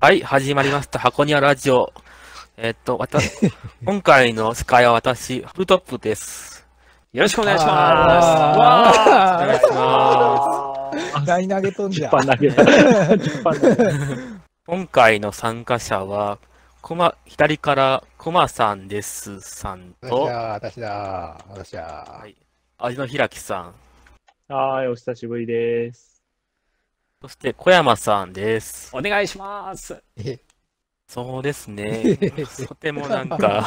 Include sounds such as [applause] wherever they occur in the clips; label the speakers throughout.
Speaker 1: はい、始まりました。箱庭ラジオ。えっと、
Speaker 2: [laughs]
Speaker 1: わた、今回の司会は私、フルトップです。よろしくお願いします。
Speaker 2: あー
Speaker 1: お願いします。
Speaker 2: 大投げ飛んじ
Speaker 3: [laughs]
Speaker 2: ゃう。
Speaker 3: 投げた。
Speaker 1: 今回の参加者は、こま、左からコマさんですさん
Speaker 2: 私
Speaker 1: と、
Speaker 2: だ、私だ、私だ
Speaker 1: は。い味の開きさん、
Speaker 4: [laughs]
Speaker 3: はい、お久しぶりです。
Speaker 1: そして小山さんです。
Speaker 3: お願いします。
Speaker 1: そうです
Speaker 2: [laughs]
Speaker 1: ね。とてもなんか、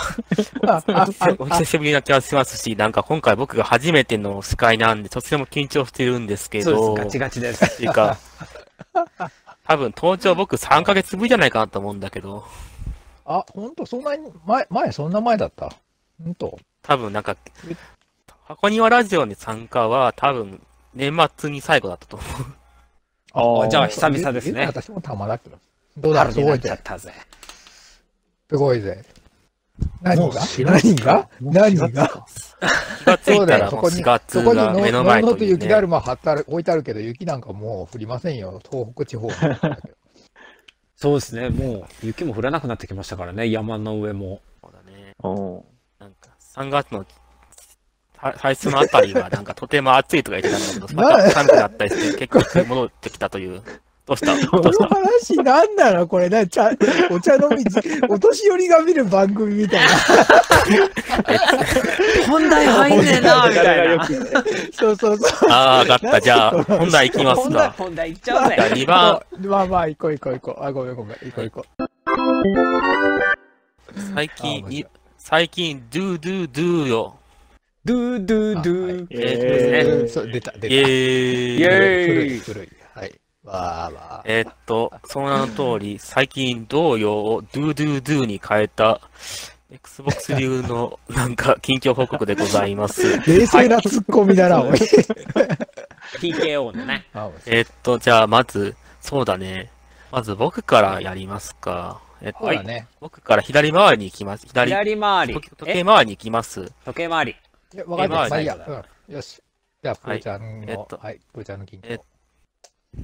Speaker 2: あああ
Speaker 1: お久しぶりな気がしますし、なんか今回僕が初めての司会なんで、とても緊張してるんですけど、
Speaker 3: ガチです。
Speaker 1: っていうか、多分登場僕3ヶ月ぶりじゃないかなと思うんだけど、
Speaker 2: あ、ほんと、そんなに、前、前、そんな前だった。ほんと。
Speaker 1: 多分なんか、箱庭ラジオに参加は多分年末に最後だったと思う。
Speaker 3: あじゃあ久々です
Speaker 2: ええ
Speaker 3: ね。
Speaker 2: 私もたまだけど。どうだろう、すごい
Speaker 3: ちゃ
Speaker 2: ぜ
Speaker 3: っ。たぜ。
Speaker 2: すごいぜ。何
Speaker 3: もう
Speaker 2: が
Speaker 3: 知らん
Speaker 2: 何が何が
Speaker 1: 気がついたら
Speaker 2: そ
Speaker 1: もう
Speaker 2: こに
Speaker 1: 4月
Speaker 2: そこに
Speaker 1: が
Speaker 2: の、
Speaker 1: 目の
Speaker 2: の
Speaker 1: 前
Speaker 2: んのと
Speaker 1: というね
Speaker 2: 雪だ。るま貼ってある置いてあるけど、雪なんかもう降りませんよ。東北
Speaker 5: [laughs]
Speaker 2: 地方。
Speaker 3: そうですね、もう雪も降らなくなってきましたからね、山の上も。
Speaker 1: そうだね。
Speaker 4: お
Speaker 1: なんか3月のさ最初のあたりはなんかとても暑いとか言ってたんだけど、
Speaker 2: な
Speaker 1: また寒くなったりして結構戻ってきたという。どう
Speaker 2: [laughs]
Speaker 1: したどう
Speaker 5: こ
Speaker 1: し
Speaker 5: の
Speaker 1: た
Speaker 5: 話なんなのこれな、ちゃ、お茶飲み、お年寄りが見る番組み
Speaker 3: [laughs]
Speaker 5: たいな。
Speaker 3: 本題入んねえな、みたいな。
Speaker 5: [laughs] そうそうそう。
Speaker 1: ああ、分かった。じゃあ、本題いきますか。
Speaker 3: 本題いっち
Speaker 2: [laughs]
Speaker 3: ゃうぜ
Speaker 1: じゃあ2番、
Speaker 5: まあまあ、行こう行こう行こう。あ、ごめんごめん。行こう行こ
Speaker 1: 最近
Speaker 2: あ面白い
Speaker 1: に、最近、ドゥドゥドゥよ。
Speaker 3: ドゥドゥドゥ。
Speaker 1: えーとですね。
Speaker 2: うんそう出た、出
Speaker 1: イ
Speaker 2: た。
Speaker 1: エ
Speaker 3: イエ
Speaker 1: ーイ
Speaker 3: ーイ
Speaker 2: 古い、古い。はい。わーわー。
Speaker 1: えーっと、その名の通り、最近、童謡をドゥドゥドゥに変えた、Xbox 流の、 [laughs] なんか、近況報告でございます。
Speaker 5: う。冷静なツッコミだな、おい。
Speaker 3: TKO のね。
Speaker 2: あ
Speaker 1: えーっと、じゃあ、まず、そうだね。まず、僕からやりますか。えっと、
Speaker 2: そうだね。
Speaker 1: 僕から左回りに行きます。左、
Speaker 3: [laughs] 左回り。
Speaker 1: 時時
Speaker 3: え
Speaker 1: 計、回りに行きます。
Speaker 3: 時計回り。
Speaker 2: いや、わかんない。
Speaker 1: ま
Speaker 2: ま
Speaker 1: あ
Speaker 2: あいいや。うんよし。じゃあ、プーちゃん
Speaker 1: はいえっ
Speaker 2: の
Speaker 1: と、
Speaker 2: はい、プーちゃんの近
Speaker 1: えっ
Speaker 2: 況
Speaker 1: と。え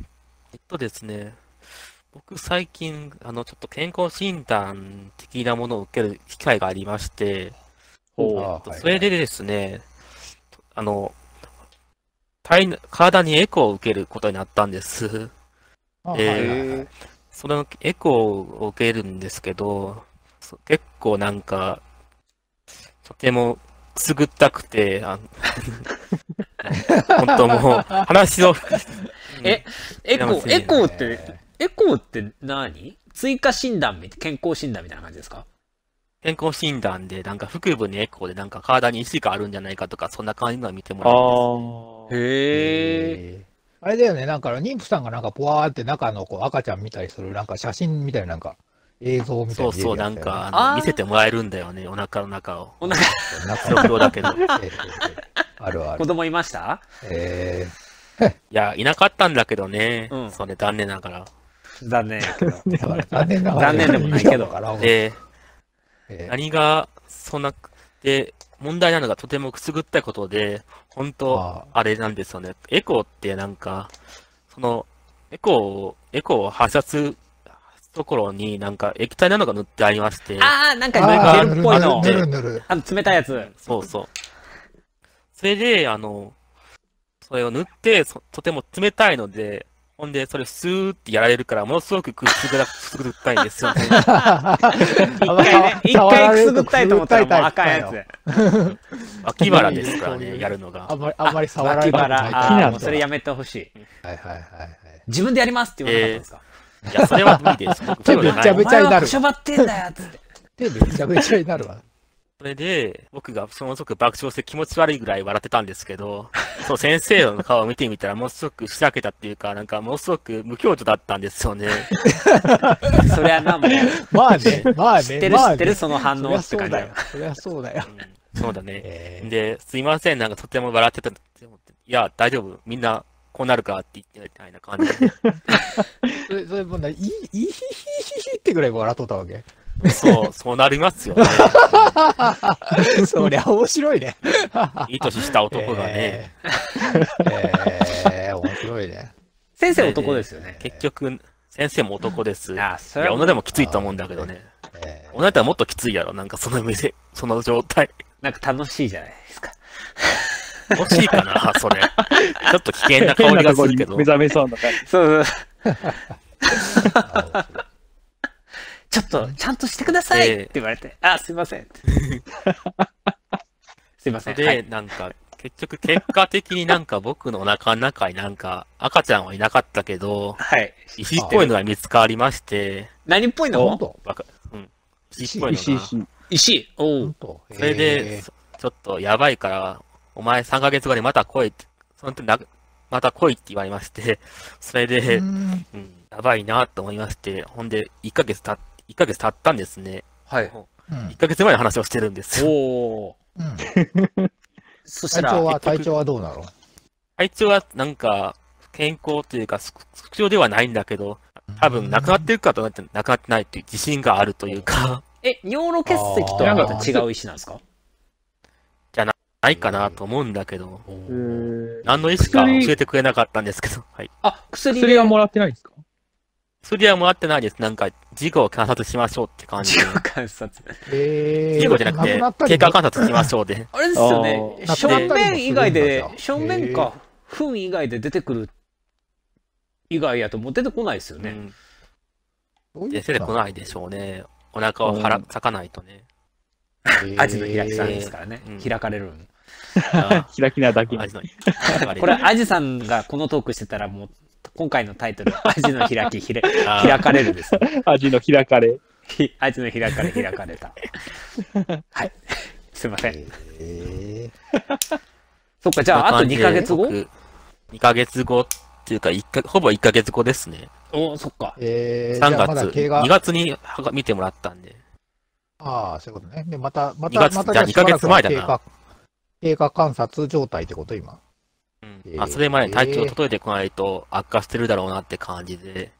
Speaker 1: っとですね、僕最近、あの、ちょっと健康診断的なものを受ける機会がありまして、
Speaker 2: あーはい
Speaker 1: それでですね、あの、体の体にエコーを受けることになったんです。 [laughs]
Speaker 2: あ
Speaker 1: えー
Speaker 2: はいはいはい
Speaker 1: そのエコーを受けるんですけど、そ結構なんか、とてもくすぐったくて、あの [laughs] 本当もう、話を、
Speaker 3: えエコ
Speaker 1: 山
Speaker 3: ー、
Speaker 1: 杉
Speaker 3: エコーっ
Speaker 2: え
Speaker 3: て、エコーって何追加診断みたい、健康診断みたいな感じですか
Speaker 1: 健康診断で、なんか腹部にエコーで、なんか体に石があるんじゃないかとか、そんな感じのは見てもらうん
Speaker 4: ああ。
Speaker 3: へえ。
Speaker 2: ーあれだよね、なんか妊婦さんがなんか、ぽわーって中のこう赤ちゃん見たりする、なんか写真みたいな、なんか映像
Speaker 1: で
Speaker 2: み
Speaker 1: す。
Speaker 2: た
Speaker 1: そ
Speaker 2: いな
Speaker 1: うそう、なんか、あの
Speaker 3: あー
Speaker 1: 見せてもらえるんだよね、お腹の中を。
Speaker 3: お腹、
Speaker 1: 食
Speaker 2: 出てるやつだよね。
Speaker 1: 料だけど。い
Speaker 2: なんかえーえーあるあ
Speaker 3: 子
Speaker 2: る。
Speaker 3: 供いました
Speaker 2: え
Speaker 1: や、いなかったんだけどね。
Speaker 3: うん
Speaker 1: それ、残念ながら。
Speaker 3: 残
Speaker 2: [laughs]
Speaker 3: 念やけど。
Speaker 2: ーだから残念ながら。
Speaker 3: 残念でもないけど
Speaker 2: から。
Speaker 1: で、
Speaker 2: えー
Speaker 1: 何が、そんな、で、問題なのがとてもくすぐったいことで、本当
Speaker 2: あ
Speaker 1: あれなんですよね。エコーってなんか、その、エコーを、エコーを発射するところになんか液体なのが塗ってありまして。
Speaker 3: あー、なん
Speaker 2: ー
Speaker 3: か
Speaker 2: あー
Speaker 3: ジェルっぽいの
Speaker 2: ぬ。るぬるぬる。
Speaker 3: あの、冷たい
Speaker 2: [laughs]
Speaker 3: やつ。
Speaker 1: そうそう。それで、あの、それを塗って、そとても冷たいので、ほんで、それスーってやられるから、ものすごくくすぐら、くすぐったいんですよね。
Speaker 3: 一回ね、一
Speaker 2: 触ら
Speaker 3: 回く
Speaker 2: れる
Speaker 3: す
Speaker 2: と
Speaker 3: ぐったいと思ったらもうあかんや
Speaker 2: くすぐ
Speaker 3: つ。
Speaker 1: 秋バラですから
Speaker 2: そうい
Speaker 1: ね、
Speaker 2: [laughs] う
Speaker 1: やるのが
Speaker 2: あ。んまり、あんまり触られ
Speaker 3: 脇
Speaker 2: たくない
Speaker 3: 腹、
Speaker 4: 気に
Speaker 3: あ
Speaker 4: な
Speaker 3: ー
Speaker 4: る
Speaker 3: もうそれやめてほしい。
Speaker 2: はいはいはいはい。
Speaker 3: 自分でやりますって言わなかったんですか
Speaker 1: いや、それは無理です。僕、
Speaker 2: ち
Speaker 1: プ
Speaker 2: ょっ
Speaker 1: ロ
Speaker 2: と
Speaker 1: じゃな
Speaker 2: ちゃ
Speaker 1: いも
Speaker 2: ぶめ
Speaker 1: ん
Speaker 3: お
Speaker 2: ちゃ
Speaker 3: 前
Speaker 2: にな
Speaker 3: は
Speaker 2: る
Speaker 3: くしゃばってんだよ、つって。
Speaker 2: 手めちゃめちゃになるわ。
Speaker 1: それで、僕がそのすごく爆笑して気持ち悪いぐらい笑ってたんですけ
Speaker 2: [laughs]
Speaker 1: ど、そう、先生の顔を見てみたら、ものすごくしらけたっていうか、なんか、ものすごく無表情だったんですよ
Speaker 2: [laughs]
Speaker 1: ね。
Speaker 3: そりゃな、もう、知
Speaker 5: う。まあね、まあね。知
Speaker 3: ってる知ってる、その反
Speaker 5: そ
Speaker 3: 応
Speaker 5: りゃ
Speaker 3: って
Speaker 5: そ
Speaker 3: 感
Speaker 5: う
Speaker 3: じ
Speaker 5: だ
Speaker 3: だ
Speaker 5: よ
Speaker 3: よ。。
Speaker 5: そりゃそうだよ。
Speaker 1: うん、そうだね。
Speaker 2: えー
Speaker 1: で、すいません、なんかとても笑ってたって思って、いや、大丈夫、みんなこうなるからって言ってみたいな感じ
Speaker 2: [laughs] それ、それもうな、いい、いいひひひひってぐらい笑っとったわけ。
Speaker 1: で、そう、そうなりますよね。
Speaker 5: そりゃ面白いね。
Speaker 1: いい年した男
Speaker 2: [laughs]
Speaker 1: がね、
Speaker 2: えー。えー、面白いね。
Speaker 3: 先生男ですよね。
Speaker 1: 結局、先生も男です。い
Speaker 3: いや、それ
Speaker 1: や、
Speaker 3: は
Speaker 1: 女でもきついと思うんだけどね。
Speaker 2: え
Speaker 1: 女だったらもっときついやろ。なんかその目で、 [laughs] その状態。
Speaker 3: なんか楽しいじゃないですか。
Speaker 1: 欲しいかな、それ。ちょっと危険な香りがするけど
Speaker 5: 目。覚めそうな感じ。
Speaker 3: そうそう。
Speaker 1: [laughs]
Speaker 2: ー
Speaker 3: ちょっと、ちゃんとしてください
Speaker 1: ええ
Speaker 3: って言われて、あ、すいませんって。すいません。
Speaker 1: で、
Speaker 3: はい、
Speaker 1: なんか、結局、結果的になんか僕のお腹の中になんか、赤ちゃんはいなかったけど、
Speaker 3: はい。
Speaker 1: 石っぽいのが見つかりまして、
Speaker 3: 何っぽい
Speaker 2: あ本
Speaker 3: の
Speaker 2: 当
Speaker 1: わかうん。石
Speaker 2: 石
Speaker 1: っぽい
Speaker 5: 石
Speaker 1: のが。
Speaker 5: 石。
Speaker 3: 石。お
Speaker 2: 本
Speaker 3: う。
Speaker 2: 当
Speaker 1: それで、
Speaker 2: え
Speaker 1: そちょっとやばいから、お前3ヶ月後にまた来いって、その時な、また来いって言われまして、それ
Speaker 2: ー
Speaker 1: で、
Speaker 2: うん
Speaker 1: うん、やばいなと思いまして、ほんで、1ヶ月た、一ヶ月経ったんですね。
Speaker 3: はい。
Speaker 2: うん
Speaker 1: 1ヶ月前の話をしてるんですよ。
Speaker 3: おお。
Speaker 2: うん
Speaker 3: そした
Speaker 2: 体
Speaker 3: ら、
Speaker 2: 調は
Speaker 1: 結局
Speaker 2: 体調はどうなの
Speaker 1: 体調はなんか、健康というか、す不調ではないんだけど、多分、なくなってるかとなって、なくなってないっていう自信があるというか、
Speaker 3: え、尿路結石とはまた違う石なんですか
Speaker 1: ないかなと思うんだけど、
Speaker 3: お
Speaker 5: え
Speaker 3: ー
Speaker 5: ー
Speaker 1: 何の意思か教えてくれなかったんですけど、はい。
Speaker 3: あ、薬
Speaker 5: 薬はもらってないんですか
Speaker 1: 薬はもらってないです。なんか、事故を観察しましょうって感じ
Speaker 3: 自
Speaker 1: で。
Speaker 3: 己観察。
Speaker 2: えー
Speaker 1: 事故じゃなくて
Speaker 2: 亡、な
Speaker 1: 経過
Speaker 2: った
Speaker 1: 観察しましょうで。
Speaker 3: あれですよね。
Speaker 2: あー
Speaker 3: 正面以外で
Speaker 2: なくなったりも、す
Speaker 3: 正
Speaker 2: るんだ
Speaker 3: 面か、糞以外で出てくる以外やともう出てこないですよ
Speaker 1: う
Speaker 3: ね。
Speaker 1: ん。
Speaker 2: り
Speaker 1: 出てこないでしょうね。お腹を腹、
Speaker 5: うん
Speaker 1: 裂かないとね。
Speaker 3: アジの開きさんですからね
Speaker 1: えーう。ん
Speaker 3: 開かれるの。
Speaker 1: あ
Speaker 5: 開きなだ
Speaker 4: [laughs]
Speaker 5: け。
Speaker 1: ー味のやっぱ
Speaker 3: [laughs]
Speaker 1: り
Speaker 3: これ、アジさんがこのトークしてたら、もう、今回のタ [laughs] イトル、アジの開き、ひれ
Speaker 1: あー
Speaker 3: 開かれるです、ね。 [laughs]
Speaker 5: 味の開かれ。
Speaker 3: ひアジの開かれ、開か [laughs] れた。はい。すいません。
Speaker 2: え
Speaker 3: そっか、じゃあ、あと2ヶ月後
Speaker 1: ?2 ヶ月後っていうか、一かほぼ1ヶ月後ですね。
Speaker 3: おそっか
Speaker 2: ー。えー、
Speaker 1: 3
Speaker 2: じゃあま
Speaker 1: 月
Speaker 2: だ、経過
Speaker 1: 2月にはが見てもらったんで。
Speaker 2: ああ、そういうことね。で、また、ま
Speaker 1: 二
Speaker 2: た、
Speaker 1: 月
Speaker 2: また
Speaker 1: じゃあ
Speaker 2: しばらくは
Speaker 1: 二ヶ月前だな
Speaker 2: 経過経過観察状態ってこと、今。
Speaker 1: うん
Speaker 2: えー
Speaker 1: まあ、それまでに体調を整えてこないと悪化してるだろうなって感じで、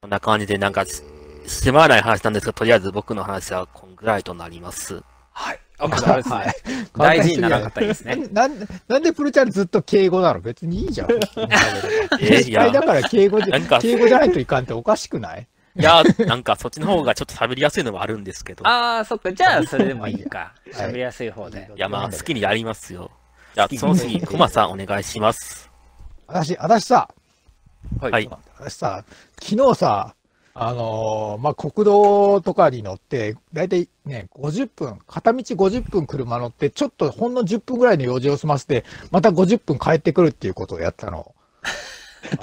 Speaker 1: こんな感じで、なんか、ししまわない話なんですが、とりあえず僕の話はこんぐらいとなります。
Speaker 3: はい。あ、そうです
Speaker 2: はい
Speaker 3: ね。大事にならなかったですね。
Speaker 2: なんなんでプルちゃんずっと敬語なの別にいい
Speaker 1: [laughs]
Speaker 2: じゃん。
Speaker 1: えー、い
Speaker 2: 絶対
Speaker 1: や、
Speaker 2: だから敬語じ
Speaker 1: な
Speaker 2: ゃ
Speaker 1: んか、い
Speaker 2: 敬語じゃないといかんっておかしくない
Speaker 1: や、なんかそっちの方がちょっと喋りやすいのもあるんですけど、
Speaker 3: ああ、そっか。じゃあ、それでもいいか。
Speaker 2: はい
Speaker 3: 喋りやすい方で。
Speaker 1: いや、まあ、好きにやりますよ。じゃ
Speaker 3: 好き
Speaker 1: あ、
Speaker 3: に
Speaker 1: その次、コマさんお願いします。
Speaker 2: 私、私さ、
Speaker 1: は
Speaker 3: はい
Speaker 1: い。
Speaker 2: 私さ、昨日さ、あのーまあ、国道とかに乗って、だいたいね、50分、片道50分車乗って、ちょっとほんの10分ぐらいの用事を済ませて、また50分帰ってくるっていうことをやったの。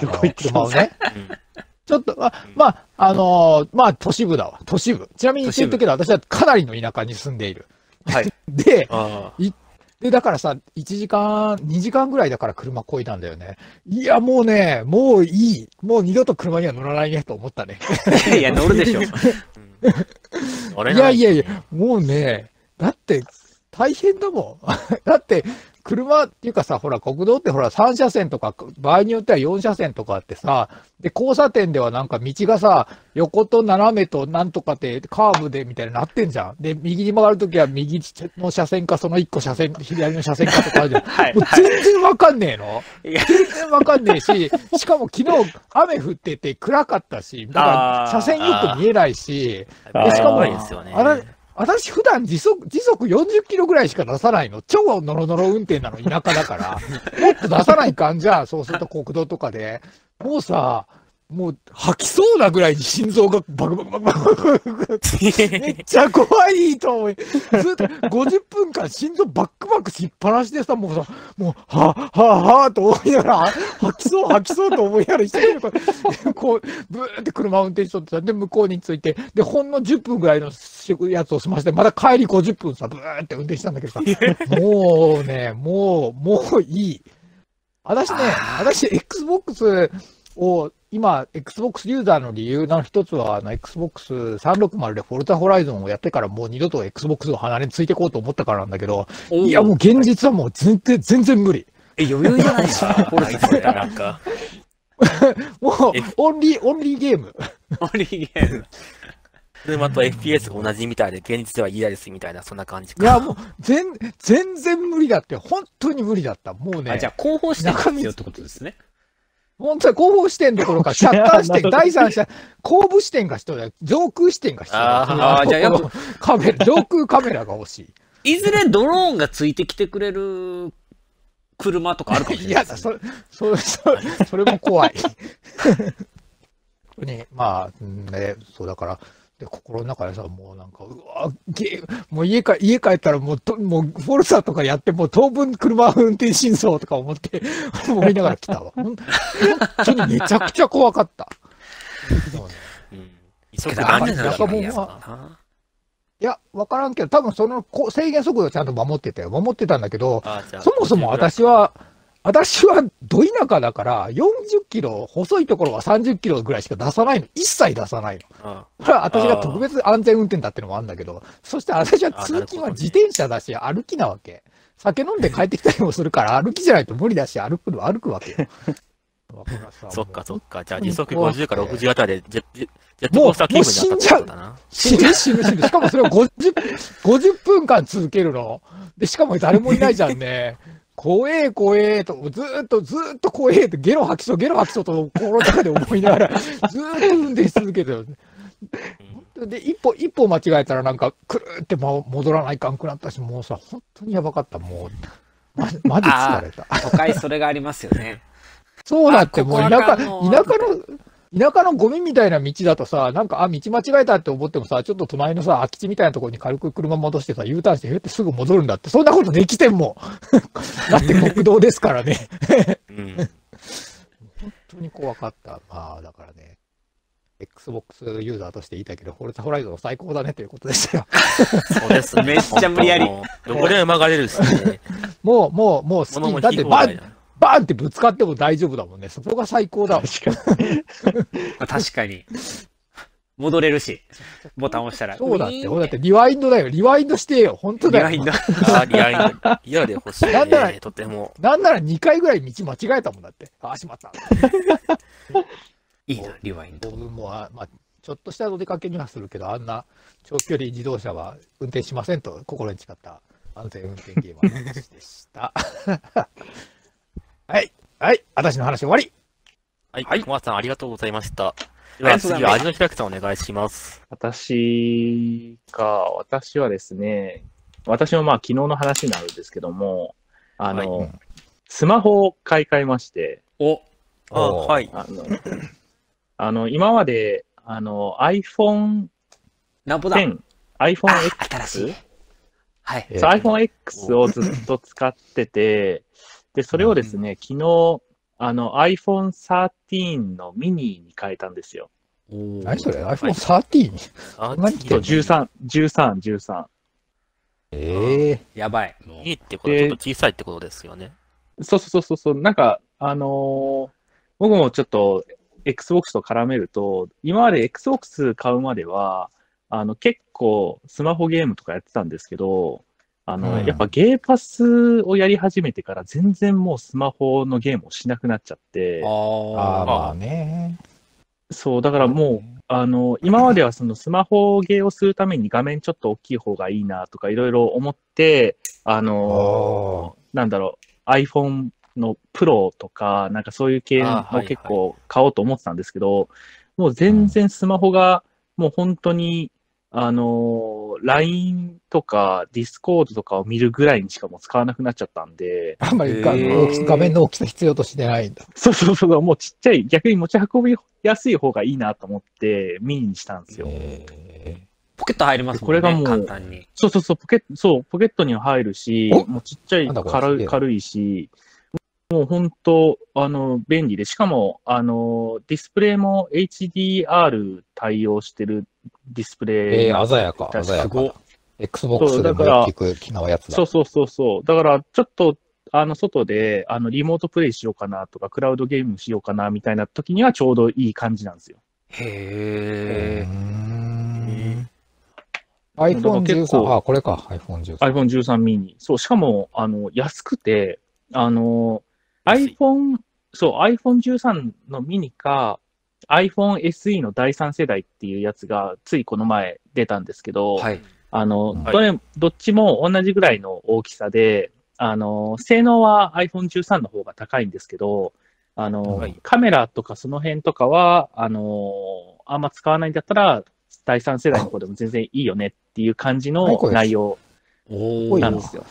Speaker 5: どこ行ってた
Speaker 2: あの車をね。
Speaker 1: うん
Speaker 2: ちょっと、あまあ、あのーまあ、都市部だわ。都市部。ちなみに言ってるけど、私はかなりの田舎に住んでいる。
Speaker 3: はい。
Speaker 2: [laughs] で、
Speaker 1: あ
Speaker 2: で、だからさ、1時間、2時間ぐらいだから車こいだんだよね。いや、もうね、もういい。もう二度と車には乗らないねと思ったね。 [laughs]
Speaker 3: いやいや、乗るでしょ。 [laughs]
Speaker 1: あ。俺
Speaker 2: いやいやいや、もうね、だって、大変だもん。 [laughs] だって、車っていうかさ、ほら、国道ってほら、3車線とか、場合によっては4車線とかあってさ、で、交差点ではなんか道がさ、横と斜めとなんとかって、カーブでみたいになってんじゃん。で、右に曲がるときは右の車線か、その1個車線、左の車線かとかあるじゃん。
Speaker 3: はい
Speaker 2: もう。全然わかんねえの。
Speaker 3: いや
Speaker 2: 全然わかんねえし、しかも昨日雨降ってて暗かったし、だか
Speaker 3: あー
Speaker 2: ら車線よく見えないし、
Speaker 1: や
Speaker 5: しかも
Speaker 1: やばいですよね。
Speaker 2: あら私普段時速、時速40キロぐらいしか出さないの。超ノロノロ運転なの、田舎だから。もっと出さないかんじゃん、そうすると国道とかで。もうさ、もう吐きそうなぐらいに心臓がバクバクバクバクバクめっちゃ怖いと思い。ずっと50分間心臓バックバックしっぱなしでさ、もうさ、もう、はぁ、はぁ、はぁと思いながら、吐きそう、吐きそうと思いながら一生懸命こう、ブーって車を運転しとってさ、で、向こうに着いて、で、ほんの10分ぐらいのやつを済ませて、また帰り50分さ、ブーって運転したんだけどさ、もうね、もう、もういい。私ね、私、Xbox を、今、Xbox ユーザーの理由の一つは、あの、Xbox360 でフォルタホライゾンをやってから、もう二度と Xbox を離れについていこうと思ったからなんだけど、
Speaker 3: お
Speaker 2: いや、もう現実はもう全然、全然無理。
Speaker 3: え余裕じゃないですか。俺
Speaker 1: これなんか、
Speaker 2: もう
Speaker 1: え、
Speaker 2: オンリー、オンリーゲーム。
Speaker 3: 森ゲーム。
Speaker 1: 車と FPS が同じみたいで、現実では嫌ですみたいな、そんな感じか。
Speaker 2: いや、もう、全、全然無理だって、本当に無理だった。もうね。
Speaker 3: あ、じゃあ、広報してる必要ってことですね。
Speaker 2: 本当は後方視点どこ
Speaker 3: [laughs]
Speaker 2: ろか、シャッター視
Speaker 5: なるほど
Speaker 2: 点、第三者、後部視点が必要だよ。上空視点が必要だよ。
Speaker 3: あーあーじゃ
Speaker 2: [laughs]
Speaker 3: あやっぱ
Speaker 2: カメラ、上空カメラが欲し
Speaker 3: いずれドローンがついてきてくれる車とかあるかも
Speaker 2: い。
Speaker 3: し
Speaker 2: い
Speaker 3: れな
Speaker 2: や
Speaker 3: いで
Speaker 2: だ、
Speaker 3: すね。
Speaker 2: それ、それ、 [laughs] それ、それも怖い。 [laughs] ね、まあ、うんね、そうだから、で心の中でさ、もうなんか、うわゲーもう家か、家帰ったらもうと、もう、フォルサとかやって、もう当分車運転真相とか思って、 [laughs] 思いながら来たわ。ほん本当にめちゃくちゃ怖かった。 [laughs] そうね
Speaker 1: うん。急ぐ
Speaker 3: けど雨
Speaker 1: 何な
Speaker 2: や
Speaker 3: の
Speaker 1: ら
Speaker 2: っ
Speaker 3: 中
Speaker 2: ぱ
Speaker 3: も
Speaker 2: も
Speaker 3: いういやつだ
Speaker 2: いや、わからんけど、多分そのこう制限速度はちゃんと守ってたよ。守ってたんだけど、
Speaker 1: あーじゃあ
Speaker 2: そもそも私は、私はど田舎だから、40キロ、細いところは30キロぐらいしか出さないの。一切出さないの。
Speaker 1: あ
Speaker 2: これは私が特別安全運転だってのもあるんだけど、そして私は通勤は自転車だし、歩きなわけ。酒飲んで帰ってきたりもするから、歩きじゃないと無理だし、歩くの歩く
Speaker 1: [laughs]
Speaker 2: わけよ。だらさ
Speaker 1: そっかそ
Speaker 2: も
Speaker 1: っ
Speaker 2: う
Speaker 1: か。じゃあ時速
Speaker 2: 怖くて
Speaker 1: 50から60あたりでジェジェジェット
Speaker 2: もう
Speaker 1: コースター気分になったってことだな。
Speaker 2: 死ぬ死ぬ死ぬ。しかもそれを50、50分間続けるの。で、しかも誰もいないじゃんね。怖え怖えと、ずーっとずーっと怖えって、ゲロ吐きそう、ゲロ吐きそうと心の中で思いながら、ずーっと運転し続けてる。
Speaker 1: うん
Speaker 2: で、一歩、一歩間違えたらなんか、くるーって、ま、戻らないかんくなったし、もうさ、本当にやばかった、もう。ま、マジ疲れた。
Speaker 3: 都会それがありますよね。
Speaker 2: そうだって、もう
Speaker 3: あ
Speaker 2: 田
Speaker 3: ここ
Speaker 2: 舎、
Speaker 3: は
Speaker 2: 田舎
Speaker 3: あかん
Speaker 2: の、田舎のゴミみたいな道だとさ、なんか、あ、道間違えたって思ってもさ、ちょっと隣のさ、空き地みたいなところに軽く車戻してさ、U ターンして、へってすぐ戻るんだって、そんなことできてんもん。だ [laughs] って国道ですからね。
Speaker 1: うん。
Speaker 2: 本当に怖かった。まあ、だからね、Xbox ユーザーとして言いたいけど、フォルツァホライゾン最高だねということでしたよ。 [laughs]
Speaker 1: そうですね。
Speaker 3: めっちゃ無理やり
Speaker 1: もうどこでも曲がれるし
Speaker 2: [laughs]
Speaker 1: ね。
Speaker 2: もう、もう、もう好
Speaker 1: 物
Speaker 2: き。
Speaker 1: も
Speaker 2: だっ
Speaker 1: 引く
Speaker 2: て
Speaker 1: 放
Speaker 2: バ
Speaker 1: 題
Speaker 2: ン、
Speaker 1: だ。
Speaker 2: バンってぶつかっても大丈夫だもんね。そこが最高だわ。
Speaker 5: 確か
Speaker 3: まあ確かに。戻れるし、ボタン押したら。
Speaker 2: そうだって、
Speaker 3: ウィーン
Speaker 2: だってリワインドだよ。リワインドしてよ。本当だ
Speaker 3: リ
Speaker 2: よ。
Speaker 3: ワインド。
Speaker 1: あリアルリアルで欲しい
Speaker 2: なんなら
Speaker 1: ね。とても。
Speaker 2: なんなら2回ぐらい道間違えたもんだって。ああ、しまった。
Speaker 3: いいな、リワインド。
Speaker 2: 僕もあ、まあ、ちょっとしたお出かけにはするけど、あんな長距離自動車は運転しませんと心に誓った安全運転ゲームの話でした。 [laughs] はい。はい。私の話終わり。
Speaker 1: はい。
Speaker 3: はい
Speaker 1: 小松さん、ありがとうございました。で
Speaker 3: あ
Speaker 1: は、
Speaker 3: りがとうご
Speaker 1: 次
Speaker 3: ざいます
Speaker 1: は味の開くさんお願いします。
Speaker 4: 私か、私はですね、私もまあ昨日の話になるんですけども、あの、
Speaker 2: はい
Speaker 4: スマホを買い替えまして、
Speaker 3: お、
Speaker 1: あ
Speaker 2: おー
Speaker 1: はい。
Speaker 4: あの、あの今まで、あの、iPhone
Speaker 3: なんぼだ。
Speaker 4: 10、iPhone
Speaker 3: あ新し
Speaker 4: X
Speaker 3: い。はい。
Speaker 2: えー
Speaker 4: そう iPhone X をずっと使ってて、で、それをですね、昨日、あの iPhone 13のミニに変えたんですよ。
Speaker 3: おー
Speaker 2: 何それ ?iPhone13?
Speaker 1: あ
Speaker 2: 何着て
Speaker 4: そ
Speaker 2: ん
Speaker 4: う、
Speaker 2: の
Speaker 4: 13、13、13。
Speaker 2: ええ
Speaker 3: やばい。もう
Speaker 1: いいってことはちょっと小さいってことですよね。
Speaker 4: そうそうそうそう、なんか、あのー僕もちょっと Xbox と絡めると、今まで Xbox 買うまでは、あの結構スマホゲームとかやってたんですけど、あの、
Speaker 2: うん
Speaker 4: やっぱゲーパスをやり始めてから全然もうスマホのゲームをしなくなっちゃって、
Speaker 2: ああ、
Speaker 3: あ
Speaker 2: まあね。
Speaker 4: そう、だからもう、あの、今まではそのスマホゲーをするために画面ちょっと大きい方がいいなとかいろいろ思って、あの、なんだろう、iPhone の Pro とか、なんかそういう系
Speaker 1: あーはい
Speaker 4: の結構買おうと思ってたんですけど、もう全然スマホが、もう本当に、あの、LINE とか Discord とかを見るぐらいにしかもう使わなくなっちゃったんで、
Speaker 2: あんまり画
Speaker 3: ええ
Speaker 2: 大きさ画面の大きさ必要としてないんだ。
Speaker 4: そうそうそう、もうちっちゃい、逆に持ち運びやすい方がいいなと思って、ミニにしたんですよ。
Speaker 2: え
Speaker 3: ポケット入りますもんね。
Speaker 4: これがもう
Speaker 3: 簡単に。
Speaker 4: そうそうそう、ポケット、そう、ポケットには入るし、
Speaker 2: お
Speaker 4: もうちっちゃい
Speaker 2: なんだこれす
Speaker 4: 軽
Speaker 2: げえ
Speaker 4: い、
Speaker 2: な
Speaker 4: 軽いし、もう本当、あの、便利で、しかも、あの、ディスプレイも HDR 対応してるディスプレイ。
Speaker 2: え鮮やか、
Speaker 4: 確かに
Speaker 2: 鮮やか
Speaker 4: す
Speaker 2: な。Xbox でもよく聞く機能やつだ
Speaker 4: そう。そうそうそう。だから、ちょっと、あの、外で、あの、リモートプレイしようかなとか、クラウドゲームしようかな、みたいな時にはちょうどいい感じなんですよ。
Speaker 3: へえ。
Speaker 4: 結
Speaker 2: iPhone13、
Speaker 4: 構
Speaker 2: あ、これか、iPhone13。
Speaker 4: iPhone13 mini。そう、しかも、あの、安くて、あの、
Speaker 1: 安い
Speaker 4: iPhone、そう、iPhone13 のミニか、iPhone SE の第3世代っていうやつが、ついこの前出たんですけど、
Speaker 3: はい。
Speaker 4: あの、
Speaker 2: はい
Speaker 4: どれ、どっちも同じぐらいの大きさで、あの、性能は iPhone13 の方が高いんですけど、あの、
Speaker 1: はい
Speaker 4: カメラとかその辺とかは、あのあんま使わないんだったら、第三世代の子でも全然いいよねっていう感じ
Speaker 2: はい
Speaker 4: の
Speaker 2: これ
Speaker 4: 内容
Speaker 3: お
Speaker 2: おい
Speaker 4: なん
Speaker 3: ー
Speaker 4: ですよ。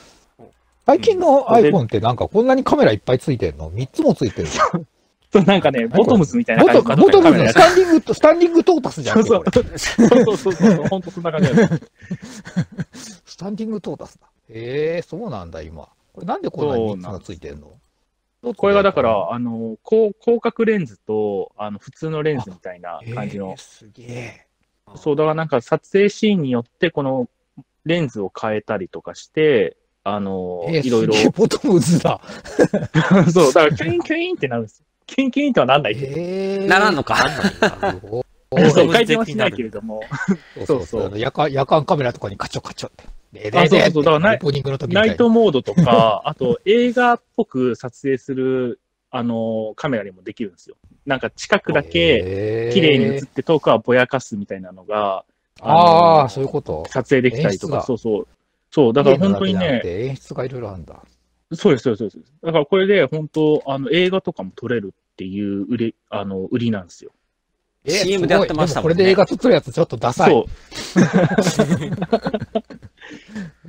Speaker 2: 最近の
Speaker 4: うん
Speaker 2: iPhone ってなんかこんなにカメラいっぱいついてるの ?3 つもついてるの
Speaker 4: そうなんかね、
Speaker 2: これ
Speaker 4: ボトムズみたいな
Speaker 2: 元
Speaker 4: 感じ
Speaker 2: 々元
Speaker 4: のカ
Speaker 2: 々
Speaker 4: メラ
Speaker 2: の
Speaker 4: や
Speaker 2: スタンディングと、スタンディングトータスじゃん
Speaker 4: そう
Speaker 2: け
Speaker 4: そ
Speaker 2: こ
Speaker 4: う
Speaker 2: れ。
Speaker 4: そうそうそうそう、本当そんな感じなんです。
Speaker 2: スタンディングトータスだ。へえ、そうなんだ、今。これなんでこんなに3つがついてるの
Speaker 4: これがだから、あの、こう広角レンズと、あの、普通のレンズみたいな感じの
Speaker 2: へえ。すげえ。
Speaker 4: そう、だからなんか撮影シーンによって、このレンズを変えたりとかして、あの、
Speaker 2: えー
Speaker 4: いろいろ
Speaker 2: すげえボトムズだ。
Speaker 4: そう、だからキュインキュインってなるんですよ。キュインキュインとはなんないけど。
Speaker 2: へえ。
Speaker 3: ならんのか。
Speaker 1: あのー
Speaker 4: そう、
Speaker 1: ボトムズ
Speaker 4: 回転はしないけれども、
Speaker 2: そうそう
Speaker 4: そう
Speaker 2: そう。夜間夜間カメラとかにカチョカチョって。でで
Speaker 4: あそう
Speaker 2: で
Speaker 4: そうそうだからナイ
Speaker 2: オープニングの時みた
Speaker 4: ナ
Speaker 2: い
Speaker 4: イ
Speaker 2: に
Speaker 4: トモードとか、 [laughs] あと映画っぽく撮影する、あの、カメラにもできるんですよ。なんか近くだ
Speaker 2: け
Speaker 4: け綺麗に映って遠くはぼやかすみたいなのが、
Speaker 2: あ
Speaker 4: の
Speaker 2: あ、そういうこと。
Speaker 4: 撮影できたりと
Speaker 2: 演出
Speaker 4: か、
Speaker 2: だ
Speaker 4: そうそう。そう、だから本当
Speaker 2: 綺麗
Speaker 4: に
Speaker 2: なだけじ
Speaker 4: ね
Speaker 2: ゃなく、て演出がいろいろあるんだ。
Speaker 4: そうです、そうです、そうです。だからこれで本当、あの映画とかも撮れるっていう売り、あの、売りなんですよ。
Speaker 2: えー
Speaker 3: CM でやってましたもん
Speaker 2: すごい
Speaker 3: ね
Speaker 2: でこれで映画撮ってるやつちょっとダサい。
Speaker 4: そう。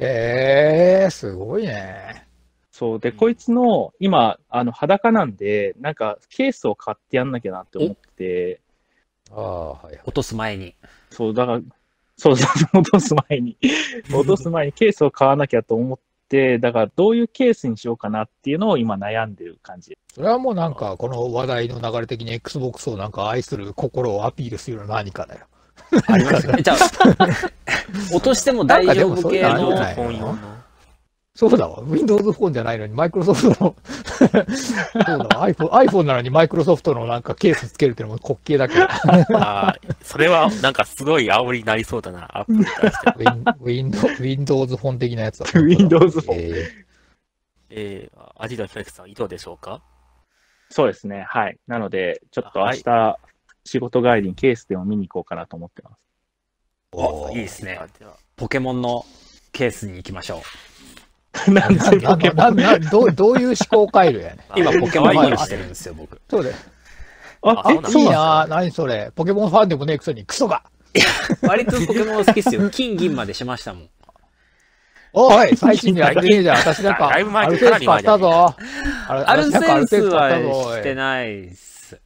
Speaker 2: ええー、すごいね。
Speaker 4: そう。で、
Speaker 1: うん
Speaker 4: こいつの、今、あの、裸なんで、なんか、ケースを買ってやんなきゃなって思って、
Speaker 2: ああ、はいはい。
Speaker 3: 落とす前に。
Speaker 4: そう、だから、そうそう、落とす前 [laughs] に、落とす前にケースを買わなきゃと思って、だから、どういうケースにしようかなっていうのを今悩んでる感じ。
Speaker 2: それはもうなんか、この話題の流れ的に Xbox をなんか愛する心をアピールするような何かだよ。
Speaker 3: ありますじゃあ、落としても大丈夫系
Speaker 2: なんかでもそういうのある
Speaker 1: iPhone
Speaker 2: よね。
Speaker 3: の
Speaker 1: 用の。
Speaker 2: そうだわ。Windows フォンじゃないのに、マイクロソフ
Speaker 4: [laughs]
Speaker 2: トの、そうだわ。iPhone, iPhone なのにマイクロソフトのなんかケースつけるっていうのも滑稽だけど。
Speaker 1: あーそれは、なんかすごい煽りになりそうだな、アップルに対して。
Speaker 2: ウィンウィンド Windows フォン的なやつだ。
Speaker 4: Windows フォン
Speaker 2: え
Speaker 1: えー、アジダひらきさん、いかがでしょうか
Speaker 4: そうですね。はい。なので、ちょっと明
Speaker 1: はい
Speaker 4: 日、仕事帰りにケースでも見に行こうかなと思ってます。
Speaker 2: ーおー
Speaker 3: いいですね
Speaker 1: あ。では
Speaker 3: ポケモンのケースに行きましょ
Speaker 4: [laughs] なんで
Speaker 2: な
Speaker 4: ポケモ
Speaker 2: な
Speaker 4: ン
Speaker 2: などうどういう思考回路やねん。
Speaker 1: あ
Speaker 3: う。今、ポケモン
Speaker 1: 可愛いの
Speaker 3: マル
Speaker 1: し
Speaker 3: してて
Speaker 1: る
Speaker 3: るんですよ、僕。
Speaker 2: そうだよ。
Speaker 4: あ、
Speaker 1: あそうな
Speaker 4: え
Speaker 1: んだ
Speaker 4: そ
Speaker 2: いうい
Speaker 4: なん
Speaker 2: なぁ、何それ。ポケモンファンでもねえくせにクソが。
Speaker 3: 割とポケモン好きっすよ。金、銀までしました [laughs] もん。
Speaker 2: おい、最新にやってねえじゃん。私なんか、
Speaker 1: だいぶ前
Speaker 2: アルセウス買ったぞ。あれ
Speaker 3: アルセ
Speaker 2: 私なんか
Speaker 3: ンスは
Speaker 2: お
Speaker 3: し
Speaker 2: い
Speaker 3: てないっす。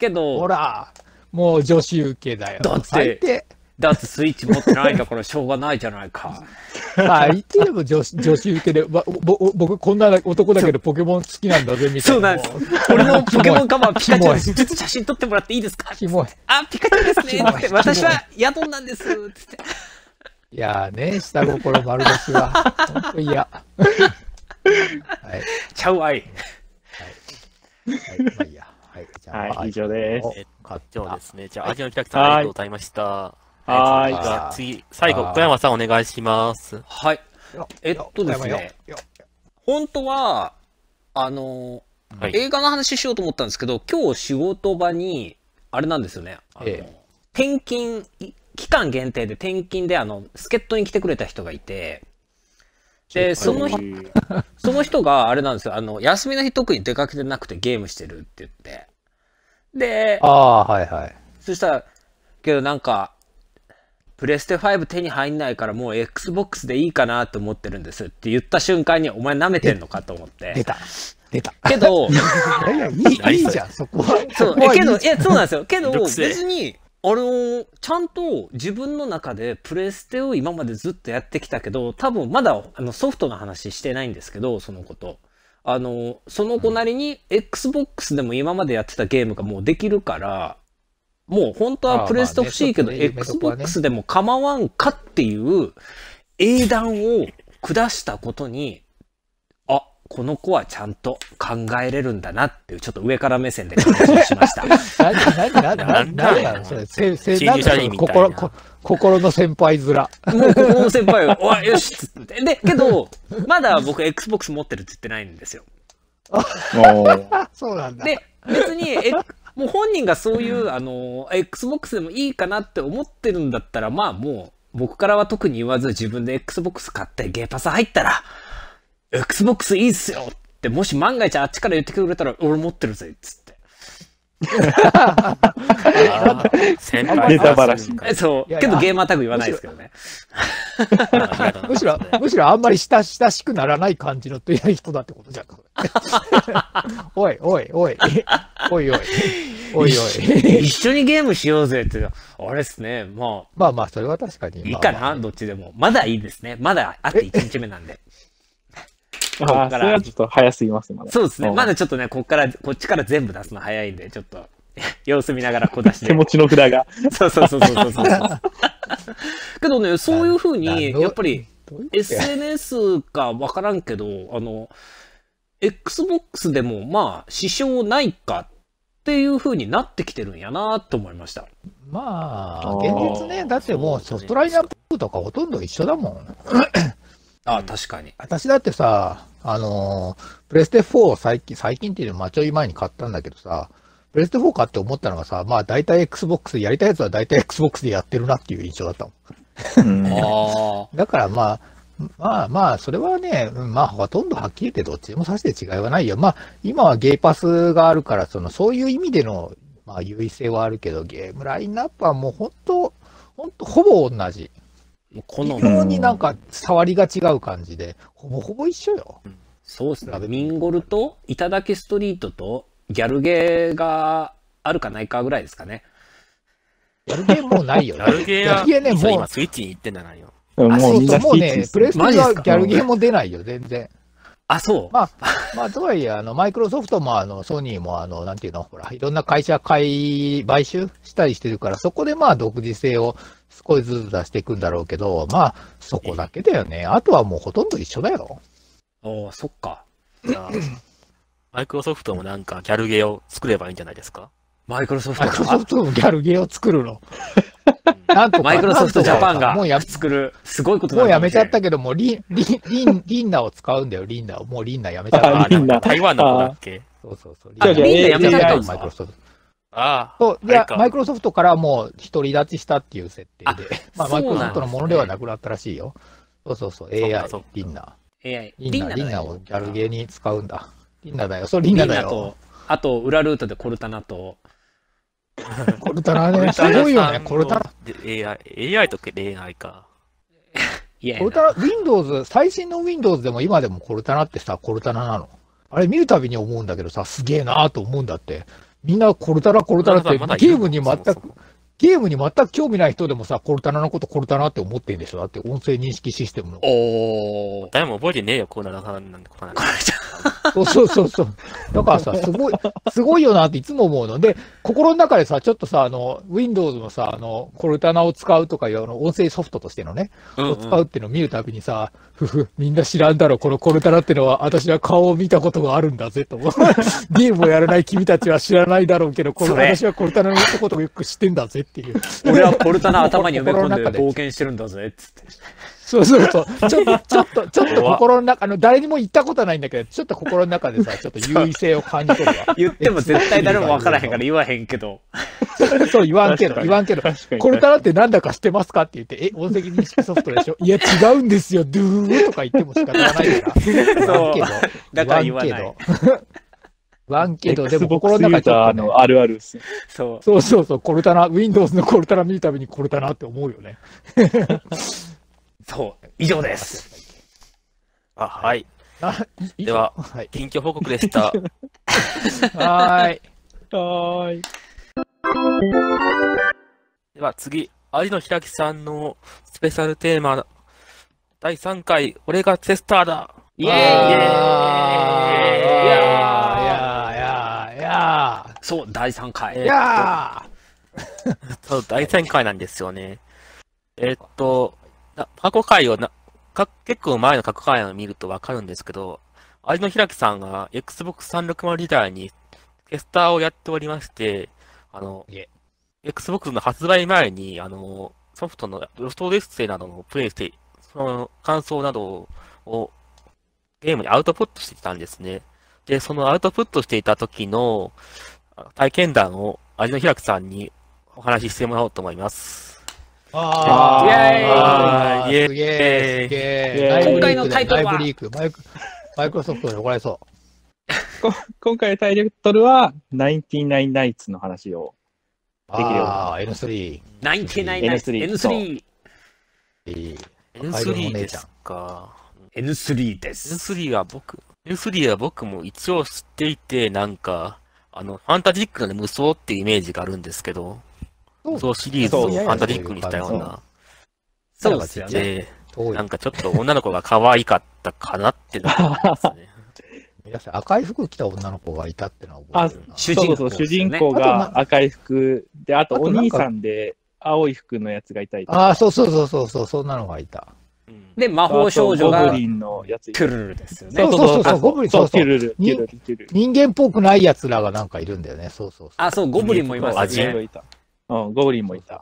Speaker 3: け
Speaker 2: ほ
Speaker 3: ど、
Speaker 2: ら、もう女子受けだよ。
Speaker 3: だって
Speaker 2: 最低。
Speaker 3: だってスイッチ持ってないんだからしょうがないじゃないか。 [laughs]
Speaker 2: 最低でも女子女子受けで、わぼぼ僕こんな男だけどポケモン好きなんだぜ、みたいな。
Speaker 3: そ
Speaker 2: な
Speaker 3: う
Speaker 2: んです。
Speaker 3: 俺のポケモンカバーピカチュウで
Speaker 2: キ
Speaker 3: す。ちょっと写真撮ってもらっていいですか
Speaker 2: キモい。
Speaker 3: あ、ピカチュウですね
Speaker 2: キモい
Speaker 3: って。
Speaker 2: キモい
Speaker 3: 私はヤドンなんですつって。
Speaker 2: いやーね、下心丸出しは。ほんと嫌。はい。
Speaker 3: ちゃうわい。
Speaker 2: はい、まあいいや。はい、じゃあ、
Speaker 4: はい以上です
Speaker 2: す。買っ
Speaker 1: では
Speaker 2: た
Speaker 1: で。すね、じゃあ、アジのひらきさん、ありがとうございました。
Speaker 4: はい
Speaker 1: じゃあ、次、最後、小山さん、お願いします。
Speaker 3: はい。えっとですね
Speaker 2: よよ
Speaker 3: 本当は、あの、
Speaker 1: はい
Speaker 3: 映画の話しようと思ったんですけど、今日仕事場に、あれなんですよね。あの
Speaker 2: え
Speaker 3: 転勤、い期間限定で転勤で、あの、助っ人に来てくれた人がいて、で、その人、その人があれなんですよ。あの、休みの日特に出かけてなくてゲームしてるって言って。で、
Speaker 2: ああー、はいはい。
Speaker 3: そしたら、けどなんか、プレステ5手に入んないからもう Xbox でいいかなと思ってるんですって言った瞬間に、お前舐めてんのかと思っ
Speaker 2: 出
Speaker 3: て。
Speaker 2: た。出た。
Speaker 3: け [laughs] ど、
Speaker 2: いやいや、いい、いいじゃん、そこは。
Speaker 3: そう
Speaker 2: こ、は
Speaker 3: えけど、
Speaker 2: いい
Speaker 3: いや、そうなんです [laughs] よ。けど、
Speaker 1: 毒性
Speaker 3: 別に、あのーちゃんと自分の中でプレステを今までずっとやってきたけど、多分まだあのソフトの話してないんですけど、そのこと。あのーその子なりに Xbox でも今までやってたゲームがもうできるから、もう本当はプレステ欲しいけど、
Speaker 2: ああまあねちょっとね夢の子はね
Speaker 3: Xbox でも構わんかっていう英断を下したことに、あ、この子はちゃんと考えれるんだなっていう、ちょっと上から目線で感心しま
Speaker 2: [laughs]
Speaker 3: した。
Speaker 2: 何何何何
Speaker 1: なんだ
Speaker 2: 何なのそれ、せ、せ、
Speaker 1: 新
Speaker 2: なん
Speaker 1: 入社員みたいな
Speaker 2: 心、こ心の先輩面。
Speaker 3: もう、ここの先輩が、おい、よしっつって。で、けど、まだ僕 Xbox 持ってるって言ってないんですよ。
Speaker 2: あ、そうなんだ。
Speaker 3: で、別に、え、もう本人がそういう、あの、Xbox でもいいかなって思ってるんだったら、まあもう、僕からは特に言わず自分で Xbox 買ってゲーパス入ったら、Xbox いいっすよって、もし万が一あっちから言ってくれたら、俺持ってるぜ、っつって。
Speaker 1: 先
Speaker 4: ネ
Speaker 1: 輩
Speaker 4: タバラシ
Speaker 1: か
Speaker 3: えそう
Speaker 2: いやいや
Speaker 3: けどゲーマータグ言わないですけどね
Speaker 2: むしろ、むしろあんまり親し親しくならない感じの強い人だってことじゃん。 [laughs] おいおいおい。おいおい。おいおい。
Speaker 3: 一緒にゲームしようぜってあれですねま
Speaker 2: まあまあ、それは確かに。
Speaker 3: あいいか
Speaker 2: まあま
Speaker 3: などっちでもまだいいですねまだあって1日目なんでこ
Speaker 4: あ
Speaker 3: っ
Speaker 4: あ、そ
Speaker 3: か
Speaker 4: れ
Speaker 3: ら
Speaker 4: はちょっと早すぎます、まだ。
Speaker 3: そうですね
Speaker 4: うん
Speaker 3: まだちょっとねこっからこっちから全部出すの早いんでちょっと [laughs] 様子見ながら小出
Speaker 4: [laughs]
Speaker 3: しで
Speaker 4: 手持ちの札が。
Speaker 3: そうそうそうそうそうそうそう。けどね、そういうふうに、
Speaker 2: な
Speaker 3: やっぱり
Speaker 2: どういう
Speaker 3: SNS かわからんけど、あの、Xbox でもまあ、支障ないかっていうふうになってきてるんやなと思いました。
Speaker 2: まあ
Speaker 4: あ、ー
Speaker 2: 現実ね、だってもうソフトラインナップとかほとんど一緒だもん。
Speaker 3: あ確 [laughs] かに。
Speaker 2: 私だってさ、あのープレステ4を最近、最近っていうのまあちょい前に買ったんだけどさ、プレステ4買って思ったのがさ、まあ大体 Xbox でやりたいやつは大体 Xbox でやってるなっていう印象だったもん。
Speaker 4: うん
Speaker 3: あ
Speaker 2: だからまあ、まあまあ、それはね、うんまあほとんどはっきり言ってどっちでもさして違いはないよ。まあ今はゲイパスがあるから、そのそういう意味での、まあ、優位性はあるけど、ゲームラインナップはもう本当、本当ほぼ同じ。
Speaker 3: あ、好
Speaker 2: 非
Speaker 3: み。
Speaker 2: 常になんか触りが違う感じで、ほぼほぼ一緒よ。
Speaker 3: そうですね。ミンゴルと、いただけストリートと、ギャルゲーがあるかないかぐらいですかね。
Speaker 2: やるゲームもうないよ。
Speaker 1: [laughs] やるゲー
Speaker 2: や
Speaker 1: は、
Speaker 2: るゲー
Speaker 1: そ
Speaker 2: ね、
Speaker 1: う
Speaker 2: もう
Speaker 1: 今、スイッチに行ってんだなよ。
Speaker 4: うん
Speaker 2: あ
Speaker 4: も
Speaker 2: そうう
Speaker 4: みん
Speaker 2: そう
Speaker 4: な
Speaker 2: もうね、プレステ
Speaker 3: マジっ
Speaker 2: は
Speaker 3: す
Speaker 2: ギ
Speaker 3: か
Speaker 2: ャルゲーも出ないよ、全然。
Speaker 3: あ、そう。
Speaker 2: ままあ、とはいえ、あの、マイクロソフトも、あの、ソニーも、あの、なんていうの、ほら、いろんな会社買い、買収したりしてるから、そこでまあ、独自性を少しずつ出していくんだろうけど、まあ、そこだけだよね。あとはもうほとんど一緒だよ。
Speaker 3: おーそっか。
Speaker 1: じゃあ、マイクロソフトもなんかギャルゲーを作ればいいんじゃないですか
Speaker 3: マイクロソフ
Speaker 2: マ
Speaker 3: ト
Speaker 2: イクロ
Speaker 3: が
Speaker 2: ソフトのギャルゲーを作るの。
Speaker 1: うん
Speaker 2: なんとか。
Speaker 3: マイクロソフトジャパンが
Speaker 2: もうや
Speaker 3: 作る、すごいことに
Speaker 2: もう
Speaker 3: なる
Speaker 2: や
Speaker 3: かも
Speaker 2: め
Speaker 3: し
Speaker 2: ちゃ
Speaker 3: れん
Speaker 2: ったけど、もうリン、リン、リン、リンナを使うんだよ、リンナを。もうリンナやめちゃっ
Speaker 4: あ
Speaker 1: あ
Speaker 2: た。
Speaker 4: リンナ
Speaker 1: なんか台湾の子だっけ
Speaker 2: そうそうそう。リ
Speaker 4: じゃあじゃあ
Speaker 2: リ
Speaker 4: リンナやめちゃったん
Speaker 3: ですか
Speaker 2: マイクロソフト。
Speaker 1: ああ、
Speaker 2: そう、で
Speaker 1: あれか
Speaker 2: マイクロソフトからもう独り立ちしたっていう設定で、まあ、
Speaker 3: そ
Speaker 2: マ
Speaker 3: うなんですね
Speaker 2: イクロソフトのものではなくなったらしいよ。そうそうそう、
Speaker 1: っか
Speaker 2: AI
Speaker 1: そっか、
Speaker 2: リンナ。
Speaker 3: AI。
Speaker 2: リンナ、リンナをギャルゲー
Speaker 3: ー。
Speaker 2: に使うんだ。リンナだよ、そう、リ
Speaker 3: リ
Speaker 2: ン
Speaker 3: ン
Speaker 2: ナ
Speaker 3: ナ
Speaker 2: だよ。
Speaker 3: と、あと、裏ルートでコルタナと。
Speaker 2: コルタナね、すごいよね、コルタナ。。
Speaker 1: で AI、AI と恋愛か。
Speaker 3: いやい
Speaker 2: コルタナ、Windows、最新の Windows でも今でもコルタナってさ、コルタナなの。あれ見るたびに思うんだけどさ、すげえなーと思うんだって。みんなコルタナ、コルタナって、
Speaker 1: まだいる
Speaker 2: ゲー
Speaker 1: の
Speaker 2: ムに全
Speaker 1: そも
Speaker 2: く
Speaker 1: そも
Speaker 2: ゲームに全く興味ない人でもさ、コルタナのことコルタナって思ってんでしょだって音声認識システムの。
Speaker 3: おー。
Speaker 1: 誰も覚えてねえよ、コーナーさんなんてことなんか。
Speaker 2: そうそうそうそう。だからさ、すごい、すごいよなっていつも思うので、心の中でさ、ちょっとさ、あの、Windows のさ、あの、コルタナを使うとかいうあの音声ソフトとしてのね、
Speaker 1: うん
Speaker 2: を使うっていうのを見るたびにさ、ふふ、みんな知らんだろ、このコルタナってのは、私は顔を見たことがあるんだぜと。 [laughs] ゲームをやらない君たちは知らないだろうけど、この
Speaker 3: それ
Speaker 2: 私はコルタナのことをよく知ってんだぜっていう。
Speaker 3: 俺はコルタナ頭に埋め込ん
Speaker 2: 心の中
Speaker 3: で
Speaker 2: で
Speaker 3: 冒険してるんだぜ、つって。
Speaker 2: [laughs] そうそうそう。ちょっ
Speaker 3: [laughs]
Speaker 2: と、ちょっと、ちょっと
Speaker 1: 怖っ
Speaker 2: 心の中、あの、誰にも言ったことはないんだけど、ちょっと心の中でさ、ちょっと優位性を感じてるわ。
Speaker 3: 言っても絶対誰もわからへんから言わへんけど。
Speaker 2: そう、言わんけど、
Speaker 4: 確かに
Speaker 2: 言わんけど。
Speaker 4: 確かに。
Speaker 2: これからってなんだかしてますかって言って、え、音声認識ソフトでしょい [laughs] や、違うんですよ、ドゥーとか言っても仕方がないから。
Speaker 3: [laughs]
Speaker 2: 言わんけど。
Speaker 3: だから言わない
Speaker 2: 言わんけど。言わんけど、でも
Speaker 4: Xbox
Speaker 2: 心の
Speaker 4: ユ
Speaker 2: 中
Speaker 4: ー
Speaker 2: ち
Speaker 4: ザ
Speaker 2: ょ
Speaker 4: ー
Speaker 2: っとね
Speaker 4: のあるあるですね。
Speaker 3: そ
Speaker 2: [laughs] そうそうそう、コルタナ、Windows のコルタナ見るたびにコルタナって思うよね。
Speaker 3: う。そう。以上です。
Speaker 1: あ、はい。
Speaker 2: あいい
Speaker 1: では
Speaker 2: はい。
Speaker 1: 近況報告で [laughs] した。
Speaker 2: はーい。
Speaker 4: はーい。
Speaker 1: では次、有野ひらきさんのスペシャルテーマ、第3回、俺がテスターだ。
Speaker 3: イエーイ
Speaker 2: い
Speaker 1: イエーイ
Speaker 2: やーいやーいやー
Speaker 3: そう、第3回。
Speaker 2: いや
Speaker 1: そう、大戦会なんですよね。えっと、な過去回をなか、結構前の過去回を見るとわかるんですけど、有野開さんが Xbox 360時代にテスターをやっておりまして、あの
Speaker 2: いえ、
Speaker 1: Xbox の発売前に、あの、ソフトのロストデッセイなどのプレイして、その感想などををゲームにアウトプットしていたんですね。で、そのアウトプットしていた時のあ体験談を有野開さんにお話ししてもらおうと思います。
Speaker 2: あ
Speaker 1: あー
Speaker 2: ー
Speaker 1: イエーイ
Speaker 2: すげえ、すげ
Speaker 4: イエーイ
Speaker 2: え。
Speaker 3: 今回のタイトルは
Speaker 2: ライブリーク、マイクロソフトに怒られそう。
Speaker 4: こ今回のタイトルは、99ナイツの話を。できるように
Speaker 2: ああ、N3。
Speaker 3: ナインティナイナイツ
Speaker 4: N3 そう
Speaker 3: N3。
Speaker 2: カエルの
Speaker 1: N3
Speaker 2: お姉
Speaker 1: で
Speaker 2: ちゃん
Speaker 1: すか。
Speaker 3: N3 です。
Speaker 1: N3 は僕、N3 は僕も一応知っていて、なんか、あの、ファンタジックなね無双っていうイメージがあるんですけど、無双シリーズをファンタジックにしたような。
Speaker 3: そうですよね。
Speaker 1: で、
Speaker 2: 遠い
Speaker 1: なんかちょっと女の子が可愛かったかなってのがあり
Speaker 2: [laughs]
Speaker 1: ますね。
Speaker 2: 皆さん赤い服着た女の子がいたってのは覚えてるな。
Speaker 3: 主人公
Speaker 4: そうそうそう、主
Speaker 3: ですよ
Speaker 4: 人
Speaker 3: ね
Speaker 4: 公
Speaker 2: あと
Speaker 4: が赤い服で、あと
Speaker 2: あと
Speaker 4: お
Speaker 2: なんか
Speaker 4: 兄さんで青い服のやつがいたりとか、
Speaker 2: ああ、そうそうそうそうそう、そんなのがいた。
Speaker 1: うん
Speaker 3: で、魔
Speaker 4: あと
Speaker 3: 法少女
Speaker 4: ゴ
Speaker 3: が
Speaker 4: ブリンのやつい
Speaker 3: ト
Speaker 4: た
Speaker 3: ゥ
Speaker 4: り
Speaker 3: ルルルですよね
Speaker 2: そ。うそうそうそう
Speaker 4: あ
Speaker 2: ゴブリン
Speaker 4: そう、
Speaker 2: そ
Speaker 4: テ
Speaker 2: うそう
Speaker 4: ュルル、テ
Speaker 2: に
Speaker 4: ュルル、テュルル。
Speaker 2: 人間っぽくない奴らがなんかいるんだよね。そうそうそう。
Speaker 3: あ、そう、ゴブリンもいます
Speaker 4: 人
Speaker 3: ね
Speaker 4: 狼。いた。うん、ゴブリンもいた。
Speaker 1: あ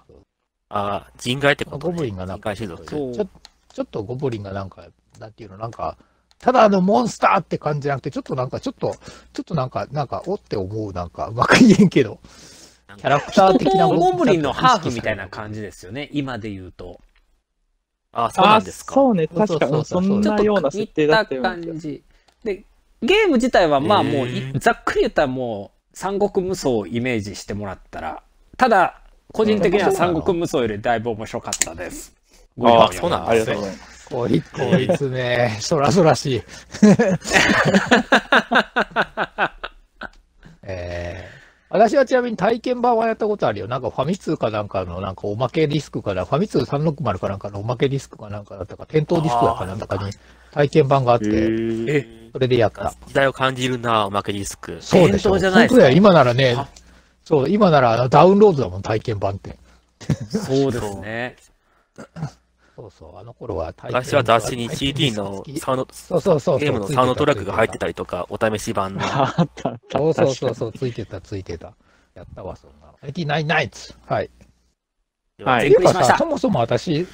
Speaker 1: あ、人外ってこと、
Speaker 2: ゴ
Speaker 1: ね、
Speaker 2: ブリンがな
Speaker 1: 人
Speaker 2: んか、
Speaker 1: 外
Speaker 2: ち
Speaker 1: 種
Speaker 2: ょ
Speaker 1: 族。
Speaker 3: そう
Speaker 2: ちょちょっとゴブリンがなんか、なんていうの、なんか、ただのモンスターって感じじゃなくて、ちょっとなんか、ちょっと、ちょっとなんか、なんか、おって思う、なんか、うまく言えんけど、キャラクター
Speaker 3: 人
Speaker 2: 的な
Speaker 3: と
Speaker 2: 動き
Speaker 3: ゴブリンのハーフみたいな感じですよね。今で言うと。
Speaker 1: ああ、そうなんですか。
Speaker 4: あそうね、
Speaker 2: そうそ
Speaker 4: 確
Speaker 2: う
Speaker 4: か
Speaker 2: そうそ
Speaker 4: に、そうん
Speaker 3: ちょっ
Speaker 4: なような
Speaker 3: と
Speaker 4: 設
Speaker 3: 似
Speaker 4: 定だ
Speaker 3: た
Speaker 4: ったような気が
Speaker 3: 感じ。で、ゲーム自体はまあもうい、
Speaker 1: へー
Speaker 3: ざっくり言ったらもう、三国無双をイメージしてもらったら、ただ、個人的には三国無双よりだいぶ面白かったです。
Speaker 4: あー
Speaker 3: ご意見を
Speaker 1: そうなんだ
Speaker 4: ありがとうございます。
Speaker 2: こい、こいつめ、そらそらし
Speaker 3: [laughs]
Speaker 2: い。えー私はちなみに体験版はやったことあるよ。なんかファミ通かなんかの、なんかおまけディスクから、ファミ通360かなんかのおまけディスクかなんかだったか、店頭ディスクだかなんだかに体験版があって、
Speaker 1: え
Speaker 2: それでやった。
Speaker 1: 時代を感じるな、おまけディスク。
Speaker 2: そうでし
Speaker 3: 店頭
Speaker 2: ょ。
Speaker 3: じゃない
Speaker 2: 本
Speaker 3: ですか
Speaker 2: 当だよ。今ならね
Speaker 3: あ、
Speaker 2: そう、今ならあのダウンロードだもん、体験版って。
Speaker 3: そうですね。
Speaker 2: そうそう、あの頃は体験版。
Speaker 1: 昔は雑誌に CD のサウンド、
Speaker 2: そうそうそうそう。
Speaker 1: ゲームのサウンドトラックが入って
Speaker 2: た
Speaker 1: たりとか、お試し版の。
Speaker 4: [laughs] あったあった。
Speaker 2: そうそうそう
Speaker 4: 確か
Speaker 2: そう、ついてた、ついてた。やったわ、そんなの。99ナイツ。はい。
Speaker 4: は
Speaker 2: て
Speaker 4: い
Speaker 3: びっ
Speaker 2: い
Speaker 3: く
Speaker 2: う
Speaker 3: り
Speaker 2: か
Speaker 3: しました
Speaker 2: さ、そもそも私、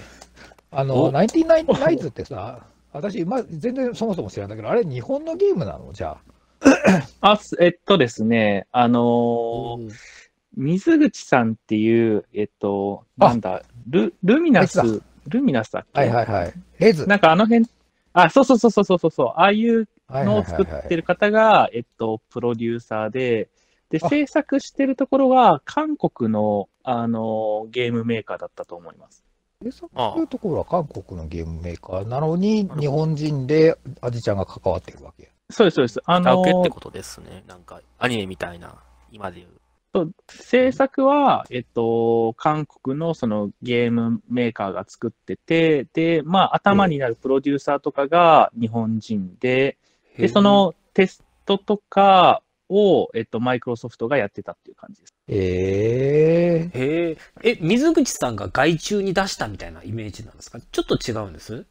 Speaker 2: あ
Speaker 1: お
Speaker 2: の、99ナイツってさ、私、ま、全然そもそも知らないけど、あれ、日本のゲームなのじゃ
Speaker 4: にあ、すえっとですね、あの
Speaker 2: あ
Speaker 4: ー。水口さんっていう、えっと、なんだ、ルルミナス
Speaker 2: あいつ、
Speaker 4: ルミナスだっけ
Speaker 2: はいはいはい。レズ。
Speaker 4: なんかあの辺、あ、そうそうそうそうそうそう、ああいう
Speaker 2: はいはい
Speaker 4: の
Speaker 2: は
Speaker 4: を作って
Speaker 2: い
Speaker 4: る方が、えっと、プロデューサーで、で、
Speaker 2: あ
Speaker 4: 制作してるところは、韓国の、あの、ゲームメーカーだったと思います。
Speaker 2: でそう
Speaker 1: あ
Speaker 2: いうところは韓国のゲームメーカーなのに、日本人でアジちゃんが関わってるわけ。
Speaker 4: そうです、そうです。あ
Speaker 1: 歌
Speaker 4: の
Speaker 1: うけ、ってことですね。なんか、アニメみたいな、今で言う。
Speaker 4: 制作は、えっと、韓国のそのゲームメーカーが作ってて、で、まあ、頭になるプロデューサーとかが日本人で、
Speaker 3: へー
Speaker 4: で、そ、のテストとかを、えっと、マイクロソフトがやってたっていう感じです。
Speaker 2: ええ
Speaker 3: へえ、え、水口さんが外注に出したみたいなイメージなんですかちょっと違うんです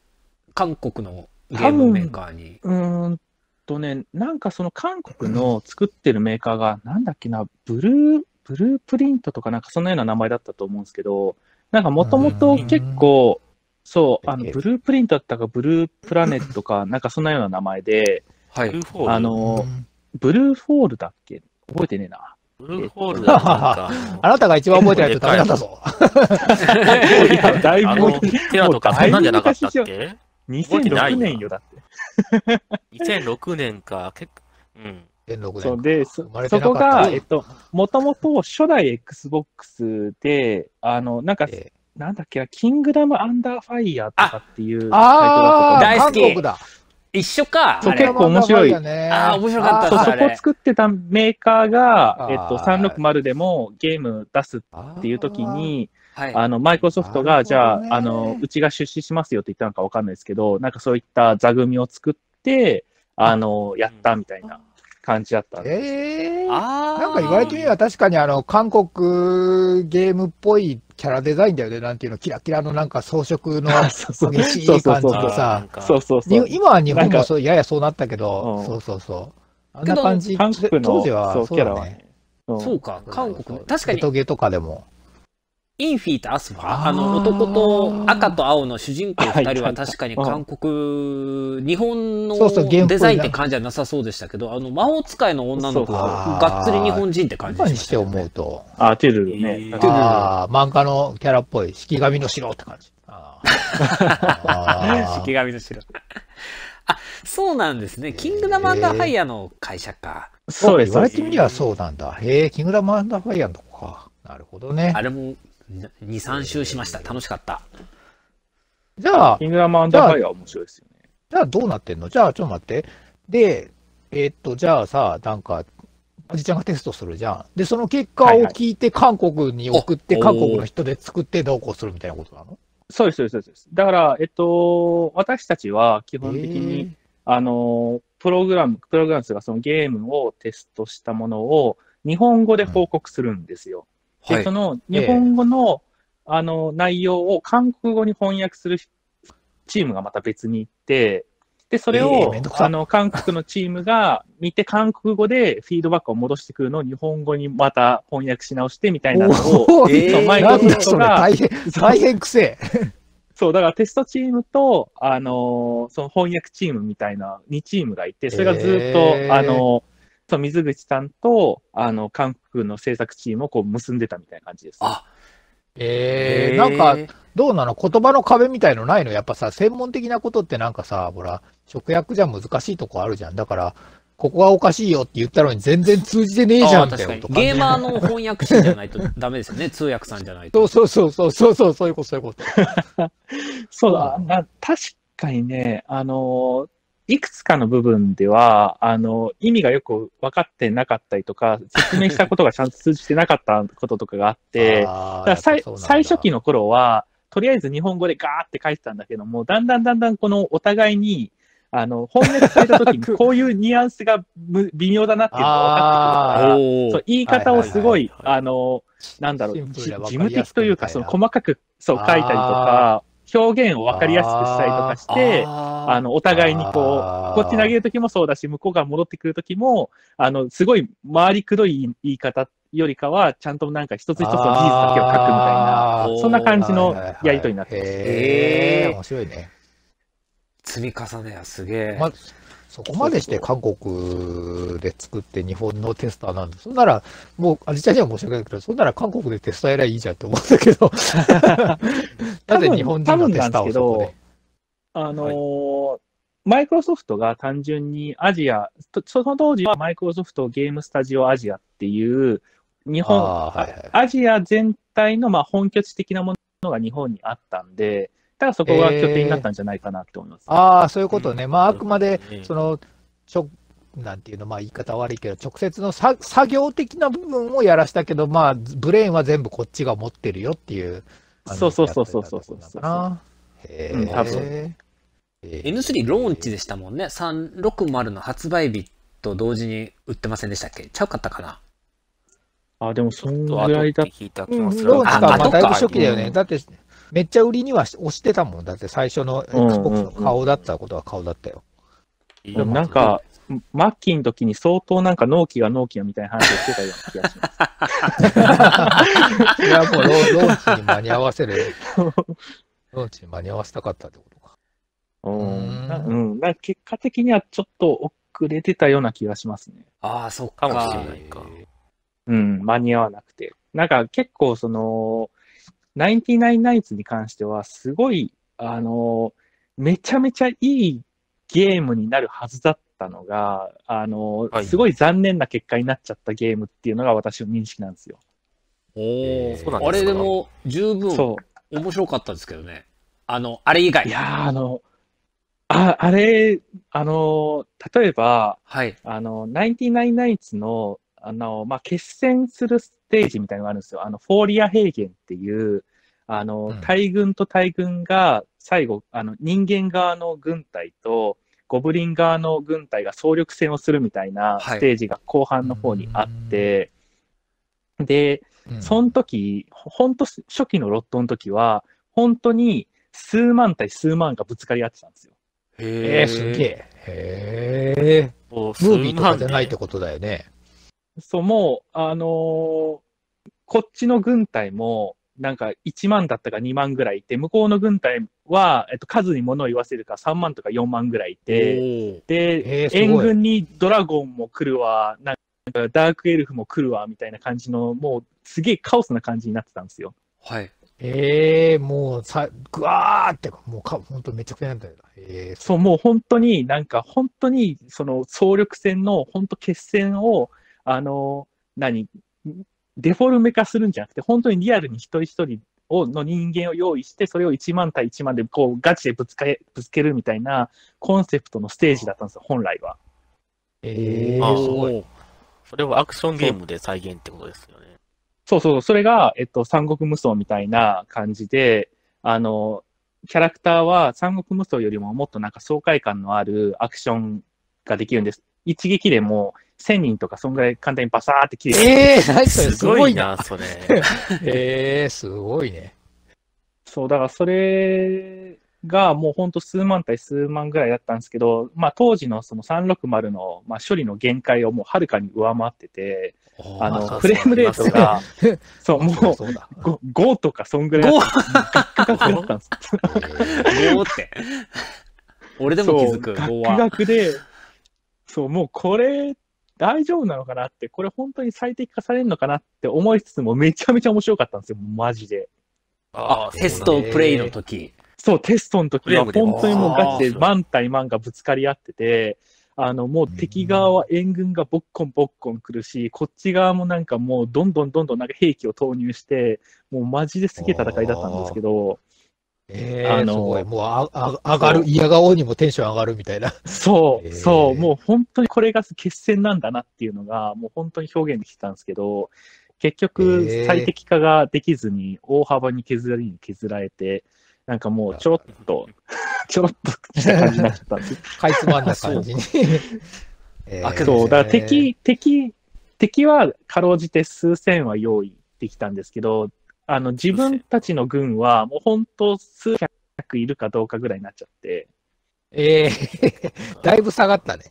Speaker 3: 韓国のゲームメーカーに。
Speaker 4: うーんとね、なんかその韓国の作ってるメーカーが、なんだっけな、ブルー、ブループリントとかなんかそのような名前だったと思うんですけど、なんかもともと結構、そう、あの、ブループリントだったか、ブループラネットか、なんかそんなような名前で、
Speaker 3: は
Speaker 1: ブル。ーホール。
Speaker 4: あの、ブルーフォールだっけ覚えてねえな。
Speaker 1: ブルーホールはなん
Speaker 2: あ
Speaker 1: か、
Speaker 2: なたが一番覚えてないとダメなんだぞ。
Speaker 4: だい
Speaker 1: あの、テラとかそんなんじゃなかったっけ覚えてない
Speaker 4: 2006
Speaker 1: よ
Speaker 4: 年よ、だって。
Speaker 1: 2006年か、結構、うん。
Speaker 2: 天禄
Speaker 4: そうで、そ
Speaker 2: 生まれて
Speaker 4: そ
Speaker 2: なか
Speaker 4: こ
Speaker 2: った
Speaker 4: が、えっと、もともと初代 XBOX で、あの、なんか、
Speaker 2: え
Speaker 4: なんだっけな、キングダムアンダーファイヤーとかっていう
Speaker 2: ああ、
Speaker 4: タイ
Speaker 3: 大好き
Speaker 2: 韓国だ。
Speaker 3: 一緒か
Speaker 4: そう
Speaker 3: あれ
Speaker 4: 結構面白い
Speaker 2: あ
Speaker 3: あー面白か
Speaker 4: ト
Speaker 3: ったで
Speaker 4: ルだ
Speaker 3: すあ
Speaker 4: った
Speaker 3: れ
Speaker 4: んです。そこを作ってたメーカーが
Speaker 2: あ、ー
Speaker 4: えっと、360でもゲーム出すっていう時、に、
Speaker 3: はい。
Speaker 4: あの、マイクロソフ
Speaker 2: な
Speaker 4: ト
Speaker 2: るほど
Speaker 4: が、
Speaker 2: ね
Speaker 4: じゃあ、あの、うちが出資しますよって言ったのかわかんないですけど、なんかそういった座組を作って、あの、やったみたいな感じだったんです。
Speaker 2: ええ
Speaker 3: あー
Speaker 2: なんか言われてみれば確かにあの、韓国ゲームっぽいキャラデザインだよね。なんていうの、キラキラのなんか装飾の
Speaker 4: あ [laughs] そうそう
Speaker 2: 激しい感じ
Speaker 4: そうそうそう
Speaker 2: の
Speaker 1: あーな
Speaker 2: さ
Speaker 1: ん。か
Speaker 4: そうそうそう。
Speaker 2: に今は日本
Speaker 4: なん
Speaker 2: も
Speaker 4: か
Speaker 2: そう、ややそうなったけど
Speaker 4: う、ん
Speaker 2: そうそうそう。あん
Speaker 3: けど
Speaker 2: な感じ、
Speaker 4: 韓国の
Speaker 2: 当時は
Speaker 4: そう
Speaker 2: そ
Speaker 4: キ
Speaker 2: う
Speaker 4: ャ
Speaker 2: だ
Speaker 4: ラは
Speaker 2: ね。
Speaker 4: ね。うん
Speaker 3: そうか、韓国の。確かに
Speaker 2: ゲトゲとかでも。
Speaker 3: インフィーとアスファ
Speaker 2: あー
Speaker 3: あの、男と赤と青の主人公
Speaker 4: はい
Speaker 3: 二
Speaker 4: はい
Speaker 3: 人
Speaker 4: は
Speaker 3: はい確かに
Speaker 4: うん
Speaker 3: 韓国、日本
Speaker 2: そうそうゲー
Speaker 3: の
Speaker 2: ムっぽいな
Speaker 3: デザインって感じはなさそうでしたけど、あの、魔法使いの女の
Speaker 4: そうそ
Speaker 3: 子
Speaker 4: う
Speaker 3: はがっつり日本人って感じ
Speaker 2: 今
Speaker 3: し
Speaker 2: に
Speaker 3: ま
Speaker 2: し
Speaker 3: してたよね
Speaker 2: 思うと、
Speaker 4: あ、トゥルル
Speaker 1: え
Speaker 4: ね。
Speaker 1: ー
Speaker 4: トゥルル
Speaker 2: ああ、漫画のキャラっぽい、
Speaker 4: [laughs]
Speaker 2: 式紙の城って感じ。あーあー
Speaker 3: 式紙の白。そうなんですね。キングダムアンダーファイヤーの会社か。
Speaker 4: そうです。
Speaker 2: 言われてみりゃ
Speaker 4: そう
Speaker 2: そうなんだ。へえ、キングダムアンダーファイアのとこか。なるほどね
Speaker 3: あ。れも2、3周しました。楽しかった。
Speaker 2: じゃあ
Speaker 4: です。、キングダムアンダーファイアは面白いですよね。
Speaker 2: じゃあどうなってんのじゃあちょっと待って。で、えーっと、じゃあさ、なんか、おじちゃんがテストするじゃん。で、その結果を
Speaker 4: はいはい
Speaker 2: 聞いて韓国に送って、
Speaker 3: お
Speaker 2: 韓国の人で作ってどうこうするみたいなことなの
Speaker 4: そうです、そうですそうです。だから、えっと、私たちは基本的
Speaker 2: へー
Speaker 4: に、あの、プログラム、プログラムというか、そのゲームをテストしたものを日本語で報告するんですよ。で、その
Speaker 2: ええ
Speaker 4: 日本語の、あの内容を韓国語に翻訳するチームがまた別にいて、で、それ
Speaker 2: ええ
Speaker 4: を
Speaker 2: めんどく、さ
Speaker 4: あの、韓国のチームが見て、韓国語でフィードバックを戻してくるのを日本語にまた翻訳し直してみたいなのを、
Speaker 2: おー
Speaker 3: えー
Speaker 4: そう
Speaker 2: [laughs]
Speaker 4: 前
Speaker 2: な
Speaker 4: の
Speaker 2: んだ
Speaker 4: 人
Speaker 2: それ、
Speaker 4: が、
Speaker 2: 大変、大変くせえ。
Speaker 4: そう、だからテストチームと、あのーその翻訳チームみたいな2チームがいて、それがずっと、
Speaker 2: へー
Speaker 4: あのーそう水口さんと、あの、韓国の制作チームをこう結んでたみたいな感じです。
Speaker 3: あ、
Speaker 2: えー、なんか、、どうなの言葉の壁みたいのないのやっぱさ、専門的なことってなんかさ、ほら、直訳じゃ難しいとこあるじゃん。だから、ここがおかしいよって言ったのに全然通じてねえじゃん
Speaker 3: あ
Speaker 2: みた
Speaker 3: 確
Speaker 2: い
Speaker 3: か
Speaker 2: な
Speaker 3: に
Speaker 2: こ。と
Speaker 3: ゲーマー
Speaker 2: の。
Speaker 3: の翻訳者じゃないとダメですよね。通訳さんじゃない
Speaker 2: そ [laughs]
Speaker 3: と。
Speaker 2: うそうそうそうそうそう、そういうこと、そういうこと。
Speaker 4: そうだ、な確かにね、あの、いくつかの部分では、あの、意味がよく分かってなかったりとか、説明したことがちゃんと通じてなかったこととかがあっ [laughs] て、
Speaker 2: あー
Speaker 4: だからさ
Speaker 2: や
Speaker 4: い
Speaker 2: っぱそうなんだ
Speaker 4: 最初期の頃は、とりあえず日本語でガーって書いてたんだけども、だんだんだんだんこのお互いに、あの、翻訳された
Speaker 2: [laughs]
Speaker 4: 時にこういうニュアンスがむ微妙だなっていうのが分かってくるから、
Speaker 3: お
Speaker 4: そう
Speaker 3: ー
Speaker 4: 言い方をすごい、
Speaker 3: はいはいはいはい
Speaker 4: あの、なんだろう、
Speaker 2: シンプル
Speaker 4: じ
Speaker 2: で分
Speaker 4: 事
Speaker 2: かり
Speaker 4: 務
Speaker 2: や
Speaker 4: 的
Speaker 2: すく
Speaker 4: という
Speaker 2: みたいな
Speaker 4: か、その細かくそう書いたりとか、表現を分かりやすくしたりとかして、
Speaker 3: あ
Speaker 4: あの、お互いにこ
Speaker 2: あー
Speaker 4: う、こっち投げるときもそうだし、向こうが戻ってくるときも、あの、すごい回りくどい言い方よりかは、ちゃんとなんか一つ一つの事実だけを書くみたいな、
Speaker 2: あー
Speaker 3: ー
Speaker 4: そんな感じの
Speaker 2: はいはいはい
Speaker 4: やりとりになってます。
Speaker 2: へ
Speaker 3: へ
Speaker 2: ー
Speaker 3: ー
Speaker 2: 面白いね。
Speaker 3: 積み重ねやすげえ。
Speaker 2: まそこまでして韓国で作って日本のテスターなんだ。そんなら、もう、あ実際には申し訳ないけど、そんなら韓国でテスターやりゃいいじゃんって思うんだけ
Speaker 4: [laughs]
Speaker 2: ど。 [laughs] なぜ日本人のテスターをそこで。
Speaker 4: あのーマイクロソフトが単純にアジア、とその当時はマイクロソフトゲームスタジオアジアっていう、日本、
Speaker 2: あーはいはい
Speaker 4: アジア全体のまあ本拠地的なものが日本にあったんで、だからそこが拠点になったんじゃないかなって思います。
Speaker 2: ああ、そういうことね。まあ、あくまで、
Speaker 1: うん
Speaker 2: その、ちょ、なんていうの、まあ、言い方悪いけど、直接の作作業的な部分をやらしたけど、まあ、ブレーンは全部こっちが持ってるよっていう。あの
Speaker 4: そうそうそうそうそう
Speaker 2: やったりだった
Speaker 4: うん
Speaker 2: のかな
Speaker 4: 多
Speaker 2: へえ。
Speaker 4: 分
Speaker 3: N3 ローンチでしたもんね。360の発売日と同時に売ってませんでしたっけちゃうかったかな
Speaker 4: あ、でもそん
Speaker 1: ち
Speaker 4: ぐ
Speaker 1: ょっと後
Speaker 4: ら
Speaker 1: っ
Speaker 4: い
Speaker 1: て
Speaker 4: だ
Speaker 1: 聞いた気
Speaker 2: うん、ロ
Speaker 1: も
Speaker 2: ーン
Speaker 1: す
Speaker 2: チ
Speaker 1: る。
Speaker 2: か、ま
Speaker 3: あ
Speaker 2: あ、
Speaker 3: 後か
Speaker 2: だいぶ初期だよ
Speaker 3: う
Speaker 2: ね。
Speaker 3: ん
Speaker 2: だって、めっちゃ売りには押してたもん。だって最初の
Speaker 4: うんうん
Speaker 2: Xbox の顔だったことは顔だったよ。
Speaker 4: でもなんか、末期の時に相当なんか納期が納期がみたいな話をしてたような気がします。
Speaker 2: いや、もうローンローンチに間に合わせ
Speaker 4: [laughs]
Speaker 2: る。ローンチに間に合わせたかったってことか。
Speaker 4: [laughs] うん、な
Speaker 2: う
Speaker 4: うん、なんか結果的にはちょっと遅れてたような気がしますね。
Speaker 3: ああ、そっ
Speaker 1: かもしれ
Speaker 3: か
Speaker 1: な。いか。
Speaker 4: うん、間に合わなくて。なんか結構その、99ナイツに関しては、すごい、あの、めちゃめちゃいいゲームになるはずだったのが、あの
Speaker 1: は、い
Speaker 4: すごい残念な結果になっちゃったゲームっていうのが私の認識なんですよ。
Speaker 3: お
Speaker 2: えーそうな
Speaker 1: ですか
Speaker 2: ん
Speaker 3: ーあれでも十分
Speaker 4: そう。
Speaker 3: 面白かったですけどね。あの、あれ以外
Speaker 4: い。やー、あの、あ、あれ、あの、例えば、
Speaker 3: はい。
Speaker 4: あの、99ナイツの、あの、まあ、決戦するステージみたいなのがあるんですよ。あの、フォーリア平原っていう、あの
Speaker 2: うん、
Speaker 4: 大軍と大軍が、最後、あの、人間側の軍隊と、ゴブリン側の軍隊が総力戦をするみたいな
Speaker 3: はい
Speaker 4: ステージが後半の方にあって、で、その時、ほんと初期のロットの時は、本当に数万対数万がぶつかり合ってたんですよ。
Speaker 2: え
Speaker 3: へ
Speaker 2: ー、すっげえ。へえ。
Speaker 1: もう数
Speaker 2: ムービーとか
Speaker 1: 万で
Speaker 2: じゃないってことだよね。
Speaker 4: そう、もう、あのーこっちの軍隊も、なんか1万だったか2万ぐらいいて、向こうの軍隊は、えっと、数に物を言わせるから3万とか4万ぐらいいて、
Speaker 3: え。
Speaker 4: で、
Speaker 2: えーすごい
Speaker 4: 援軍にドラゴンも来るわ、なんかダークエルフも来るわ、みたいな感じの、もうすげえカオスな感じになってたんですよ。
Speaker 3: はい。
Speaker 2: ええもうさ、ぐわーってか、もうか、ほんとめちゃくちゃなんだよな。ええ
Speaker 4: そう、もう本当になんか、本当にその総力戦の本当決戦を、あの、何、デフォルメ化するんじゃなくて、本当にリアルに一人一人をの人間を用意して、それを1万対1万でこうガチでぶつかえぶつけるみたいなコンセプトのステージだったんですよ、本来は。
Speaker 2: ええ
Speaker 1: あー
Speaker 2: すごい。
Speaker 3: い。
Speaker 1: それをアクションゲームで再現ってことですよね。
Speaker 4: そうそう、それが、えっと、三国無双みたいな感じで、あの、キャラクターは三国無双よりももっとなんか爽快感のあるアクションができるんです。一撃でもう1000人とかそんぐらい簡単にバサーって切れる。
Speaker 2: ええ何それ、
Speaker 1: す
Speaker 2: す
Speaker 1: ご
Speaker 2: ご
Speaker 1: い
Speaker 2: いな。
Speaker 1: な、それ。
Speaker 2: ええすごいね。
Speaker 4: そう、だからそれがもうほんと数万対数万ぐらいだったんですけど、まあ当時のその360の、まあ、処理の限界をもうはるかに上回ってて、あ
Speaker 1: まあ
Speaker 4: の、
Speaker 1: そう
Speaker 4: フレームレートが、そう、もう
Speaker 2: そうだ。
Speaker 4: ご 5, とかそんぐらいだったガクガクだったんです。
Speaker 3: ゴーって。 [laughs] 俺でも気づく、
Speaker 4: そう
Speaker 3: ゴー
Speaker 4: ガク
Speaker 3: は
Speaker 4: ガ。クで、そう、もうこれ、大丈夫なのかなって、これ本当に最適化されるのかなって思いつつも、めちゃめちゃ面白かったんですよ、マジで。
Speaker 2: [laughs]
Speaker 1: あ
Speaker 3: テストプレイの時。
Speaker 4: そう、テストの時は
Speaker 1: フレームで
Speaker 4: 本当にもうガチで
Speaker 1: あー
Speaker 4: 万対万がぶつかり合ってて、あの、もう敵側は援軍がボッコンボッコン来るし、こっち側もなんかもうどんどんどんどんなんか兵器を投入して、もうマジですげえ戦いだったんですけど、
Speaker 2: ええ
Speaker 4: あの
Speaker 2: すごい。もうあ、あ、上がる、嫌顔にもテンション上がるみたいな。
Speaker 4: そう、
Speaker 2: へー
Speaker 4: そう、もう本当にこれが決戦なんだなっていうのが、もう本当に表現できてたんですけど、結
Speaker 2: へ
Speaker 4: 局、
Speaker 2: ー
Speaker 4: 最適化ができずに、大幅に削りに削られて、なんかもうちょろっと、 [laughs] ちょろっとした感じになっちゃった
Speaker 2: [laughs]
Speaker 4: んです。
Speaker 2: かいつまんな感
Speaker 4: [laughs]
Speaker 2: じに。ええ
Speaker 3: あけ
Speaker 4: そう、だから敵、敵、敵はかろうじて数千は用意できたんですけど、あの、自分たちの軍は、もう本当数百いるかどうかぐらいになっちゃって、
Speaker 2: ええだいぶ下がったね。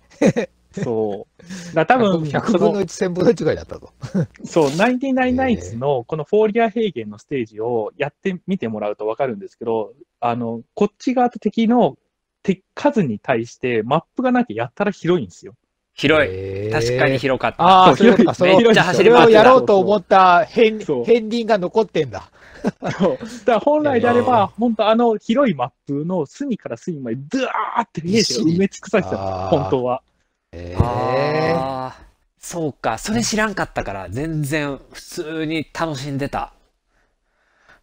Speaker 4: そう。だから
Speaker 2: [laughs]
Speaker 4: 多分、
Speaker 2: 100分の1、1000分の1ぐらいだったぞ。
Speaker 4: そう、ナインティナインナイツのこのフォーリア平原のステージをやってみてもらうとわかるんですけど、あの、こっち側と敵の敵数に対してマップがなきゃやったら広いんですよ。
Speaker 3: 広い。
Speaker 2: ええ
Speaker 3: 確かに広かった。
Speaker 2: ああ、
Speaker 4: そう
Speaker 2: そうか、そ
Speaker 4: 広い
Speaker 2: の
Speaker 3: めっちゃ走
Speaker 2: そ
Speaker 3: り
Speaker 2: れ
Speaker 3: 回っ
Speaker 2: を
Speaker 3: て
Speaker 2: や
Speaker 3: た
Speaker 2: ろうと思った片
Speaker 4: そう
Speaker 2: 片鱗が残ってんだ。
Speaker 4: そう。だから本来であれ
Speaker 2: いやいや
Speaker 4: ば、本当あの広いマップの隅から隅までドゥワーって兵士を埋め尽くされてたんですよ
Speaker 2: あー
Speaker 4: 本当は。
Speaker 2: ええ
Speaker 3: あーそうか。それ知らんかったから、全然普通に楽しんでた。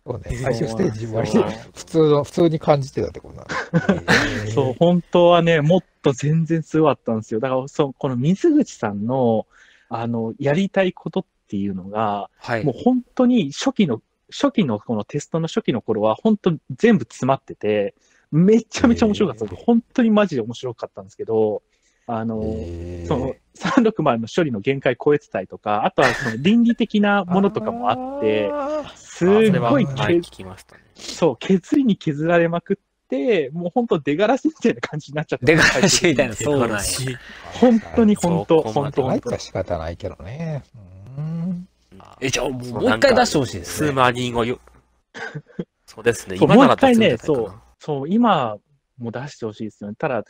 Speaker 2: そうね、最終ステージ割
Speaker 4: そ
Speaker 2: り
Speaker 4: う
Speaker 2: 普通の、普通に感じてたってことなんだええ
Speaker 4: [laughs] そう、本当はね、もっと全然すごかったんですよ。だから、そう、この水口さんの、あの、やりたいことっていうのが、
Speaker 3: はい
Speaker 4: もう。本当に初期の、初期のこのテストの初期の頃は本当に全部詰まってて、めちゃめちゃ面白かったんです。本当にマジで面白かったんですけど、あの、
Speaker 2: ええ
Speaker 4: その360の処理の限界超えてたりとか、あとはその倫理的なものとかもあって、すっ
Speaker 1: あーそれは
Speaker 4: ごい
Speaker 1: は
Speaker 4: け
Speaker 1: 聞きましたね。
Speaker 4: そう、削りに削られまくって、もう本当出がらしみたいな感じになっちゃった。
Speaker 3: 出がらしみたいな、
Speaker 4: 最終
Speaker 3: そうなんや。
Speaker 1: し
Speaker 4: 的に。本当に本
Speaker 1: そ
Speaker 4: 当、
Speaker 1: うここま
Speaker 4: 本
Speaker 1: で
Speaker 4: 当
Speaker 2: 入っ
Speaker 4: 本当
Speaker 2: たら仕方ないけどね。うん。
Speaker 3: え、じゃあもう
Speaker 1: そう
Speaker 3: もう一回出してほしいです
Speaker 1: 数
Speaker 3: ね。
Speaker 1: 万人をよ、そうですね、
Speaker 4: そう
Speaker 1: 今
Speaker 4: もう
Speaker 1: なら
Speaker 4: 一回ね、
Speaker 1: 出せるんじゃない
Speaker 4: そ
Speaker 1: うかな、
Speaker 4: そう、今も出してほしいですよね。ただ、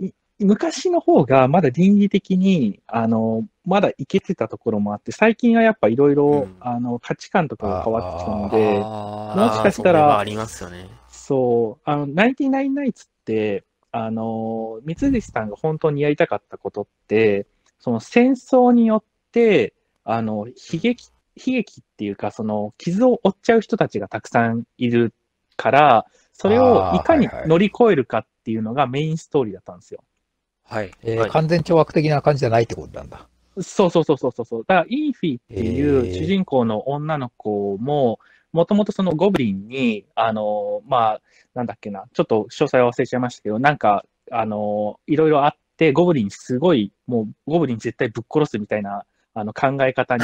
Speaker 4: い昔の方がまだ倫理的に、あの、まだいけてたところもあって、最近はやっぱいろいろ
Speaker 1: うん、
Speaker 4: あの、価値観とかが変わってきたので、
Speaker 3: あ
Speaker 4: もしかしたら
Speaker 1: あーそれはありますよね。
Speaker 4: そう、あの、ナインティナインナイツって、あの、三菱さんが本当にやりたかったことって、その戦争によって、あの、悲劇、悲劇っていうか、その、傷を負っちゃう人たちがたくさんいるから、それを
Speaker 2: あー
Speaker 4: いかに
Speaker 2: はいはい
Speaker 4: 乗り越えるかっていうのがメインストーリーだったんですよ。
Speaker 3: ーはい。
Speaker 2: ええ
Speaker 1: はい
Speaker 2: 完全懲悪的な感じじゃないってことなんだ。
Speaker 4: そうそうそうそうそうそう。だから、インフィってい
Speaker 2: へ
Speaker 4: う
Speaker 2: ー
Speaker 4: 主人公の女の子も、もともとそのゴブリンに、あの、まあ、なんだっけな、ちょっと詳細は忘れちゃいましたけど、なんか、あの、いろいろあって、ゴブリンすごい、もう、ゴブリン絶対ぶっ殺すみたいな、あの、考え方に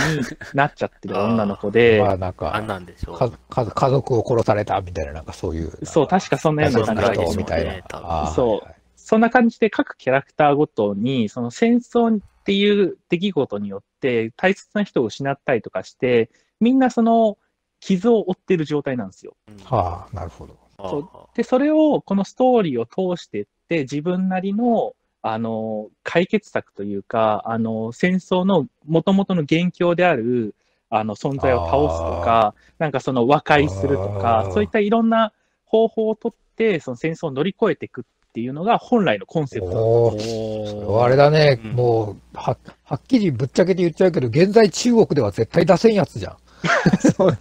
Speaker 4: なっちゃってる女の子
Speaker 2: [laughs]
Speaker 4: で
Speaker 2: ま、あなん
Speaker 1: あん
Speaker 2: か、
Speaker 1: なんでしょう。
Speaker 2: か家家族を殺されたみたいな、なんかそういう。
Speaker 4: そう、確かそんなような
Speaker 1: そ
Speaker 4: 考
Speaker 1: ん
Speaker 4: え
Speaker 1: な
Speaker 4: で
Speaker 1: 人
Speaker 4: す
Speaker 1: み
Speaker 2: みた
Speaker 1: た
Speaker 2: い
Speaker 1: い
Speaker 2: な
Speaker 1: な。
Speaker 2: あー
Speaker 4: そう
Speaker 2: はいはい
Speaker 4: そんな感じで各キャラクターごとに、その戦争っていう出来事によって大切な人を失ったりとかして、みんなその傷を負ってる状態なんですよ。
Speaker 2: はあ、なるほど。
Speaker 1: あ
Speaker 4: そうで、それをこのストーリーを通してって、自分なりの、あの、解決策というか、あの、戦争の元々の元凶である、あの存在を倒すとか、なんかその和解すると
Speaker 2: あ
Speaker 4: か
Speaker 2: ー、
Speaker 4: そういったいろんな方法をとって、その戦争を乗り越えていくっていうのが本来のコンセプト。
Speaker 2: おー
Speaker 3: お
Speaker 2: あれだね、
Speaker 1: うん
Speaker 2: もうは、はっきりぶっちゃけて言っちゃうけど、現在中国では絶対出せんやつじゃん。そうね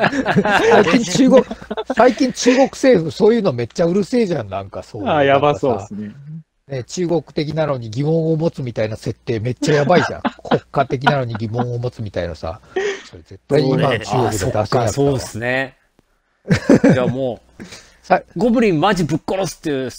Speaker 2: 最
Speaker 1: [laughs]
Speaker 2: 近中国、最近中国政府、そういうのめっちゃうるせえじゃん、なんかそういう。
Speaker 4: ああ、やばそ
Speaker 2: な
Speaker 4: う
Speaker 2: ん
Speaker 4: で
Speaker 2: かさ
Speaker 4: すね。
Speaker 2: ね。中国的なのに疑問を持つみたいな設定めっちゃやばいじゃん。国家的なのに疑問を持つみたいなさ。それ絶対今の中国で
Speaker 3: あ
Speaker 2: 出せ
Speaker 3: そ
Speaker 2: ん
Speaker 3: っ
Speaker 2: やつだ
Speaker 3: か
Speaker 2: わ
Speaker 3: そうですねじゃあも
Speaker 2: さ
Speaker 3: うゴブリンマジぶっ殺すっていう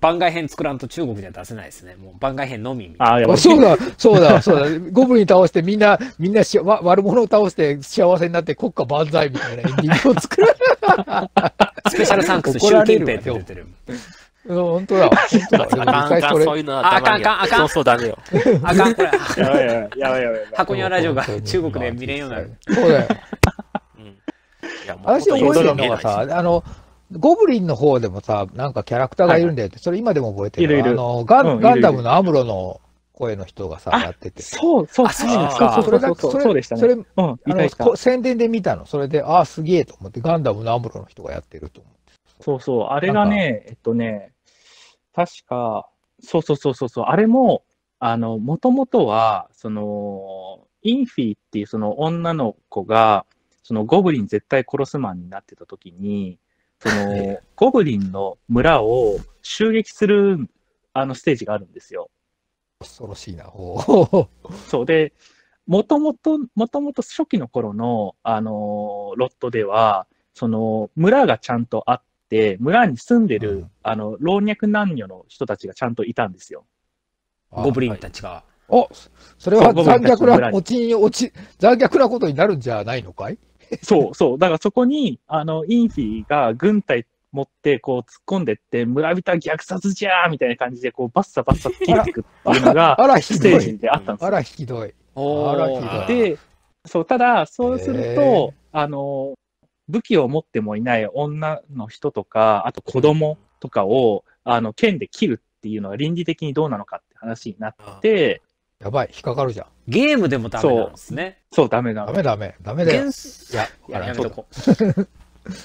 Speaker 3: 番外編作らんと中国には出せないですねもう番外編のみみたいな
Speaker 4: ああ、やばそう。
Speaker 2: そうだ、そうだ、そうだ。ゴブリン倒してみんな、みんなしわ悪者を倒して幸せになって国家万歳みたいなエンディングを作る。
Speaker 3: スペシャルサンクス
Speaker 2: 怒
Speaker 3: 習
Speaker 2: られ
Speaker 3: 近
Speaker 2: るわ
Speaker 3: 平って出てる
Speaker 2: うん本当だわ。本当だ
Speaker 1: あかん
Speaker 2: わ。
Speaker 1: あかん、
Speaker 2: でも
Speaker 1: そういうのはダメよ
Speaker 3: あかんあかんあかん
Speaker 1: そうそうダメよ。
Speaker 3: あかんこれ
Speaker 4: やばいやばいやばいやばい。
Speaker 3: 箱庭ラジオが
Speaker 2: そうそう
Speaker 3: 中国で見れんようになる。
Speaker 2: そうだよ。
Speaker 1: うん。いや、もう
Speaker 2: 私
Speaker 1: 本当に
Speaker 2: 覚えてる
Speaker 1: 見
Speaker 2: の
Speaker 1: えな
Speaker 2: が
Speaker 1: い
Speaker 2: さ、あの、ゴブリンの方でもさ、なんかキャラクターがいるんだよって、それ今でも覚えてる。
Speaker 4: いるいる
Speaker 2: あのガン、
Speaker 4: うんいるいる
Speaker 2: ガンダムのアムロの声の人がさ、
Speaker 4: あ
Speaker 2: やってて。
Speaker 4: そうそう
Speaker 3: あ
Speaker 4: そ
Speaker 3: そううなんですか
Speaker 4: そうそうそうそ
Speaker 2: そ
Speaker 4: う
Speaker 2: れ
Speaker 4: そうでしたね。
Speaker 2: それ
Speaker 4: う
Speaker 2: あ
Speaker 4: ん、いた
Speaker 2: の
Speaker 4: いた
Speaker 2: こ宣伝で見たの。それで、ああ、すげえと思って、ガンダムのアムロの人がやってると思
Speaker 4: そうそう、あれがね、えっとね、確か、そうそうそうそうそう、あれも、あの、もともとは、その、インフィっていうその女の子が、そのゴブリン絶対殺すマンになってた時に、その、ゴブリンの村を襲撃する、あの、ステージがあるんですよ。
Speaker 2: う。恐ろしいな。ほう
Speaker 4: そうで、もともと、もともと初期の頃の、あのーロットでは、その、村がちゃんとあって、村に住んでる、
Speaker 2: うん
Speaker 4: あの、老若男女の人たちがちゃんといたんですよ。
Speaker 3: ゴブリンたちが
Speaker 2: おそれは
Speaker 4: そう
Speaker 2: 残虐
Speaker 4: ゴブリンたちの村
Speaker 2: な、
Speaker 4: に
Speaker 2: 落ちに落ち、残虐なことになるんじゃないのかい
Speaker 4: そうそう。だからそこに、あの、インフィが軍隊持って、こう、突っ込んでって、村人は虐殺じゃーみたいな感じで、こう、バッサバッサ切っていくっていうの
Speaker 2: [laughs]
Speaker 4: が、
Speaker 2: あら、ひ
Speaker 4: ス
Speaker 2: ど
Speaker 4: テージ
Speaker 2: い。
Speaker 4: であったんです
Speaker 2: あ
Speaker 4: よ。
Speaker 2: ら、ひどい。
Speaker 3: お
Speaker 2: あら
Speaker 3: ー
Speaker 2: 聞いた
Speaker 4: で、そう、ただ、そうす
Speaker 2: へ
Speaker 4: る
Speaker 2: ー
Speaker 4: と、あの、武器を持ってもいない女の人とか、あと子供とかを、あの、剣で切るっていうのは倫理的にどうなのかって話になって、
Speaker 2: やばい、引っかかるじゃん。
Speaker 3: ゲームでもダメなんですね
Speaker 4: そう、ダメな
Speaker 2: ダ
Speaker 4: の。
Speaker 2: メダメ、ダメだよ。
Speaker 3: 原作
Speaker 2: いや、
Speaker 3: いややめとこう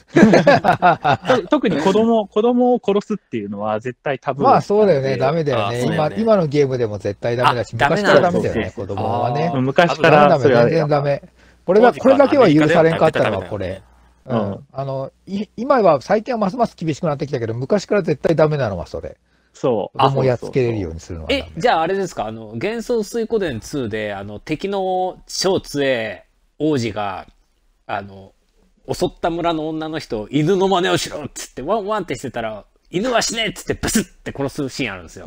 Speaker 2: [laughs]
Speaker 4: と特に子供、子供を殺すっていうのは絶対タブー。
Speaker 2: まあそうだよね、ダメだよ
Speaker 1: あ
Speaker 2: ね。
Speaker 1: そうだ
Speaker 2: 今
Speaker 1: よね
Speaker 2: 今のゲームでも絶対ダメだし、
Speaker 3: あダメ
Speaker 2: 昔か
Speaker 3: な
Speaker 2: らダ
Speaker 4: だ
Speaker 3: ん
Speaker 2: メだよね、
Speaker 4: そ
Speaker 2: 子供はね
Speaker 3: あ。ー
Speaker 4: 昔か
Speaker 2: ダ
Speaker 4: ら、
Speaker 2: メ
Speaker 4: それ
Speaker 2: ダ
Speaker 4: は
Speaker 2: メ、全然ダメ。これだ、これだけは許されんかったのは、これ。う
Speaker 4: アメリカでは
Speaker 2: ん、あのい今は最近はますます厳しくなってきたけど、昔から絶対ダメなのはそれ。
Speaker 4: そう。
Speaker 2: 子供をやっつけれるよ
Speaker 4: う
Speaker 2: うにするのは
Speaker 3: え
Speaker 2: ダメ。
Speaker 3: じゃああれですかあの幻想水湖伝2であの敵の超強え王子があの襲った村の女の人を犬の真似をしろっつってワンワンってしてたら犬は死ねっつってブスって殺すシーンあるんですよ。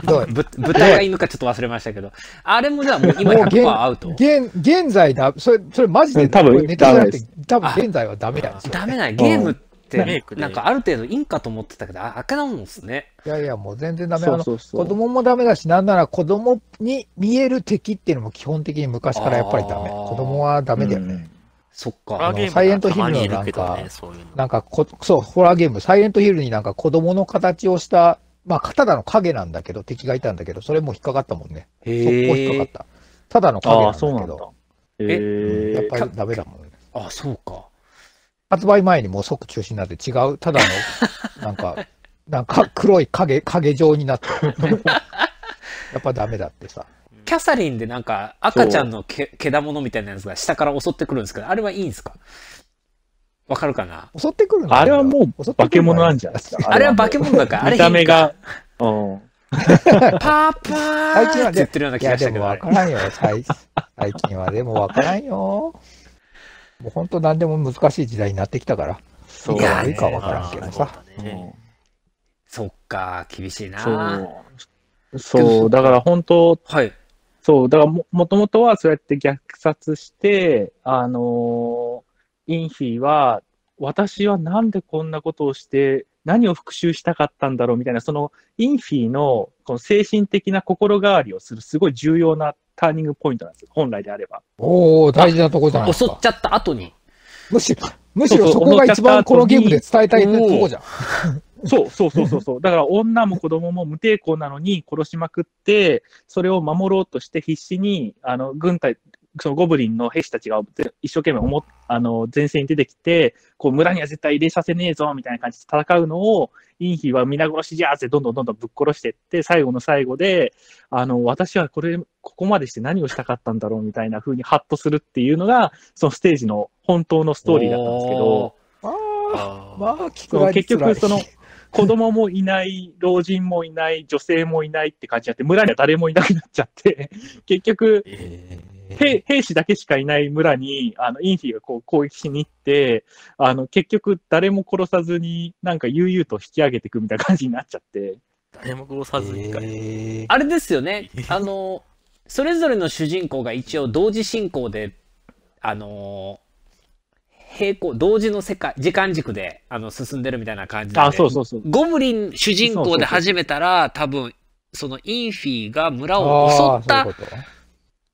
Speaker 2: ひどい
Speaker 3: ぶ豚が犬かちょっと忘れましたけど。あれもじゃあもう今
Speaker 2: もう現
Speaker 3: 100%アウト。
Speaker 2: 現現在だ、それ、それマジで、
Speaker 4: 多分
Speaker 2: これネタじゃなくて多
Speaker 4: ダ、
Speaker 2: 分現在はダメだよ。
Speaker 3: ダメない。ゲームっ
Speaker 1: うんメイ
Speaker 3: て
Speaker 1: ク、で
Speaker 3: なんかある程度いいんかと思ってたけど、あ、あかなもんですね。
Speaker 2: いやいや、もう全然ダメ。あ
Speaker 4: そう
Speaker 2: の
Speaker 4: そうそ
Speaker 2: 子
Speaker 4: う。
Speaker 2: 供もダメだし、なんなら子供に見える敵っていうのも基本的に昔からやっぱりダメ。
Speaker 3: あー
Speaker 2: 子供はダメだよね。
Speaker 4: うん
Speaker 3: そっ
Speaker 1: ホラ
Speaker 3: か
Speaker 1: ー。ゲーム
Speaker 2: サイエントヒルの
Speaker 1: たまにいる
Speaker 2: なんか
Speaker 1: けどね、そういうの。
Speaker 2: なんかこ、そう、ホラーゲーム、サイレントヒルになんか子供の形をした、まあ、刀の影なんだけど、敵がいたんだけど、それも引っかかったもんね。そこ引っかかっ
Speaker 3: へえ。
Speaker 2: た。ただの影
Speaker 4: あ
Speaker 2: なん
Speaker 4: あ、
Speaker 2: だ
Speaker 4: そうな
Speaker 2: け
Speaker 4: んだ
Speaker 2: ど、。
Speaker 4: え
Speaker 2: うんやっ
Speaker 4: ー、
Speaker 2: ぱりダメだもんね。
Speaker 3: あ、そうか。
Speaker 2: 発売前にもう即中止になって違う、
Speaker 4: [laughs]
Speaker 2: ただの、なんか、なんか黒い影、影状になってる。
Speaker 4: [laughs]
Speaker 2: やっぱダメだってさ。
Speaker 3: キャサリンでなんか赤ちゃんのけ毛だものみたいなやつが下から襲ってくるんですけど、あれはいいんですかわかるかな
Speaker 2: 襲ってくるの
Speaker 4: あれはもう化け物なんじゃないですか。
Speaker 3: あれは化け物だから、あ
Speaker 4: [laughs] 見
Speaker 3: れ変
Speaker 4: た
Speaker 3: 化
Speaker 4: 目が、うん。
Speaker 3: パー
Speaker 2: 最
Speaker 3: パ
Speaker 2: 近
Speaker 3: ー
Speaker 2: はね
Speaker 3: って言ってるような気がしたけ
Speaker 2: い
Speaker 3: ど、
Speaker 2: や、
Speaker 3: あ
Speaker 2: で
Speaker 3: れ
Speaker 2: も分からんよ。最最近はでも分からんよ。もう本当何でも難しい時代になってきたから。
Speaker 4: そう。
Speaker 2: い
Speaker 3: や
Speaker 2: 悪いかは分からんけど
Speaker 1: そう
Speaker 2: さ。
Speaker 1: だね。
Speaker 3: そっか、厳しいな。
Speaker 4: そう。そう、だから本当、
Speaker 3: はい。
Speaker 4: そう、だからも、もともとはそうやって虐殺して、あのーインフィは、私はなんでこんなことをして、何を復讐したかったんだろうみたいな、そのインフィのこの精神的な心変わりをする、すごい重要なターニングポイントなんですよ、本来であれば。
Speaker 2: おお大事なとこじゃないです
Speaker 3: 襲
Speaker 2: か
Speaker 3: っ。ちゃった後に。
Speaker 2: むしろ、むしろそこが一番このゲームで伝えたいとこじゃん。
Speaker 4: そうそうそうそうそう。だから女も子供も無抵抗なのに殺しまくって、それを守ろうとして必死に、あの、軍隊、そのゴブリンの兵士たちがぜ一生懸命思っあの前線に出てきて、こう村には絶対入れさせねえぞみたいな感じで戦うのを、インヒは皆殺しじゃーってどんどんどんどんぶっ殺してって、最後の最後で、あの、私はこれ、ここまでして何をしたかったんだろうみたいな風にハッとするっていうのが、そのステージの本当のストーリーだったんですけど、
Speaker 5: ま
Speaker 1: あ
Speaker 5: あ、
Speaker 1: ー
Speaker 5: まあ、聞く
Speaker 4: そ
Speaker 5: わ
Speaker 4: う結局その、子供もいない、老人もいない、女性もいないって感じになって、村には誰もいなくなっちゃって、 [laughs] 結局、兵兵士だけしかいない村に、あの、インフィがこう攻撃しに行って、あの、結局誰も殺さずに、なんか悠々と引き上げていくみたいな感じになっちゃって、
Speaker 1: 誰も殺さずにか、
Speaker 3: あれですよねあのそれぞれの主人公が一応同時進行であの並行同時の世界時間軸であの進んでるみたいな感じなん
Speaker 4: あ、
Speaker 3: で
Speaker 4: そうそうそう。
Speaker 3: ゴブリン主人公で始めたら多分そのインフィが村を襲った
Speaker 2: そういうこと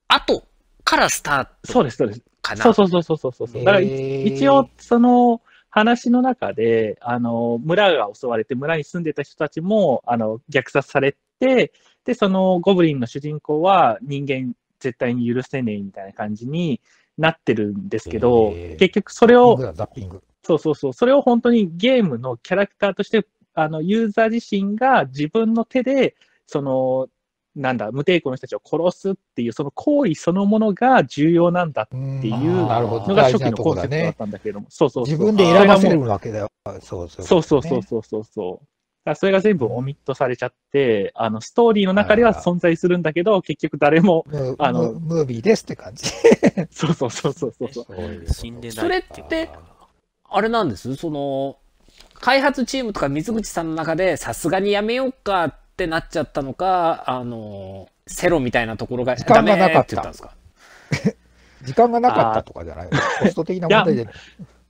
Speaker 3: 後からスター
Speaker 4: そう
Speaker 3: ト
Speaker 4: です、そうです。
Speaker 3: かな
Speaker 4: そうそうそうそうそうそう。だから一応、その話の中で、あの、村が襲われて、村に住んでた人たちも、あの、虐殺されて、で、そのゴブリンの主人公は人間絶対に許せねえみたいな感じになってるんですけど、
Speaker 2: へえ
Speaker 4: 結局それを
Speaker 2: ダッピング、だダッピング。
Speaker 4: そうそうそう、それを本当にゲームのキャラクターとして、あの、ユーザー自身が自分の手で、その、なんだ、無抵抗の人たちを殺すっていう、その行為そのものが重要なんだ
Speaker 2: って
Speaker 4: いう
Speaker 2: なるほど。
Speaker 4: のが
Speaker 2: 大事
Speaker 4: 初期
Speaker 2: な
Speaker 4: の
Speaker 2: と
Speaker 4: コ
Speaker 2: こ
Speaker 4: ン
Speaker 2: だ
Speaker 4: セプトだっ
Speaker 2: ね。
Speaker 4: たんだけども、そうそうそう。
Speaker 2: 自分で選ばせるわけだよ。そうそう。
Speaker 4: そうそうそう
Speaker 2: そ
Speaker 4: そうそうそう。だからそれが全部オミットされちゃって、あの、ストーリーの中では存在するんだけど、結局誰 [laughs] も、
Speaker 2: うね。
Speaker 4: あ
Speaker 2: あ
Speaker 4: の
Speaker 2: の、ムービーですって感じ。
Speaker 4: そうそうそうそうそうそう。
Speaker 1: 死んでない。
Speaker 3: それってあれなんですその開発チームとか水口さんの中でさすがにやめようかってなっちゃったのかあのセロみたいなところが
Speaker 2: 時間がなかった
Speaker 3: ダメて言んですか
Speaker 2: 時間がなかったとかじゃない。コスト的な問題で。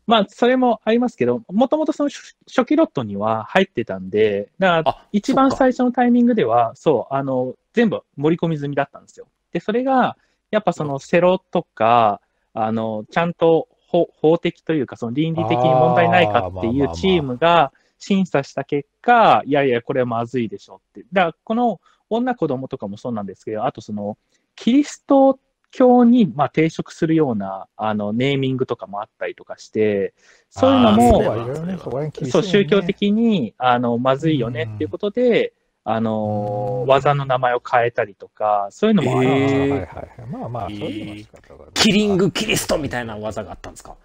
Speaker 4: まあ、それもありますけど、もともとその初初期ロットには入ってたんで、だから
Speaker 3: あ
Speaker 4: 一番
Speaker 3: そっか
Speaker 4: 最初のタイミングでは、そう、あの、全部盛り込み済みだったんですよ。で、それが、やっぱそのセロとか、あの、ちゃんと法法的というか、その倫理的に問題ないかって
Speaker 2: あーまあ
Speaker 4: い
Speaker 2: まあ
Speaker 4: う
Speaker 2: まあ
Speaker 4: チームが審査した結果、いやいや、これはまずいでしょって。だから、この女子供とかもそうなんですけど、あとその、キリスト教に、まあ、抵触するような、あの、ネーミングとかもあったりとかして、そういうの
Speaker 1: あー
Speaker 4: も
Speaker 1: そ、
Speaker 2: ういろいろね、そこら辺厳しい
Speaker 4: そう、
Speaker 2: もんね
Speaker 4: 宗教。的に、あの、まずいよねっていうことで、あの、技の名前を変えたりとか、そういうのもあ
Speaker 2: あ
Speaker 4: り
Speaker 2: ー
Speaker 4: ました。
Speaker 2: はい
Speaker 1: え
Speaker 2: はいはい。まあまあ、そういうのは仕方がない
Speaker 3: キリングキリストみたいな技があったんですか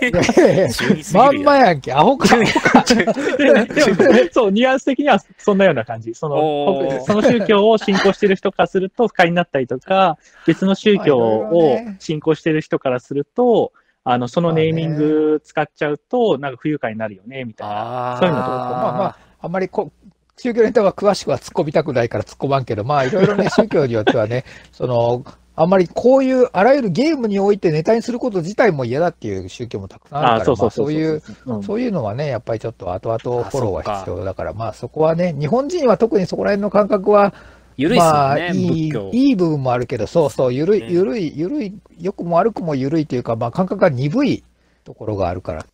Speaker 2: いやいやいやまんまやんけ。アホか。
Speaker 4: ででも、 [laughs] そう、ニュアンス的にはそんなような感じ。そ
Speaker 3: お
Speaker 4: の
Speaker 3: ー、
Speaker 4: その宗教を信仰してる人からすると不快になったりとか、別の宗教を信仰してる人からすると、あの、そのネーミング使っちゃうと、なんか不愉快になるよね、みたいな。
Speaker 3: あ
Speaker 4: そういうのと
Speaker 2: かまあまあんまりこ宗教ネタは詳しくは突っ込みたくないから突っ込まんけど、まあいろいろね、宗教によってはね、その、あんまりこういう、あらゆるゲームにおいてネタにすること自体も嫌だっていう宗教もたくさんあるから、まあそういう、
Speaker 4: うん
Speaker 2: そういうのはね、やっぱりちょっと後々フォローは必要だから、まあそこはね、日本人は特にそこら辺の感覚は、
Speaker 3: ゆるいっす
Speaker 2: ま
Speaker 3: よ
Speaker 2: あ
Speaker 3: ね、
Speaker 2: い
Speaker 3: 仏
Speaker 2: い
Speaker 3: 教、
Speaker 2: いい部分もあるけど、そうそう、ゆる
Speaker 1: ね
Speaker 2: い、ゆるい、ゆるい、良くも悪くもゆるいというか、まあ感覚が鈍いところがあるから、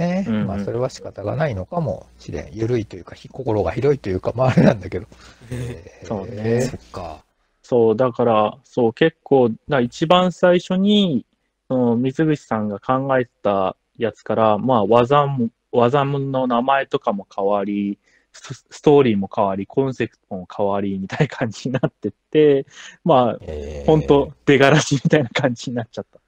Speaker 2: ね、
Speaker 4: うんうん
Speaker 2: まあそれは仕方がないのかもしれん。ゆるいというか、ひ心が広いというか、まああれなんだけど。
Speaker 4: [laughs] そうね
Speaker 2: えー
Speaker 3: そっか
Speaker 4: そう、だから、そう、結構、だから一番最初に、その水口さんが考えたやつから、まあ、技も、技の名前とかも変わり、スストーリーも変わり、コンセプトも変わり、みたいな感じになってって、まあ、本当出がらしみたいな感じになっちゃった。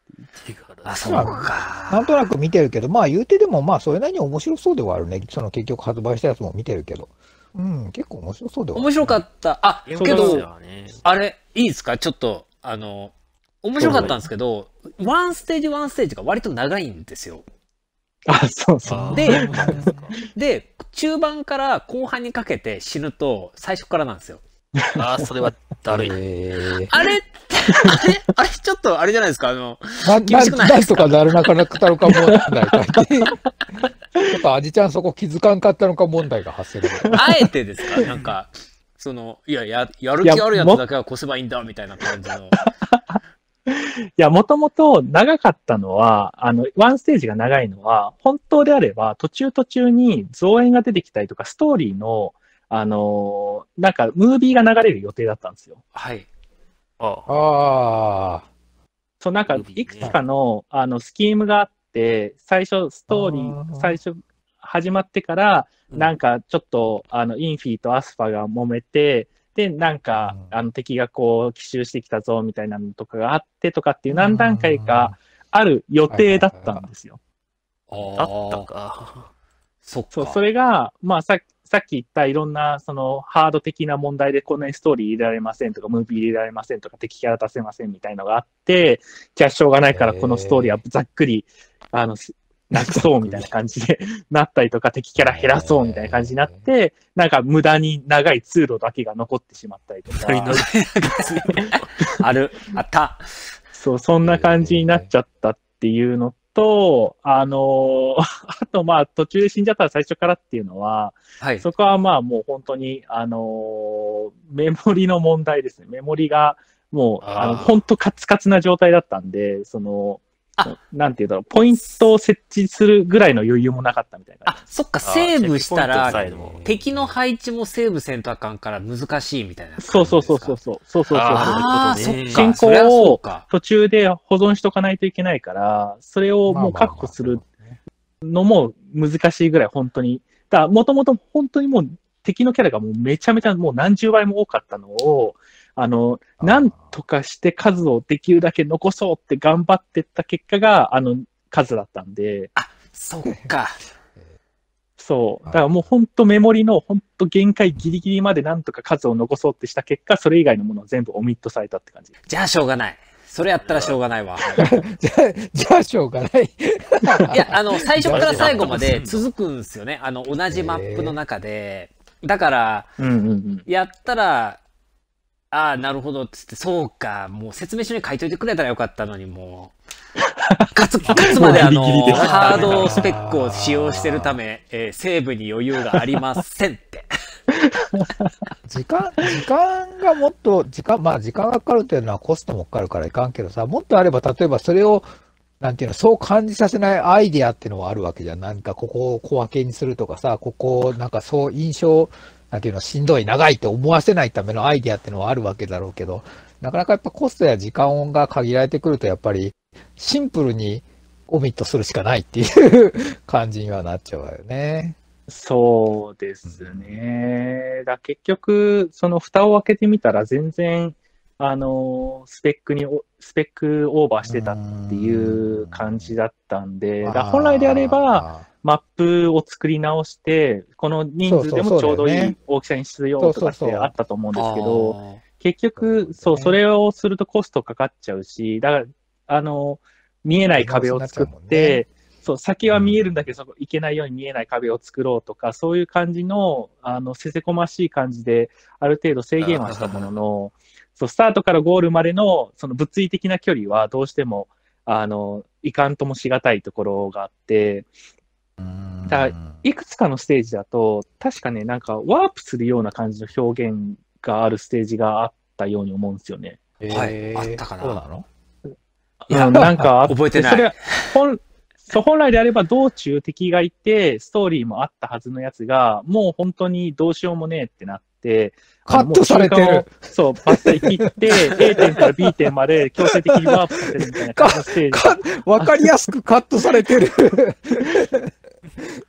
Speaker 3: あそうか
Speaker 2: なんとなく見てるけど、まあ言うてでも、まあそれなりに面白そうではあるね。その結局発売したやつも見てるけど。うん、結構面白そうではある
Speaker 3: 面白かったあけ
Speaker 1: け
Speaker 3: ど
Speaker 1: ど、ね、
Speaker 3: あれいいですかちょっとあの面白かったんですけどワンステージワンステージが割と長いんですよ
Speaker 4: あ、そうそう。
Speaker 1: あー
Speaker 3: で
Speaker 1: そうなんですか
Speaker 3: で中盤から後半にかけて死ぬと最初からなんですよ
Speaker 1: あー、それはだるい。
Speaker 3: あれあれあれちょっとあれじゃないですかあの
Speaker 2: な、
Speaker 3: 厳
Speaker 2: な
Speaker 3: しくない
Speaker 2: なんとかならなかなかたのか問題が。ちょっとアジちゃんそこ気づかんかったのか問題が発生だけど
Speaker 3: あえてですかなんかそのいやややる気あるやつだけは越せばいいんだみたいな感じの
Speaker 4: いや、もともと長かったのは、あの、ワンステージが長いのは、本当であれば、途中途中に造園が出てきたりとか、ストーリーの、あのーなんか、ムービーが流れる予定だったんですよ。
Speaker 3: はい
Speaker 1: あー
Speaker 2: あ
Speaker 4: そう、なんか、
Speaker 1: Ruby ね
Speaker 4: いくつかの、あの、スキームがあって、最初、ストーリ
Speaker 5: あ
Speaker 4: ー、
Speaker 5: ー
Speaker 4: 最初、始まってから、
Speaker 3: うん
Speaker 4: なんか、ちょっと、あの、インフィとアスファが揉めて、で、なんか、
Speaker 2: うん
Speaker 4: あの、敵がこう、奇襲してきたぞ、みたいなのとかがあってとかっていう何段階かある予定だったんですよ。
Speaker 1: だったか。
Speaker 3: そっか。
Speaker 4: そう、それが、まあさ、さっき言ったいろんな、その、ハード的な問題で、こんなにストーリー入れられませんとか、ムービー入れられませんとか、敵キャラ出せませんみたいのがあって、じゃあしょうがないから、このストーリーはざっくり、あの、すなくそうみたいな感じで [laughs] なったりとか、敵キャラ減らそうみたいな感じになって、なんか無駄に長い通路だけが残ってしまったりと [laughs] か、
Speaker 3: ある、あった。
Speaker 4: そう、そんな感じになっちゃったっていうのと、あの、 [laughs] あとまあ途中で死んじゃったら最初からっていうのは、
Speaker 3: はい。
Speaker 4: そこはまあもう本当に、あのーメモリの問題ですね。メモリがもう、
Speaker 1: あー
Speaker 4: あの、本当カツカツな状態だったんで、その
Speaker 3: あ、
Speaker 4: なんていうんだろう、ポイントを設置するぐらいの余裕もなかったみたいな。
Speaker 3: あ、そっか、セーブした
Speaker 1: あチェックポイントさえ
Speaker 3: ら、
Speaker 1: も
Speaker 3: 敵の配置もセーブせんとあかんから難しいみたいな。
Speaker 4: そうそうそうそう
Speaker 3: う。
Speaker 4: そう。そうそうそう
Speaker 1: あー
Speaker 3: ああ、
Speaker 1: そ
Speaker 3: そう
Speaker 1: い
Speaker 3: っ
Speaker 1: う
Speaker 3: か。
Speaker 1: こと
Speaker 4: ね
Speaker 3: そりゃそうか。
Speaker 4: 途中で保存しとかないといけないから、それをもう確保するのも難しいぐらい本当に。だから、もともと本当にもう敵のキャラがもうめちゃめちゃもう何十倍も多かったのを、あの、
Speaker 2: あー
Speaker 4: なんとかして数をできるだけ残そうって頑張ってった結果が、あの、数だったんで、
Speaker 3: そっか。
Speaker 4: そう。
Speaker 2: は
Speaker 4: だ
Speaker 2: い
Speaker 4: からもう本当メモリの本当限界ギリギリまでなんとか数を残そうってした結果、それ以外のものは全部オミットされたって感じ。
Speaker 3: じゃあしょうがない。それやったらしょうがな
Speaker 1: [laughs]
Speaker 3: いわ。
Speaker 5: じゃあ、じゃあしょうがない。
Speaker 3: いや、あの、最初から最後まで続くんですよね。あの、同じマップの中で。だから、
Speaker 4: うんうんうん。
Speaker 3: やったら、ああ、なるほど、つって、そうか、もう説明書に書いといてくれたらよかったのに、も
Speaker 2: [laughs]
Speaker 3: う。かつ、かつまであの、
Speaker 4: ギリギリでした
Speaker 3: ハードスペックを使用してるため、えーセーブに余裕がありませ
Speaker 2: [laughs]
Speaker 3: んって。
Speaker 2: 時間、時間がもっと、時間、まあ時間がかかるっていうのはコストもかかるからいかんけどさ、もっとあれば、例えばそれを、なんていうの、そう感じさせないアイディアっていうのもあるわけじゃん。なんかここを小分けにするとかさ、ここをなんかそう印象、なんていうの、しんどい、長いって思わせないためのアイディアっていうのはあるわけだろうけど、なかなかやっぱコストや時間が限られてくると、やっぱりシンプルにオミットするしかないっていう感じにはなっちゃうわよね。
Speaker 4: そうですね。だ結局、その蓋を開けてみたら全然、あのースペックにお、スペックオーバーしてたっていう感じだったんで、だ本来であれば、
Speaker 2: あー、
Speaker 4: マップを作り直して、この人数でもちょうどいい大きさに必要とかってあったと思うんですけど、結局、そう、それをするとコストかかっちゃうし、だから、あの、見えない壁を作って、そう、先は見えるんだけど、そこ行けないように見えない壁を作ろうとか、そういう感じの、あの、せせこましい感じで、ある程度制限はしたものの、そう、スタートからゴールまでの、その物理的な距離はどうしても、あの、いかんともしがたいところがあって、
Speaker 2: うん
Speaker 4: だいくつかのステージだと、確かね、なんかワープするような感じの表現があるステージがあったように思うんですよね。
Speaker 3: はいあったかな
Speaker 2: そうなの
Speaker 4: いや、なんかあっ
Speaker 3: 覚えてない
Speaker 4: それは本そう本来であれば道中敵がいて、ストーリーもあったはずのやつが、もう本当にどうしようもねえってなって、
Speaker 2: カットされてる
Speaker 4: あのもう中間をそう、バッサリ切って、A 点から B 点まで強制的にワープさせるみたいな感じのステージ
Speaker 5: か、わかりやすくカットされてる。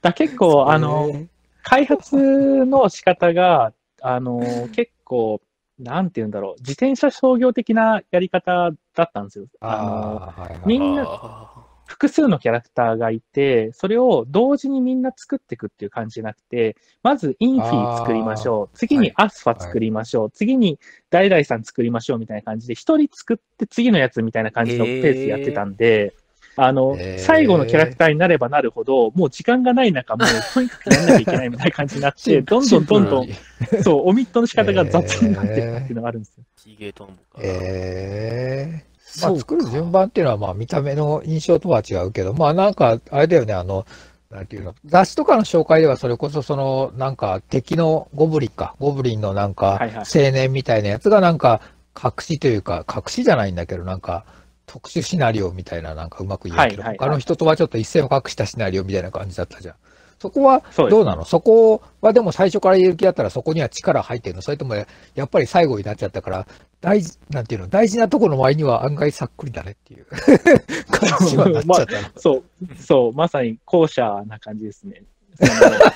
Speaker 4: だ。結構、あの、開発の仕方が、あの、結構、なんて言うんだろう、自転車商業的なやり方だったんですよ。あの、
Speaker 2: あー、はいはい
Speaker 4: みんな、
Speaker 1: あ
Speaker 4: 複数のキャラクターがいて、それを同時にみんな作っていくっていう感じじゃなくて、まずインフィ作りましょう。次にアスファ作りましょう。次にダイダイさん作りましょうみたいな感じで、一人作って次のやつみたいな感じのペースでやってたんで、あの、
Speaker 2: へー
Speaker 4: 最後のキャラクターになればなるほど、もう時間がない中、もうとにかくやんなきゃいけないみたいな感じになっ
Speaker 2: シ
Speaker 4: て、
Speaker 2: ン
Speaker 4: どんどんどんど
Speaker 2: シンプルに
Speaker 4: ん、そう、オミットの仕方が雑になってったっていうのがあるんですよ。
Speaker 1: ヒゲトンボか。
Speaker 2: ええ
Speaker 3: そ
Speaker 2: まあ、
Speaker 3: うか
Speaker 2: 作る順番っていうのは、まあ、見た目の印象とは違うけど、まあ、なんか、あれだよね、あの、なんていうの、雑誌とかの紹介では、それこそ、その、なんか、敵のゴブリンか、ゴブリンのなんか、
Speaker 4: はいはい
Speaker 2: 青年みたいなやつが、なんか、隠しというか、隠しじゃないんだけど、なんか、特殊シナリオみたいな、なんかうまく言えないけど、
Speaker 4: はいはい
Speaker 2: 他の人とはちょっと一線を隠したシナリオみたいな感じだったじゃん。そこは
Speaker 4: そうです
Speaker 2: どうなのそこはでも最初からやる気だったらそこには力入ってるのそれともやっぱり最後になっちゃったから、大事、なんていうの、大事なところの前には案外さっくりだねっていう [laughs] 感じはなっちゃった
Speaker 4: そう、そう、まさに後者な感じですね。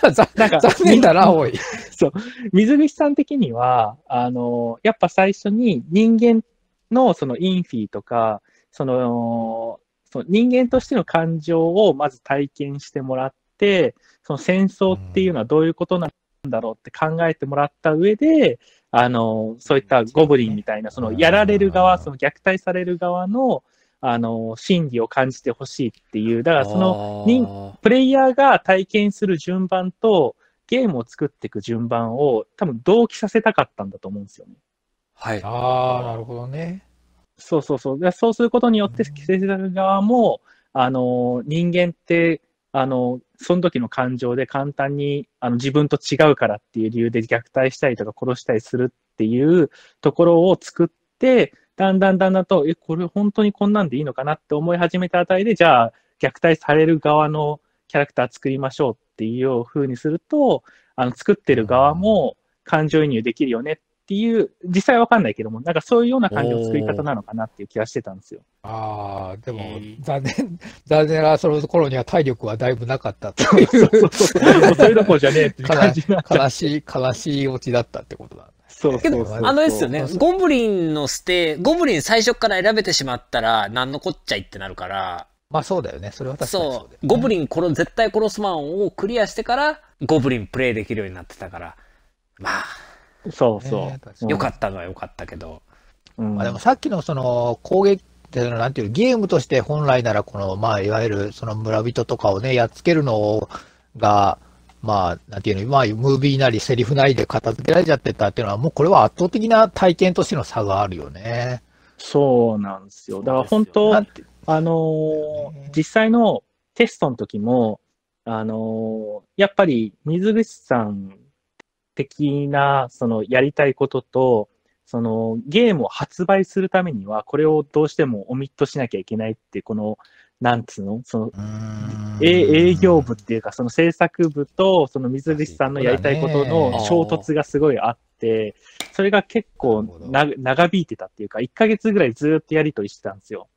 Speaker 2: な。ざ
Speaker 4: なん
Speaker 2: [laughs]
Speaker 4: か
Speaker 2: 残念だな、おい。
Speaker 4: 水口さん的には、あの、やっぱ最初に人間のそのインフィとか、その、その人間としての感情をまず体験してもらって、その戦争っていうのはどういうことなんだろうって考えてもらった上で、あの、そういったゴブリンみたいな、そのやられる側、その虐待される側の、あの、心理を感じてほしいっていう、だからその、
Speaker 3: 人
Speaker 4: プレイヤーが体験する順番と、ゲームを作っていく順番を多分同期させたかったんだと思うんですよね。
Speaker 3: はい。
Speaker 2: ああ、なるほどね。
Speaker 4: そうそうそう。でそうすることによって、
Speaker 2: うん
Speaker 4: 規制される側も、あの、人間って、あの、その時の感情で簡単に、あの、自分と違うからっていう理由で虐待したりとか殺したりするっていうところを作って、だんだんだんだんと、え、これ本当にこんなんでいいのかなって思い始めたあたりで、じゃあ、虐待される側のキャラクター作りましょうっていう風にすると、あの、作ってる側も感情移入できるよねっていう、実際わかんないけども、なんかそういうような感情の作り方なのかなっていう気がしてたんですよ。
Speaker 2: ああ、でも
Speaker 1: えー
Speaker 2: 残念、 [laughs] 残念ながらその頃には体力はだいぶなかったとい
Speaker 4: [laughs] そうそううそう。もうそれどころじゃねえっていう感じな。
Speaker 2: 悲しい、悲しいオチだったってことだ。
Speaker 4: そう
Speaker 3: け
Speaker 4: そ
Speaker 3: ど
Speaker 4: うそう。
Speaker 3: あのですよね
Speaker 2: そうそ、う
Speaker 3: ゴブリンの捨て、ゴブリン最初から選べてしまったら、なんのこっちゃいってなるから、
Speaker 2: まあそうだよね。それは確かにそうだよ
Speaker 3: そ
Speaker 2: ね、
Speaker 3: う、ゴブ
Speaker 2: リ
Speaker 3: リン殺、絶対殺すマンをクリアしてから、ゴブリンプレイできるようになってたから、まあ、
Speaker 4: そう
Speaker 2: ね
Speaker 4: そ
Speaker 2: 確か
Speaker 4: う。
Speaker 2: に
Speaker 3: よかったのはよかったけど、
Speaker 4: った。うん
Speaker 2: まあでもさっきのその攻撃っていうのはなんていうのゲームとして本来ならこの、まあいわゆるその村人とかをね、やっつけるのが、まあなんていうの、まあムービーなりセリフなりで片付けられちゃってたっていうのはもうこれは圧倒的な体験としての差があるよね。
Speaker 4: そうなんですよ。だから本当、
Speaker 2: なんて
Speaker 4: あの
Speaker 2: ね
Speaker 4: ー実際のテストの時も、あのーやっぱり水口さん的な、そのやりたいことと、そのゲームを発売するためには、これをどうしてもオミットしなきゃいけないって、この、なんつうの、その、
Speaker 2: うーん
Speaker 4: え営業部っていうか、その制作部と、その水口さんのやりたいこと
Speaker 2: そうだ
Speaker 4: の
Speaker 2: ね
Speaker 4: 衝突がすごいあって、それが結構な長引いてたっていうか、1ヶ月ぐらいずっとやりとりしてたんですよ。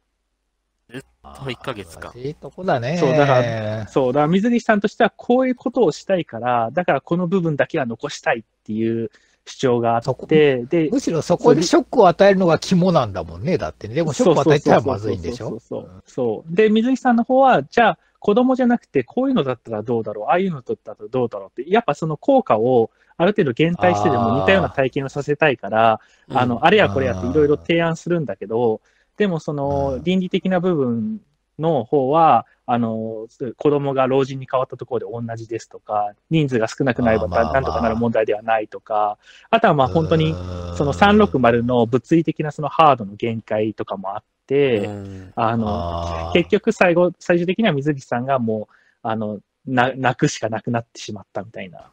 Speaker 1: あと一ヶ月か
Speaker 2: 難しいとこだね。
Speaker 4: そうだ
Speaker 2: [laughs]
Speaker 4: からそう、だから水口さんとしてはこういうことをしたいから、だからこの部分だけは残したいっていう主張があ
Speaker 2: そこ
Speaker 4: って、で、
Speaker 2: むしろそこでショックを与えるのが肝なんだもんね。だってね。でもショックを与えちゃまずいんでし
Speaker 4: そ
Speaker 2: ょ
Speaker 4: うそうそうそうそうそう。で、水木さんの方は、じゃあ、子供じゃなくて、こういうのだったらどうだろう、ああいうのだったらどうだろうって、やっぱその効果をある程度減退してで
Speaker 2: あー
Speaker 4: も似たような体験をさせたいから、あの、あれやこれやっていろいろ提案するんだけど、でもそ
Speaker 2: う
Speaker 4: の
Speaker 2: ん
Speaker 4: 倫理的な部分の方は、あの、子供が老人に変わったところで同じですとか、人数が少なくなれば
Speaker 2: まあまあ
Speaker 4: なんとかなる問題ではないとか、あとはまあ本当に、その360の物理的なそのハードの限界とかもあって、
Speaker 3: うん
Speaker 4: あの、
Speaker 2: の
Speaker 4: 結局最後、最終的には水木さんがもう、あの、な泣くしかなくなってしまったみたいな。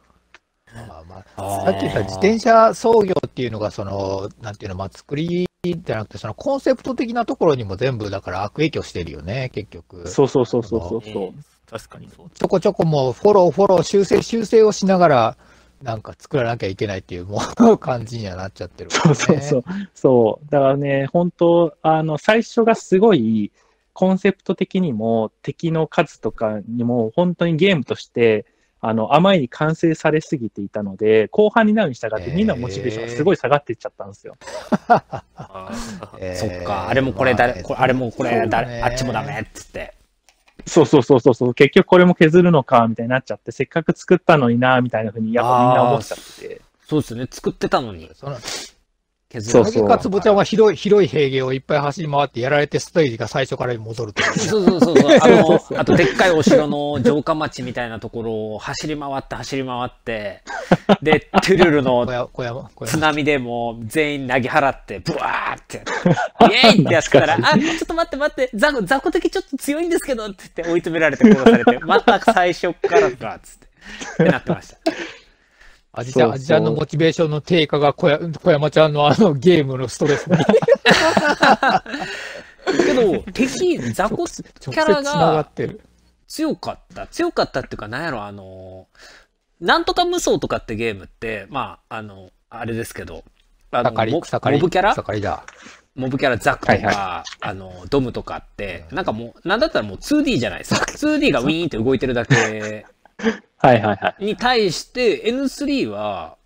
Speaker 2: まあま
Speaker 3: あ
Speaker 2: あ、
Speaker 3: ー
Speaker 2: さっき言った自転車操業っていうのが、その、なんていうの、まあ、作りじゃなくて、そのコンセプト的なところにも全部、だから悪影響してるよね、結局。
Speaker 4: そうそうそうそうそうそう。
Speaker 1: 確かにそう。
Speaker 2: ちょこちょこもうフォロー、フォロー、修正、修正をしながら、なんか作らなきゃいけないっていう、もう [laughs] 感じにはなっちゃってる、
Speaker 4: そうそうそう。。そう。だからね、本当あの、最初がすごい、コンセプト的にも、敵の数とかにも、本当にゲームとして、あの、あまりに完成されすぎていたので、後半になるに従って、みんなモチベーションがすごい下がっていっちゃったんですよ。
Speaker 1: あー
Speaker 2: えー
Speaker 3: そっか、あれもこれだ、これあれもこれだ、あっちもダ。
Speaker 2: ま
Speaker 3: メ
Speaker 2: えー
Speaker 3: っつって。
Speaker 4: そうそうそうそうそう。結局これも削るのか、みたいになっちゃって、せっかく作ったのにな、みたいなふうに、やっぱみんな思っちゃって。
Speaker 3: そうですよね、作ってたのに
Speaker 2: そうねその
Speaker 3: 削
Speaker 4: そう
Speaker 3: られ
Speaker 4: そう
Speaker 2: 影かつぼちゃんは広い、広い平原をいっぱい走り回ってやられてステージが最初から戻るとかね。
Speaker 3: そうそうそうそう。あの、あと、でっかいお城の城下町みたいなところを走り回って走り回って、で、トゥルル
Speaker 2: 小
Speaker 3: の
Speaker 2: 山、小山、小
Speaker 3: 津
Speaker 2: 山。
Speaker 3: 波でも全員投げ払って、ブワーって、イエーイってやってたら、あ、ちょっと待って待って、ザコ、ザコ的ちょっと強いんですけどって言って追い詰められて殺されて、また最初からか、つって。ってなってました。
Speaker 2: アジちゃ
Speaker 4: そ
Speaker 2: ん、
Speaker 4: うそう
Speaker 2: アジちゃんのモチベーションの低下が小山小山ちゃんのあのゲームのストレスに
Speaker 3: けど、敵、ザコキ
Speaker 2: [laughs] 直接
Speaker 3: ャラ
Speaker 2: 繋が
Speaker 3: が
Speaker 2: っ、てる。
Speaker 3: 強かった。強かったっていうか、なんやろ、あの、なんとか無双とかってゲームって、まあ、あの、あれですけど、あの
Speaker 2: 草刈り、
Speaker 3: モ
Speaker 2: 草刈り。
Speaker 3: モブキャラ
Speaker 2: 草刈りだ。
Speaker 3: モブキャラザックとか、
Speaker 2: はい
Speaker 3: あの、ドムとかって、なんかもう、なんだったらもう 2D じゃないですか。2D がウィーンって動いてるだけ
Speaker 4: はいはい
Speaker 2: [laughs]
Speaker 4: はい。
Speaker 3: に対して、N3 は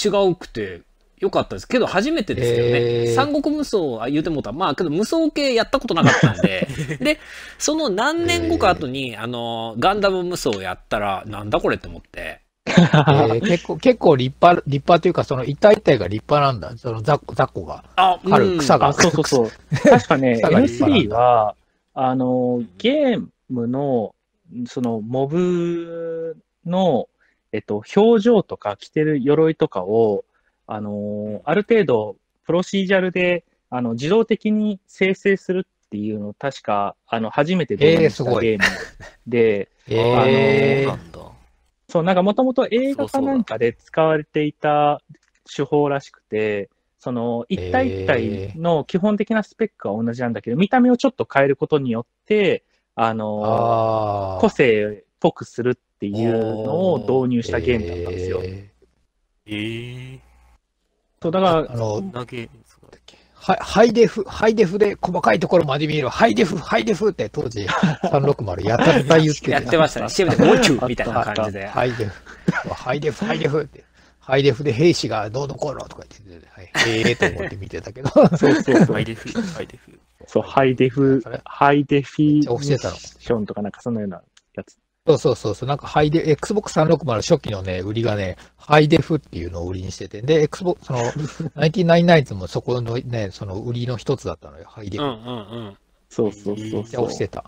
Speaker 3: 違うくて、良かったですけど、初めてですけどね。
Speaker 2: へー
Speaker 3: 三国無双、あ、言うてもうた。まあ、けど無双系やったことなかったん
Speaker 2: [laughs]
Speaker 3: で。で、その何年後か後に、あの、ガンダム無双をやったら、なんだこれって思って。
Speaker 2: えー結構、結構立派、立派というか、その一体一体が立派なんだ。その雑魚、雑魚が。
Speaker 3: あ、
Speaker 2: ある、
Speaker 3: うん
Speaker 2: 草が。
Speaker 4: あ、そうそうそう。 [laughs] 確かね、
Speaker 2: 草が立派なん
Speaker 4: N3 は、あの、ゲームの、その、モブの、えっと、表情とか着てる鎧とかを、あの、ある程度、プロシージャルで、あの、自動的に生成するっていうのを、確か、あの、初めて導
Speaker 2: えー
Speaker 4: 入し
Speaker 2: す
Speaker 4: た
Speaker 2: ごい
Speaker 4: ゲームで、
Speaker 2: [laughs]
Speaker 1: あ
Speaker 2: えー
Speaker 1: のそうなんだ。
Speaker 4: そう、なんかもともと映画かなんかで使われていた手法らしくて、その一体一体の基本的なスペックは同じなんだけど、見た目をちょっと変えることによって、あの、
Speaker 2: あ
Speaker 4: 個性っぽくするっていうのを導入したゲームだったんですよ。
Speaker 2: え
Speaker 1: えー、
Speaker 4: そう、だ
Speaker 2: ー
Speaker 4: か
Speaker 2: あの、
Speaker 1: なゲームですか
Speaker 2: はハイデフ、ハイデフで細かいところまで見える、ハイデフ、ハイデフって当
Speaker 3: [laughs]
Speaker 2: 時、360やたら言ってて
Speaker 3: やってましたね。CM でもう中みたいな
Speaker 2: あった
Speaker 3: 感じで。
Speaker 2: ハイデフ、ハイデフ、ハイデフって、ハイデフで兵士がどうのこうのとか言ってて、はいへえと思って見てた
Speaker 3: [laughs]
Speaker 2: けど、
Speaker 4: ら、そうそうそ [laughs]
Speaker 1: ハイ
Speaker 4: う、
Speaker 1: デフ、ハイデフ。
Speaker 4: そう、ハイデフ
Speaker 2: それ、
Speaker 4: ハイデフィ
Speaker 2: めっちゃ教えたの
Speaker 4: ションとかなんかそのようなやつ。
Speaker 2: そうそうそうそう、なんかハイデ、Xbox 360初期のね、売りがね、ハイデフっていうのを売りにしてて、で、Xbox、その、99ナイツもそこのね、その売りの一つだったのよ、ハイデ
Speaker 3: うん
Speaker 2: フ。め
Speaker 3: う
Speaker 2: っ
Speaker 3: んうん。
Speaker 4: そうそうそう
Speaker 2: ちゃ
Speaker 4: そ
Speaker 2: 押
Speaker 4: う。
Speaker 2: してた。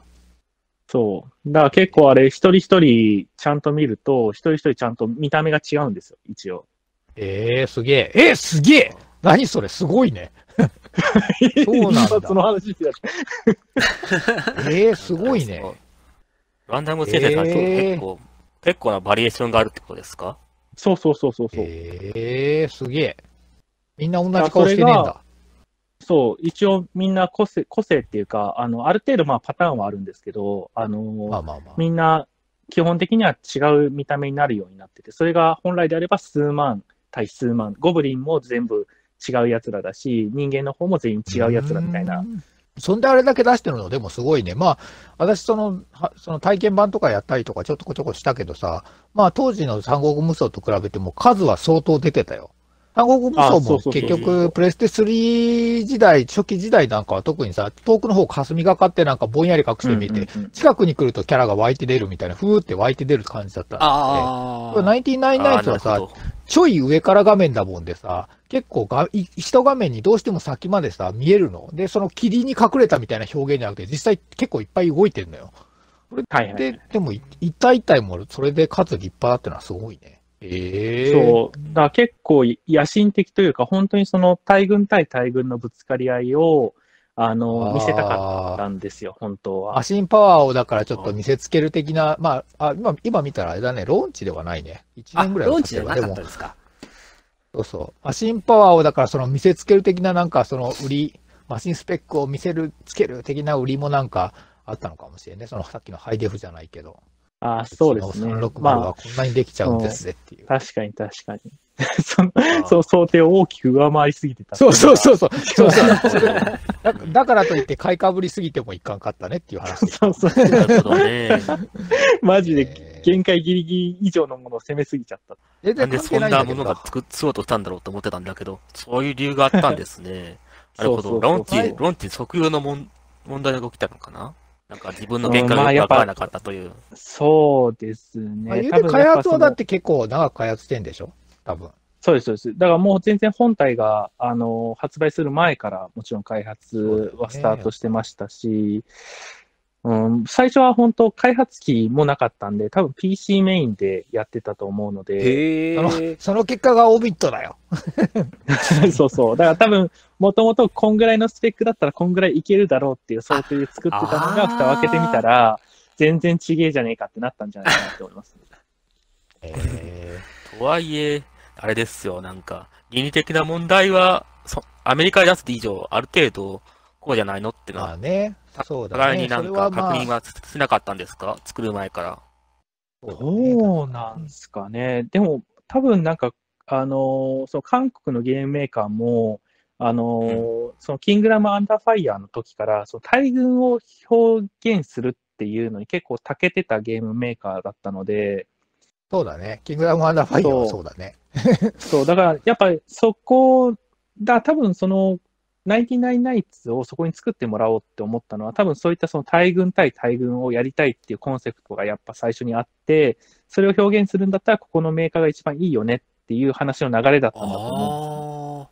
Speaker 4: そう。だから結構あれ、一人一人ちゃんと見ると、一人一人ちゃんと見た目が違うんですよ、一応。
Speaker 2: ええすげえ。えー、すげえ何それすごいね。 [laughs] そうなんだ
Speaker 4: 一発の話だった
Speaker 2: えー、すごいね。
Speaker 1: ガンダム先生さん、
Speaker 2: えー
Speaker 1: 結構、結構なバリエーションがあるってことですか
Speaker 4: そうそうそうそうそう。
Speaker 2: えー、すげえ。みんな同じ顔してねえん
Speaker 4: あそれ
Speaker 2: だ。
Speaker 4: そう、一応みんな個性、個性っていうか、あの、ある程度まあパターンはあるんですけど、あの、
Speaker 2: まあまあまあ。
Speaker 4: みんな基本的には違う見た目になるようになってて、それが本来であれば数万対数万、ゴブリンも全部違うやつらだし、人間の方も全員違うやつらみたいな
Speaker 2: う。ん。そんであれだけ出してるの、でもすごいね。まあ、私その、はその体験版とかやったりとかちょっとこちょこしたけどさ、まあ当時の三国無双と比べても数は相当出てたよ。三国無双
Speaker 4: あそ
Speaker 2: も
Speaker 4: うそうそう
Speaker 2: 結局、プレステ3時代、初期時代なんかは特にさ、遠くの方霞がかってなんかぼんやり隠して見えて、
Speaker 4: うんうんうん
Speaker 2: 近くに来るとキャラが湧いて出るみたいな、ふーって湧いて出る感じだったんで。
Speaker 3: ああ。
Speaker 2: ナインティナインナイツは
Speaker 1: あー
Speaker 2: さ
Speaker 1: なる、ほど
Speaker 2: ちょい上から画面だもんでさ、結構が、い一画面にどうしても先までさ、見えるの。で、その霧に隠れたみたいな表現じゃなくて、実際結構いっぱい動いてんのよ。
Speaker 4: はいはい。
Speaker 2: で、でもい一体一体もそれで数立派だってのはすごいね。ええ
Speaker 4: そう。だから結構野心的というか、本当にその大軍対大軍のぶつかり合いを、あの、見せたかっ
Speaker 2: った
Speaker 4: んですよ、本当
Speaker 2: た。
Speaker 4: は
Speaker 2: ア。シンパワーをだからちょっと見せつける的な、まあ、あ今今見たらあれだね、ローンチではないね。1
Speaker 3: あ、
Speaker 2: 年ぐらいは
Speaker 3: ロ
Speaker 2: 経
Speaker 3: ーンチ
Speaker 2: て
Speaker 3: じゃ
Speaker 2: るわ
Speaker 3: な
Speaker 2: で
Speaker 3: かっ
Speaker 2: も
Speaker 3: たですか。
Speaker 2: そうそう。マシンパワーをだからその見せつける的ななんかその売り、マシンスペックを見せる、つける的な売りもなんかあったのかもしれないね。そのさっきのハイデフじゃないけど。
Speaker 4: あそうですね
Speaker 2: うちの。360
Speaker 4: ま
Speaker 2: はこんなにできちゃうんですぜっていう。
Speaker 4: あ、確かに確かに。 [laughs] その
Speaker 1: あー
Speaker 4: そう想定を大きく上回りすぎてた。
Speaker 2: そうそうそうそう。そうそう
Speaker 1: そう
Speaker 2: だだからといって買いかぶりすぎてもいかんかったねっていう話。
Speaker 4: [laughs] そうそう。
Speaker 2: [laughs]
Speaker 1: なるほどね。
Speaker 4: マジで
Speaker 2: えー
Speaker 4: 限界ギリギリ以上のものを攻めすぎちゃった。
Speaker 2: 全
Speaker 1: な
Speaker 2: 然
Speaker 1: んで
Speaker 2: 関
Speaker 1: そ
Speaker 2: 係
Speaker 1: ん
Speaker 2: ないん
Speaker 1: な
Speaker 2: だ
Speaker 1: も
Speaker 2: け
Speaker 1: の
Speaker 2: ど
Speaker 1: が
Speaker 2: さ。
Speaker 1: 作作ろうとしたんだろうと思ってたんだけど、そういう理由があったんですね。なるほ
Speaker 4: そ
Speaker 1: ど。
Speaker 4: うそうそう
Speaker 1: ロンチ、ロンチ特有のもん問題が起きたのかななんか自分の
Speaker 4: うん
Speaker 1: 限界
Speaker 4: ま
Speaker 1: が
Speaker 4: あ
Speaker 1: よ
Speaker 4: や
Speaker 1: く
Speaker 4: っ
Speaker 1: わか
Speaker 4: ぱ
Speaker 1: らなかったという。
Speaker 4: そうですね。
Speaker 2: まあ、言う
Speaker 4: 多
Speaker 2: て
Speaker 4: 分
Speaker 2: 開
Speaker 4: やぱ
Speaker 2: 発
Speaker 4: そ
Speaker 2: は
Speaker 4: の
Speaker 2: だって結構長く開発してんでしょ多分。
Speaker 4: そうです、そうです。だからもう全然本体が、あの、発売する前からもちろん開発はスタートしてましたし、うん、最初は本当開発機もなかったんで、多分 PC メインでやってたと思うので、
Speaker 3: へ
Speaker 2: あ
Speaker 3: え。
Speaker 2: その結果がオビットだよ。
Speaker 4: [laughs] そうそう。だから多分、もともとこんぐらいのスペックだったらこんぐらいいけるだろうっていう想定で作ってたの
Speaker 3: あ
Speaker 4: が、蓋を開けてみたら、全然ちげえじゃねえかってなったんじゃないかなって思います。
Speaker 2: え
Speaker 1: とはいえ、あれですよ、なんか、倫理的な問題は、そアメリカで出す以上、ある程度、こうじゃないのって
Speaker 2: ー、
Speaker 1: の
Speaker 2: ま
Speaker 1: は
Speaker 2: あね。そうだ
Speaker 1: 互い
Speaker 2: ね。
Speaker 1: にな
Speaker 2: それ
Speaker 1: ん
Speaker 2: は
Speaker 1: か
Speaker 2: ま
Speaker 1: 確
Speaker 2: あ
Speaker 1: 認、はしなかったんですか作る前から。
Speaker 4: どうなんですかね。でも、多分なんか、あのーその韓国のゲームメーカーも、あのーそのキングダムアンダーファイヤーの時から、その大群を表現するっていうのに結構長けてたゲームメーカーだったので、
Speaker 2: そうだね。キングダムアンダーファイヤーはそうだね。
Speaker 4: そう、だからやっぱりそこだ、多分その、ナイティナインナイツをそこに作ってもらおうって思ったのは、多分そういったその大群対大群をやりたいっていうコンセプトがやっぱ最初にあって、それを表現するんだったら、ここのメーカーが一番いいよねっていう話の流れだったんだと思うんですよ。
Speaker 1: あ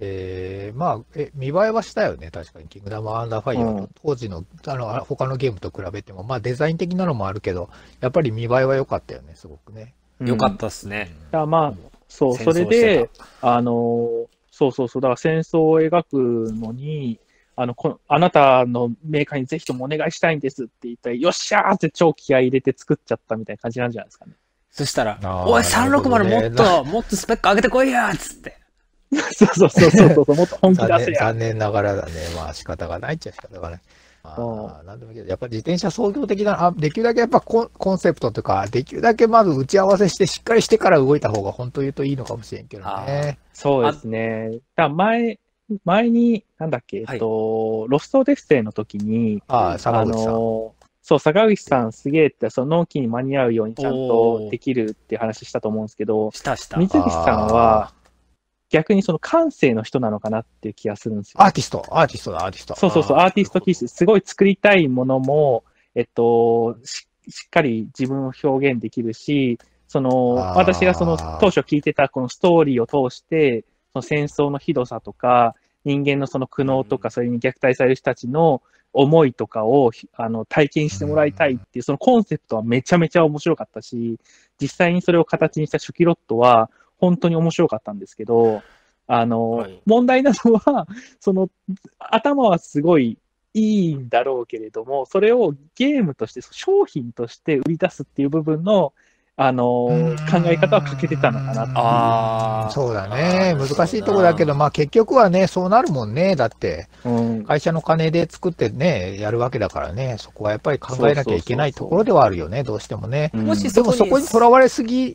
Speaker 2: えー、まあ、え、見栄えはしたよね。確かに、キングダムアンダーファイヤー
Speaker 4: う
Speaker 2: と
Speaker 4: ん
Speaker 2: 当時の、あの、他のゲームと比べても、まあデザイン的なのもあるけど、やっぱり見栄えは良かったよね、すごくね。
Speaker 4: うん
Speaker 3: よかったっすね。
Speaker 4: だからまあ、そう、
Speaker 3: 戦争
Speaker 4: それ
Speaker 3: して
Speaker 4: で、あの、そうそうそう、だから戦争を描くのに、あの、このあなたのメーカーにぜひともお願いしたいんですって言ったら、よっしゃーって超気合い入れて作っちゃったみたいな感じなんじゃないですかね。
Speaker 3: そしたら
Speaker 2: あー
Speaker 3: 「おい360
Speaker 2: な
Speaker 3: も
Speaker 2: るほ
Speaker 3: っ
Speaker 2: ど
Speaker 3: ともっとスペック上げてこいや!」っつって
Speaker 2: [laughs]
Speaker 4: そうそうそうそうそう、もっと本気
Speaker 2: 残
Speaker 4: 出せ
Speaker 2: 念、
Speaker 4: や。
Speaker 2: 残念ながらだね。まあ仕方がないっちゃ仕方がない。まあ、なんでもいいけど、やっぱり自転車創業的な、あできるだけやっぱコンコンセプトとか、できるだけまず打ち合わせして、しっかりしてから動いた方が本当言うといいのかもしれんけどね。
Speaker 4: そうですね。だから前、前に、なんだっけ、
Speaker 3: は
Speaker 4: え
Speaker 3: い
Speaker 4: っと、ロストデステイの時に、
Speaker 2: ああ、坂口さん。
Speaker 4: のーそう、坂口さんすげえって、その納期に間に合うようにちゃん
Speaker 3: お
Speaker 4: と
Speaker 3: ー
Speaker 4: できるっていう話したと思うんですけど、
Speaker 3: したした
Speaker 4: 水木さんは、逆にその感性の人なのかなっていう気がするんですよ。
Speaker 2: アーティスト、アーティストだ、アーティスト。
Speaker 4: そうそうそう、
Speaker 2: あ
Speaker 4: アーティスト気質、すごい作りたいものも、えっと、ししっかり自分を表現できるし、その、
Speaker 2: あー
Speaker 4: 私がその当初聞いてたこのストーリーを通して、その戦争のひどさとか、人間のその苦悩とか、それに虐待される人たちの思いとかをひあの体験してもらいたいっていう、そのコンセプトはめちゃめちゃ面白かったし、実際にそれを形にした初期ロットは本当に面白かったんですけど、あの、
Speaker 1: はい
Speaker 4: 問題なのは、その、頭はすごいいいんだろうけれども、それをゲームとして、商品として売り出すっていう部分の、あの、
Speaker 2: うん
Speaker 4: 考え方は欠けてたのかなっていう。
Speaker 1: あー
Speaker 2: そうだね。
Speaker 1: あー
Speaker 2: 難しいとこだけど、まあ結局はね、そうなるもんね。だって、
Speaker 4: うん
Speaker 2: 会社の金で作ってね、やるわけだからね、そこはやっぱり考えなきゃいけないところではあるよね、どうしてもね。
Speaker 3: もし
Speaker 2: でもそこにとらわれすぎ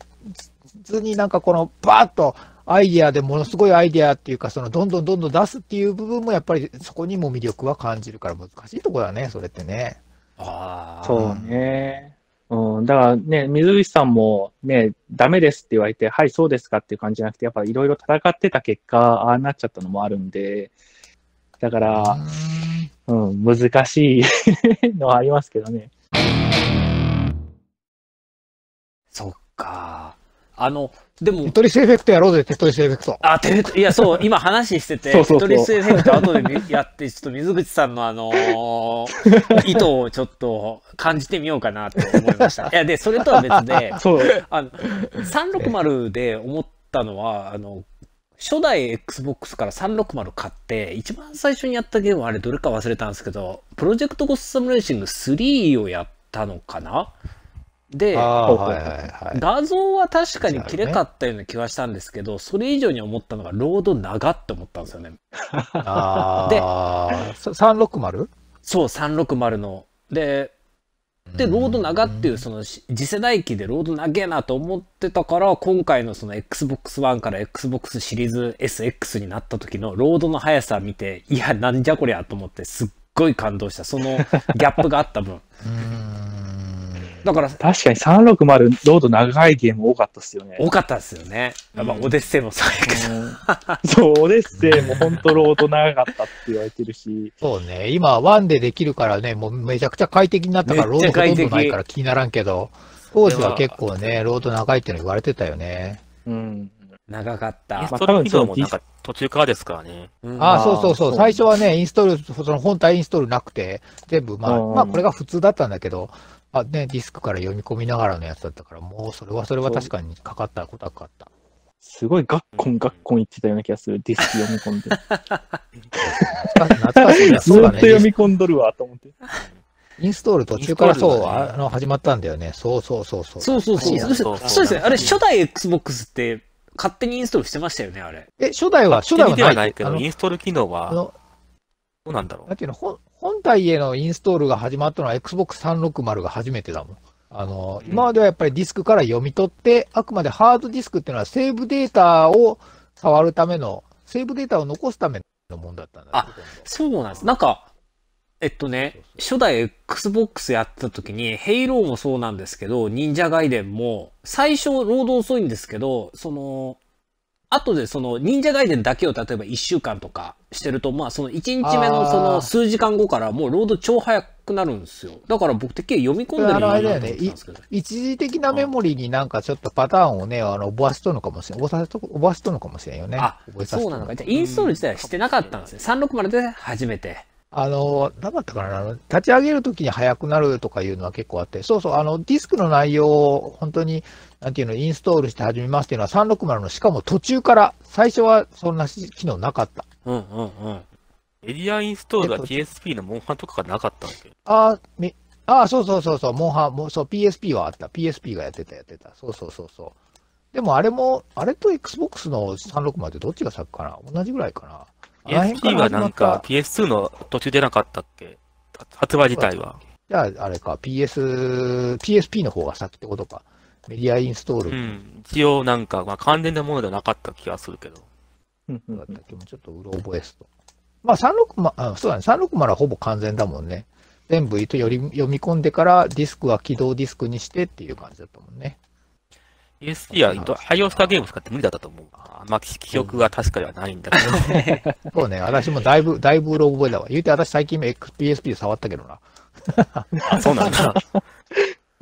Speaker 2: ずになんかこのバーッとアイディアでものすごいアイディアっていうかそのどんどんどんどん出すっていう部分もやっぱりそこにも魅力は感じるから難しいところだねそれってね。
Speaker 3: あー
Speaker 4: そうね。うん、だからね、水口さんもね、ダメですって言われて、はい、そうですかっていう感じじゃなくて、やっぱいろいろ戦ってた結果、ああなっちゃったのもあるんで、だから、うん、難しいのはありますけどね。
Speaker 3: そっかあのでも
Speaker 2: テトリスエフェクトやろうぜテトリスエフェクト。
Speaker 3: あ、テトいや、そう、今話して
Speaker 4: [laughs]
Speaker 3: て、
Speaker 4: そうそうそう
Speaker 3: テトリスエフェクト後でみやって、ちょっと水口さんのあのー
Speaker 4: [laughs]
Speaker 3: 意図をちょっと感じてみようかなと思いました。いや、で、それとは別で、
Speaker 4: そう、
Speaker 3: あの、360で思ったのは、あの、初代 Xbox から360買って、一番最初にやったゲームはあれどれか忘れたんですけど、プロジェクトゴッサムレーシング3をやったのかなで、
Speaker 2: あー
Speaker 4: ほうほう
Speaker 2: はいはいはい。
Speaker 3: 画像は確かに綺麗かったような気はしたんですけど、それ以上に思ったのが、ロード長って思ったんですよね。
Speaker 2: ああ。そ 360?
Speaker 3: そう、360の。で、で、ロード長っていう、その、し次世代機でロード長えなと思ってたから、今回のその Xbox One から Xbox シリーズ SX になった時のロードの速さ見て、いや、なんじゃこりゃと思って、すっごい感動した。そのギャップがあった分。
Speaker 2: うーん。
Speaker 3: だから、
Speaker 4: 確かに360、ロード長いゲーム多かったっすよね。
Speaker 3: 多かったですよね。やっぱ、
Speaker 1: うん
Speaker 3: オデッセイもそうやけ
Speaker 4: う
Speaker 3: ど。
Speaker 4: んそう、オデッセイも本当ロード長かったって言われてるし、
Speaker 2: そうね。今、ワンでできるからね、もうめちゃくちゃ快適になったから、
Speaker 3: め
Speaker 2: ロ
Speaker 3: っ
Speaker 2: ー
Speaker 3: ち
Speaker 2: ド
Speaker 3: ゃ
Speaker 2: ほ
Speaker 3: 快
Speaker 2: とん
Speaker 3: 適
Speaker 2: どないから気にならんけど、当時は結構ね、ロード長いっての言われてたよね。
Speaker 4: うん。
Speaker 3: 長かっ
Speaker 1: あ。イン
Speaker 3: た
Speaker 4: ま。
Speaker 1: ス
Speaker 4: あ
Speaker 1: トー
Speaker 4: 多
Speaker 1: ル
Speaker 4: 分
Speaker 1: 起
Speaker 4: その
Speaker 1: 動もなんか途中からですからね。
Speaker 3: うん
Speaker 2: あ
Speaker 4: あ
Speaker 2: あ、
Speaker 4: ー
Speaker 2: そうそうそう。
Speaker 4: そう
Speaker 2: 最初はね、インストール、その本体インストールなくて、全部まあ、
Speaker 4: うん
Speaker 2: まあこれが普通だったんだけど、あね、ディスクから読み込みながらのやつだったから、もうそれはそれは確かにかかったことはかかった。
Speaker 4: すごいガッコンガッコン言ってたような気がする、ディスク読み込んで。
Speaker 2: 懐かしいな、
Speaker 4: [laughs] ず
Speaker 2: そ
Speaker 4: っ
Speaker 2: う
Speaker 4: と
Speaker 2: だ
Speaker 4: 読
Speaker 2: ね。
Speaker 4: み込んどるわ、と思って。
Speaker 2: インストール途中からそ
Speaker 1: イン
Speaker 2: う、
Speaker 1: ストールだね
Speaker 2: あの、始まったんだよね。そうそうそうそう。
Speaker 3: そうそうそう。
Speaker 1: そう
Speaker 3: そ
Speaker 1: そうう
Speaker 3: ですね。あれ、初代 Xbox って勝手にインストールしてましたよね、あれ。
Speaker 2: え、初代は、初代
Speaker 1: では
Speaker 2: はな
Speaker 1: ない
Speaker 2: い
Speaker 1: け
Speaker 2: あ
Speaker 1: ど、
Speaker 2: の
Speaker 1: インストール機能
Speaker 2: あ
Speaker 1: は、ど
Speaker 2: の、
Speaker 1: うなんだろ
Speaker 2: なんていうの、本本体へのインストールが始まったのは Xbox360 が初めてだもん。あの、今まではやっぱりディスクから読み取って、あくまでハードディスクっていうのはセーブデータを触るための、セーブデータを残すためのもんだったんだ
Speaker 3: あそうなんです。なんか、えっとね、初代 Xbox やった時に、ヘイローもそうなんですけど、忍者ガイデンも、最初、労働遅いんですけど、その、後でその、忍者ガイデンだけを例えば1週間とかしてると、まあその1日目のそ
Speaker 2: あ
Speaker 3: の
Speaker 2: ー
Speaker 3: 数時間後からもうロード超早くなるんですよ。だから僕的には読み込んでるんだなと思ってたんですけど。
Speaker 2: 一時的なメモリーになんかちょっとパターンをね、あの、覚わせとるのかもしれん。覚わせと、覚わせとるのかもしれんよね。
Speaker 3: あ
Speaker 2: 覚え、させ
Speaker 3: そ
Speaker 2: とる
Speaker 3: うなのか。
Speaker 2: か
Speaker 3: じゃあインストール自体はしてなかったんですね。360で初めて。
Speaker 2: あの、なかったかなあの立ち上げるときに早くなるとかいうのは結構あって、そうそう、あの、ディスクの内容を本当に、なんていうの、インストールして始めますっていうのは360の、しかも途中から、最初はそんなし機能なかった。
Speaker 3: うんうんうん。
Speaker 1: エリアインストールが
Speaker 2: えっと
Speaker 1: PSP のモンハンとかがなかったんですよ。
Speaker 2: あーみあー、そうそうそうそう、モンハン、もうそう、PSP はあった。PSP がやってた、やってた。そうそうそうそう。でもあれも、あれと Xbox の360ってどっちが先かな同じぐらいかな。あの辺
Speaker 1: PSP
Speaker 2: ら
Speaker 1: は
Speaker 2: 始ま
Speaker 1: な
Speaker 2: っ
Speaker 1: ん
Speaker 2: た
Speaker 1: か PS2 の途中でなかったっけ発売自体は。
Speaker 2: じゃあ、あれか、PS、PSP の方が先ってことか。メディアインストー
Speaker 1: う
Speaker 2: ル
Speaker 1: ん。一応なんか、まあ完全なものではなかった気がするけど。
Speaker 4: うんう
Speaker 2: だ
Speaker 4: ん
Speaker 2: っ、たっけ、もうちょっとうろ覚えすと。まあ、360、あそうだね、360はほぼ完全だもんね。全部とより読み込んでからディスクは起動ディスクにしてっていう感じだったもんね。
Speaker 1: PSP は廃業したゲーム使って無理だったと思う。あんま記憶が確かではないんだけど。
Speaker 2: そうね、私もだいぶ、だいぶうろ覚えだわ。言うて私最近 XPSP で触ったけどな。
Speaker 1: あ、 [laughs] そうなんだ。
Speaker 2: そ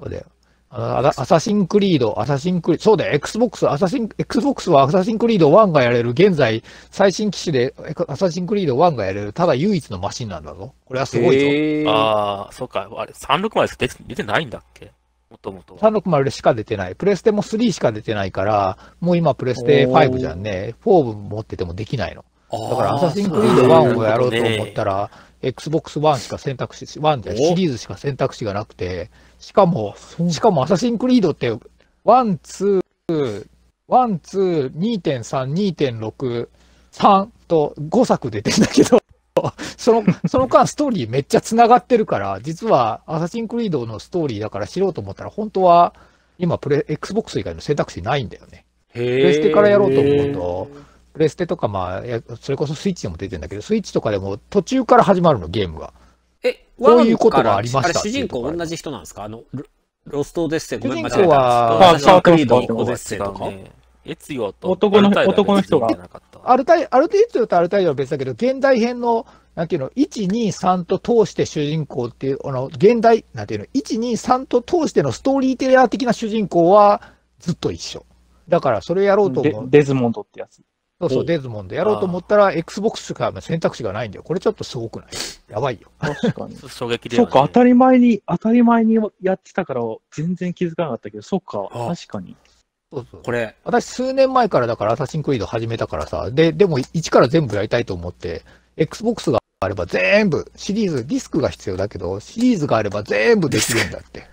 Speaker 2: うだよ。あの、アサアサシンクリード、アサシンクリード、そうだよ、Xbox、アサシン、Xbox はアサシンクリード1がやれる、現在、最新機種でえアサシンクリード1がやれる、ただ唯一のマシンなんだぞ。これはすごいぞ。
Speaker 3: へー
Speaker 1: ああ、そうか。あれ、36まで出て出てないんだっけもともとは。
Speaker 2: 360でしか出てない。プレステも3しか出てないから、もう今プレステ5じゃんね。4持っててもできないの。だからアサシンクリード1をやろうと思ったら、Xbox One しか選択肢、1じゃない
Speaker 3: お
Speaker 2: シリーズしか選択肢がなくて、しかも、しかもアサシンクリードって、1、2、1、2、2.3、2.6、3と5作出てんだけど、 [laughs] その、その間ストーリーめっちゃ繋がってるから、実はアサシンクリードのストーリーだから知ろうと思ったら、本当は今プレ、Xbox 以外の選択肢ないんだよね。
Speaker 3: プ
Speaker 2: プレステからやろうと思うと、プレステとかまあ、やそれこそスイッチでも出てんだけど、スイッチとかでも途中から始まるの、ゲームが。
Speaker 3: え、
Speaker 2: こういうことがありました
Speaker 3: ワンからあれ、主
Speaker 2: っていう
Speaker 3: 人
Speaker 2: ところ
Speaker 3: 公同じ人なんですかあの、ロロストオデッセイ、ごめん、間
Speaker 2: 主
Speaker 3: 違え
Speaker 2: 人公は
Speaker 3: た。アサシンクリード、オデッセイとか。
Speaker 1: 違うね。越後と
Speaker 4: 男の
Speaker 1: アルタイルは
Speaker 4: 男の人が
Speaker 1: 別になかった
Speaker 2: アルタイ、アルテイツとアルタイルは別だけど、現代編の、なんていうの、1、2、3と通して主人公っていう、あの、現代、なんていうの、1、2、3と通してのストーリーテラー的な主人公はずっと一緒。だから、それやろうと
Speaker 4: デ
Speaker 2: 思う。
Speaker 4: デズモンドってやつ。
Speaker 2: そうそう、
Speaker 3: お
Speaker 2: デズモンドやろうと思ったら、Xbox しか選択肢がないんだよ。これちょっとすごくないやばいよ。[laughs]
Speaker 4: 確か
Speaker 1: ち
Speaker 4: に。
Speaker 1: ょっと衝撃で、
Speaker 4: そうか、当たり前に、当たり前にやってたから、全然気づかなかったけど、そうか、
Speaker 3: あ
Speaker 4: 確かに。
Speaker 2: そうそう
Speaker 3: これ、
Speaker 2: 私、数年前からだから、アサシンクリード始めたからさ、で、でも、一から全部やりたいと思って、Xbox があれば全部、シリーズ、ディスクが必要だけど、シリーズがあれば全部できるんだって。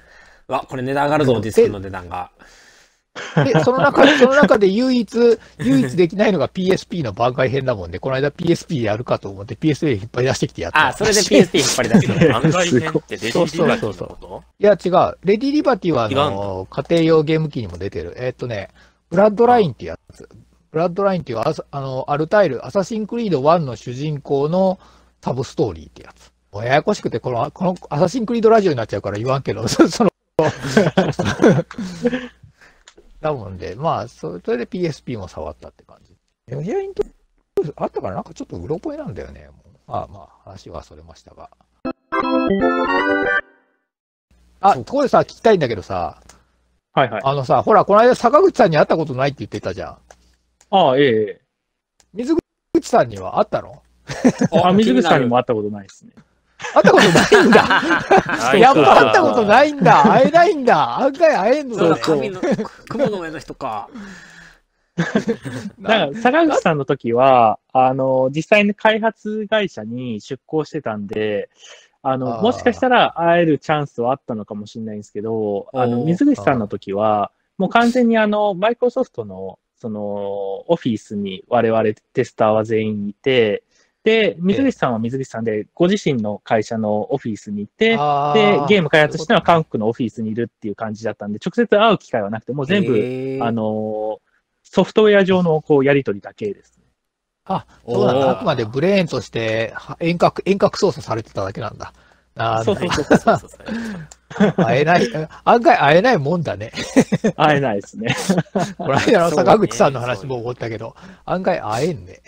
Speaker 3: わ、これ値段上がるぞ、ディスクの値段が。
Speaker 2: で、
Speaker 3: [laughs]
Speaker 2: その中、その中で唯一、唯一できないのが PSP の番外編だもんで、この間 PSP やるかと思って PSP 引っ張り出してきてやった。
Speaker 3: あ、それで PSP 引っ張り出して
Speaker 4: [laughs]
Speaker 3: る。
Speaker 1: 案外編ってレジリバティのこと
Speaker 2: いや、違う。レディリバティは、あ
Speaker 1: 違
Speaker 2: の、家庭用ゲーム機にも出てる。えーっとね、ブラッドラインってやつ。ブラッドラインっていうアサ、あの、アルタイル、アサシンクリード1の主人公のサブストーリーってやつ。もうややこしくて、この、この、アサシンクリードラジオになっちゃうから言わんけど、 [laughs] そその、だもんで、まあ、そそれで PSP も触ったって感じ。メディアイントあったからなんかちょっとうろ覚えなんだよね。もうまあまあ、話はそれましたが。あ、ここでさ、聞きたいんだけどさ、
Speaker 4: はいはい。
Speaker 2: あのさ、ほら、この間坂口さんに会ったことないって言ってたじゃん。
Speaker 4: ああ、えええ
Speaker 2: 水口さんには会ったの
Speaker 4: え。あ、水口さんに
Speaker 3: に
Speaker 4: も会ったことないですね。
Speaker 2: 会ったことないんだ
Speaker 1: [laughs] あ
Speaker 2: やっぱ会ったこと
Speaker 1: い
Speaker 2: ないんだ会えないんだ案外会えんの
Speaker 3: そうだ、
Speaker 2: だ
Speaker 3: 神の、雲の上の人か。
Speaker 4: だから、坂口さんの時は、あの、実際に開発会社に出向してたんで、あの、
Speaker 2: あー
Speaker 4: もしかしたら会えるチャンスはあったのかもしれないんですけど、あ
Speaker 3: お
Speaker 4: の、
Speaker 3: ー
Speaker 4: 水口さんの時は、もう完全にあの、マイクロソフトの、その、オフィスに我々テスターは全員いて、で、水口さんは水口さんで、ご自身の会社のオフィスに行って、
Speaker 2: あ
Speaker 4: で、ゲーム開発したのは
Speaker 2: そういう
Speaker 4: 韓国のオフィスにいるっていう感じだったんで、直接会う機会はなくて、もう全部、
Speaker 3: 部
Speaker 4: あのーソフトウェア上のこうやり取りだけですね。
Speaker 2: ことそうなんだ。あくま
Speaker 3: で。
Speaker 2: でブレーンとしては遠隔、遠隔操作されてただけなんだ。あ
Speaker 4: そう
Speaker 2: ー
Speaker 4: そう
Speaker 1: そうそうそうそう
Speaker 2: 会えない、案外会えないもんだ
Speaker 4: [laughs]
Speaker 2: ね。
Speaker 4: 会えないですね。 [laughs]
Speaker 2: この間の
Speaker 1: そうね
Speaker 2: 坂口さんの話も思ったけど、案外会えんね。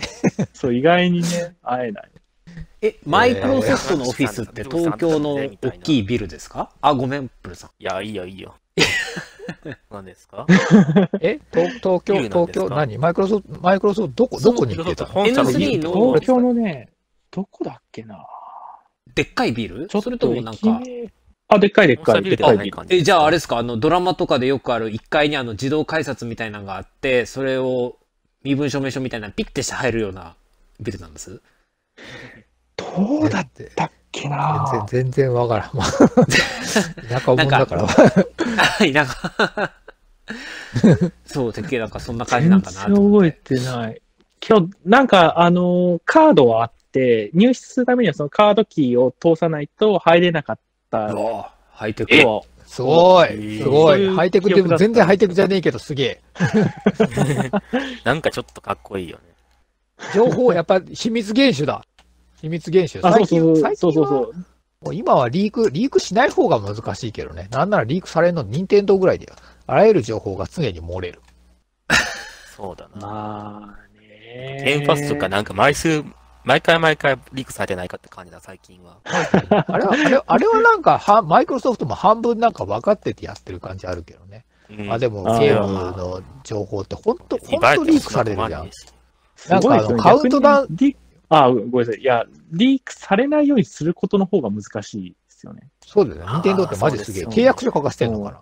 Speaker 4: そう、意外にね、会えない。
Speaker 3: え、マイクロソフトのオフィスって東京の大きいビルですかあ、ごめん、プルさん。
Speaker 1: いや、いいよ、いいよ。何ですか
Speaker 2: え東東京、
Speaker 1: ビルなん
Speaker 2: 東
Speaker 1: ですか
Speaker 2: 京、何マイクロソフト、マイクロソフト、どこ、どこに行ってたの
Speaker 1: 本社の
Speaker 3: N3 の
Speaker 4: 東京のね、どこだっけな。
Speaker 3: でっかいビル
Speaker 4: ちょっと
Speaker 3: それともなん
Speaker 4: 駅
Speaker 3: か。
Speaker 4: 名あ、でっかいでっかい。でっかいビル。
Speaker 3: え、じゃああれですかあの、ドラマとかでよくある1階にあの、自動改札みたいなのがあって、それを身分証明書みたいなのピッてして入るようなビルなんです
Speaker 4: どうだっ
Speaker 2: って。
Speaker 4: たっけ
Speaker 2: 全
Speaker 4: な
Speaker 2: 然、。全然わ
Speaker 4: [laughs]
Speaker 2: からん。まあ田舎もんだから。
Speaker 3: あ、 [laughs] 田舎。 [laughs] そう、てっきりなんかそんな感じ
Speaker 4: 全
Speaker 3: なん
Speaker 4: 然
Speaker 3: かなと思っ
Speaker 4: 覚え
Speaker 3: て。
Speaker 4: てない。今日、なんか、あのーカードはあって、入室するためにはそのカードキーを通さないと入れなかった
Speaker 3: うわハイテク
Speaker 4: 人は、
Speaker 2: すごい、
Speaker 1: え
Speaker 2: すご
Speaker 4: そうい
Speaker 2: い。
Speaker 4: う
Speaker 2: ハイテク
Speaker 4: 記
Speaker 2: で
Speaker 4: 憶だ
Speaker 2: も
Speaker 4: った
Speaker 2: 全然ハイテクじゃねえけど、すげえ。
Speaker 1: [laughs] なんかちょっとかっこいいよね。
Speaker 2: 情報、やっぱ秘密厳守だ。秘密厳守。
Speaker 4: あ、そう
Speaker 2: 最
Speaker 4: そ
Speaker 2: 近、最
Speaker 4: うそう、そう
Speaker 2: 近
Speaker 4: そう
Speaker 2: は
Speaker 4: そう。
Speaker 2: もう今はリーク、リークしない方が難しいけどね。なんならリークされるの、任天堂ぐらいだよ。あらゆる情報が常に漏れる。
Speaker 1: そうだな。
Speaker 4: まあね。
Speaker 1: ゲームパスとかなんか毎週、毎回毎回リークされてないかって感じだ、最近は。
Speaker 2: あれは、あ
Speaker 4: [laughs]
Speaker 2: れはあれはなんかは、マイクロソフトも半分なんか分かっててやってる感じあるけどね。
Speaker 1: うん
Speaker 2: まあでも、
Speaker 4: あー
Speaker 2: ゲームの情報って本当、
Speaker 1: 別に
Speaker 2: 本
Speaker 1: バレ
Speaker 2: 当
Speaker 1: て
Speaker 2: リ
Speaker 1: も
Speaker 2: ークされるじ
Speaker 1: そ
Speaker 2: ゃ
Speaker 1: な困ん
Speaker 2: ん
Speaker 1: ねえ。し
Speaker 4: すごいで
Speaker 2: なん
Speaker 4: すよね。
Speaker 2: かあのカウントダウン
Speaker 4: 逆にリあ、ごめんなさい。いや、リークされないようにすることの方が難しいですよね。
Speaker 2: そうだよね。任天堂ってマジすげえ。
Speaker 1: あーそうです
Speaker 2: 契
Speaker 1: よ
Speaker 2: 約書書かせてんのかな。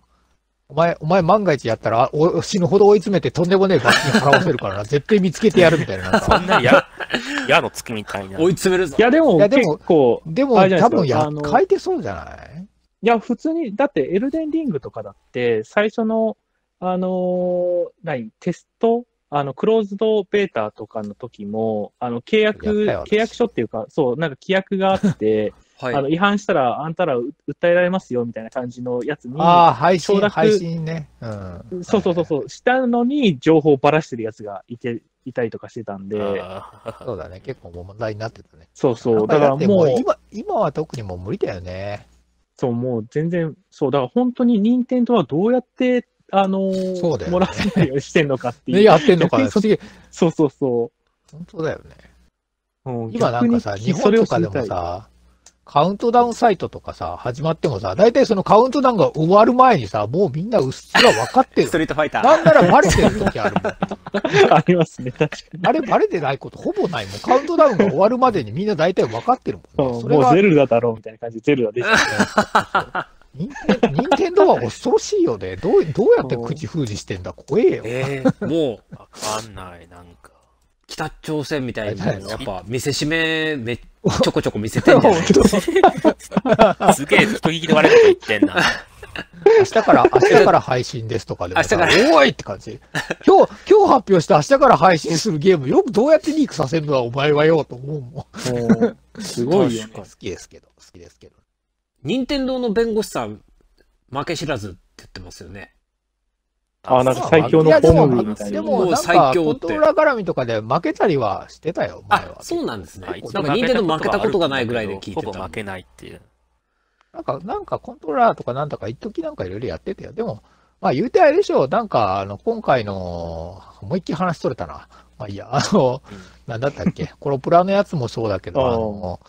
Speaker 2: お前、お前万が一やったらお死ぬほど追い詰めてとんでもねえ罰金払わせる [laughs] からな。絶対見つけてやるみたいな。なん
Speaker 1: そ
Speaker 2: か
Speaker 1: んなや、 [laughs] やのつくみたいな。
Speaker 3: 追い詰めるぞ
Speaker 4: い。や、でも
Speaker 2: いやでも
Speaker 4: 結構、
Speaker 2: でも、
Speaker 4: あれじゃな
Speaker 2: 多
Speaker 4: いです
Speaker 2: 分
Speaker 4: か
Speaker 2: や
Speaker 4: あ、の
Speaker 2: 書いてそうじゃない
Speaker 4: いや、普通に、だってエルデンリングとかだって、最初の、あのー何、テスト、あの、クローズドベータとかの時も、あの、契約、
Speaker 2: やったよ私
Speaker 4: 契約書っていうか、そう、なんか規約があって、
Speaker 3: はい
Speaker 4: あ。の、違反したら、あんたら訴えられますよ、みたいな感じのやつに、
Speaker 2: ああ、配信
Speaker 4: 承、諾
Speaker 2: 配信ね。うん。
Speaker 4: そうそうそうそう、したのに情報をばらしてるやつがいて、いたりとかしてたんで、
Speaker 1: あー
Speaker 2: そうだね。結構問題になってたね。
Speaker 4: そうそ
Speaker 2: なん
Speaker 4: う、だから
Speaker 2: って
Speaker 4: もう、
Speaker 2: 今、今は特にもう無理だよね。
Speaker 4: そう、もう全然、そう、だから本当に任天堂はどうやって、あのー
Speaker 2: そうだよね
Speaker 4: 漏らさないようにしてんのかっていう。
Speaker 2: ね、やってんのかな。
Speaker 4: 逆にそっち
Speaker 2: 次
Speaker 4: そうそうそ
Speaker 2: 本当だよね。
Speaker 4: う。うん
Speaker 2: 今なんかさ、
Speaker 4: 逆
Speaker 2: 日
Speaker 4: に
Speaker 2: 本とかでも
Speaker 4: それを知りたい
Speaker 2: さ、カウントダウンサイトとかさ、始まってもさ、大体そのカウントダウンが終わる前にさ、もうみんなうっすら分かって
Speaker 3: スト
Speaker 2: る。
Speaker 3: リートファイター。
Speaker 2: なんならバレてる時あるもん。
Speaker 4: [laughs] ありますね、確か
Speaker 2: あれバレてないことほぼないもん。カウントダウンが終わるまでにみんな大体分かってるもん、ね。
Speaker 4: に。
Speaker 2: それ
Speaker 4: も
Speaker 2: が
Speaker 4: うゼ、ルダだろうみたいな感じで、ゼルダでした。
Speaker 2: 任天任天堂は恐ろしいよね。どう、どうやって口封じしてんだ怖えよ。
Speaker 3: えー、もう、
Speaker 1: わかんない、なんか。
Speaker 3: 北朝鮮みたいに、
Speaker 2: あれだよ
Speaker 3: やっぱ、見せしめ、め、ちょこちょこ見せてんじゃ [laughs] ない
Speaker 1: すげえ人聞きで悪いこと言ってんな。
Speaker 2: 明日から、明日から配信ですとかでもさ、
Speaker 3: 明日
Speaker 2: おーいって感じ。今日、今日発表して明日から配信するゲーム、よくどうやってリークさせるのはお前はよ、と思うもん。好 [laughs]
Speaker 4: もうすごいよね。
Speaker 1: 確か
Speaker 2: きですけど、 [laughs] 好きですけど。
Speaker 3: 任天堂の弁護士さん、負け知らずって言ってますよね。
Speaker 4: あなんか最強の
Speaker 2: いやでも
Speaker 4: ホームみたい
Speaker 2: で
Speaker 4: な
Speaker 2: も、
Speaker 3: もう
Speaker 2: なん
Speaker 3: 最
Speaker 2: か、
Speaker 3: 強
Speaker 2: コ
Speaker 3: っ
Speaker 2: ント
Speaker 3: て
Speaker 2: ローラー絡みとかで負けたりはしてたよ、前
Speaker 3: あ
Speaker 2: は、。
Speaker 3: そうなんですね
Speaker 1: あ。一度
Speaker 3: なんか任天堂負けたことがないぐらいで聞いてた
Speaker 1: ほぼ負けないっていう。
Speaker 2: なんか、なんかコントローラーとかなんだか、一時なんかいろいろやってたよ。でも、まあ言うてあれでしょう、なんか、あの、今回の、思いっきり話取れたな。まあいいや、あの、
Speaker 1: うん
Speaker 2: なんだった
Speaker 1: [laughs]
Speaker 2: っけ、コロプラのやつもそうだけど、あの、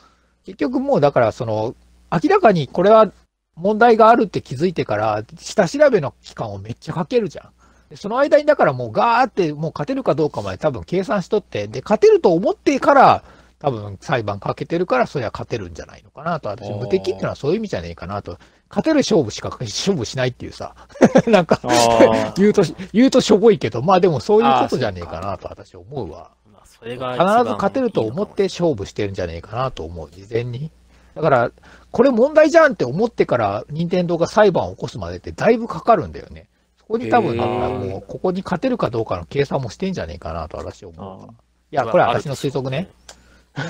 Speaker 2: 結局もうだから、その、明らかにこれは問題があるって気づいてから、下調べの期間をめっちゃかけるじゃん。でその間にだからもうガーってもう勝てるかどうかまで多分計算しとって、で、勝てると思ってから、多分裁判かけてるから、そりゃ勝てるんじゃないのかなと、私、無敵っていうのはそういう意味じゃねえかなと、勝てる勝負しか勝負しないっていうさ、 [laughs] なんか、 [laughs]
Speaker 4: あ
Speaker 2: 言うと、言うとしょぼいけど、まあでもそういうことじゃねえかなと、私思うわ。
Speaker 1: まあ、それが
Speaker 2: 必
Speaker 1: 一番
Speaker 2: ず勝てると思っ
Speaker 1: い
Speaker 2: て
Speaker 1: い
Speaker 2: 勝負してるんじゃねえかなと思う、事前に。だから、これ問題じゃんって思ってから、任天堂が裁判を起こすまでってだいぶかかるんだよね。そこに多分、だからもう、ここに勝てるかどうかの計算もしてんじゃねえかなと、私思う
Speaker 4: あ
Speaker 2: わい
Speaker 4: ー。
Speaker 2: や、これは私の推測ね。。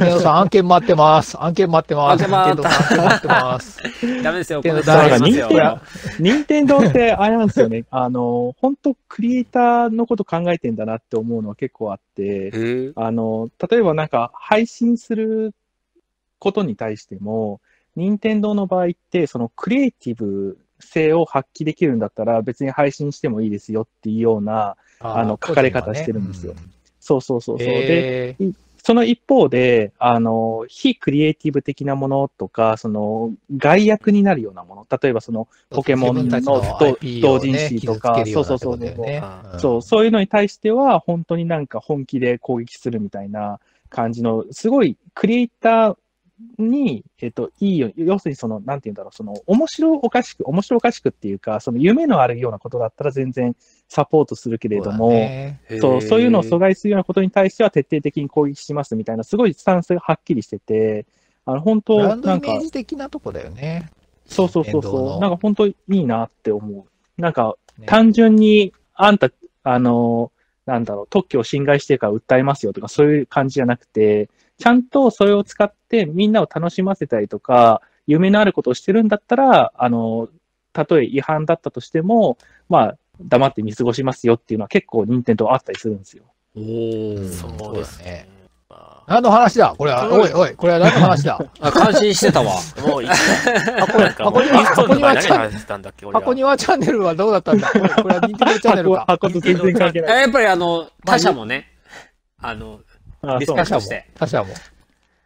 Speaker 2: 皆さん、案件待ってます。案件待ってます。
Speaker 3: 案件待
Speaker 2: 案件待って
Speaker 4: [laughs]
Speaker 2: ます。
Speaker 3: ダメですよ、こ
Speaker 2: けど
Speaker 3: れ伝わります
Speaker 4: だから
Speaker 3: よ。
Speaker 4: 任天堂ってあれなんですよね。あの、本当クリエイターのこと考えてんだなって思うのは結構あって、
Speaker 1: へえ。
Speaker 4: あの、例えばなんか配信することに対しても、任天堂の場合って、そのクリエイティブ性を発揮できるんだったら別に配信してもいいですよっていうような、
Speaker 2: あ
Speaker 4: の書かれ方してるんですよそうそうそうそう。で、
Speaker 2: え
Speaker 4: その一方で、あの、非クリエイティブ的なものとか、その、害役になるようなもの、例えばその、ポケモンの同同人誌とかそうそうそうそう、そういうのに対しては、本当になんか本気で攻撃するみたいな感じの、すごいクリエイターに、えっと、いいよ、要するにその、なんて言うんだろう、その、面白おかしく、面白おかしくっていうか、その夢のあるようなことだったら全然サポートするけれども、そう、そういうのを阻害するようなことに対しては徹底的に攻撃しますみたいな、すごいスタンスがはっきりしてて、あの、本
Speaker 2: ブラ
Speaker 4: 当、
Speaker 2: ンド
Speaker 4: な
Speaker 2: イ
Speaker 4: ん
Speaker 2: メ
Speaker 4: か
Speaker 2: ー、ジ的なとこだよね。
Speaker 4: そうそうそう
Speaker 2: 遠藤
Speaker 4: そ
Speaker 2: の
Speaker 4: う、なんか本当いいなって思う。なんか、
Speaker 2: ね
Speaker 4: 単純に、あんた、あの、なんだろう、特許を侵害してるから訴えますよとか、そういう感じじゃなくて、ちゃんとそれを使ってみんなを楽しませたりとか、夢のあることをしてるんだったら、あの、たとえ違反だったとしても、まあ、黙って見過ごしますよっていうのは結構任天堂あったりするんですよ。
Speaker 3: おー
Speaker 1: そうですね。ま
Speaker 2: 何の話だこれは、
Speaker 1: うん
Speaker 2: おいおい、これは何の話
Speaker 4: [laughs]
Speaker 2: だ
Speaker 3: あ、感心し
Speaker 1: [laughs]
Speaker 3: てたわ。
Speaker 1: あもう
Speaker 2: [laughs]
Speaker 1: いい。箱なんかもう、イ
Speaker 2: 箱には
Speaker 1: ンストールの前に何
Speaker 2: 箱には
Speaker 1: 話してたんだっけ、俺は。
Speaker 2: 箱庭チャンネルはどうだったん
Speaker 4: [laughs]
Speaker 2: だこれこれは任天堂チャンネル
Speaker 4: 箱
Speaker 2: か。
Speaker 4: 箱と全然関係
Speaker 3: え
Speaker 4: ない。
Speaker 3: やっぱりあの、他社もね、あの、
Speaker 4: [laughs] あ
Speaker 3: ディス
Speaker 4: そう
Speaker 3: カッシ
Speaker 2: 他社
Speaker 3: ョンし
Speaker 2: も
Speaker 3: て。。
Speaker 2: 他社も。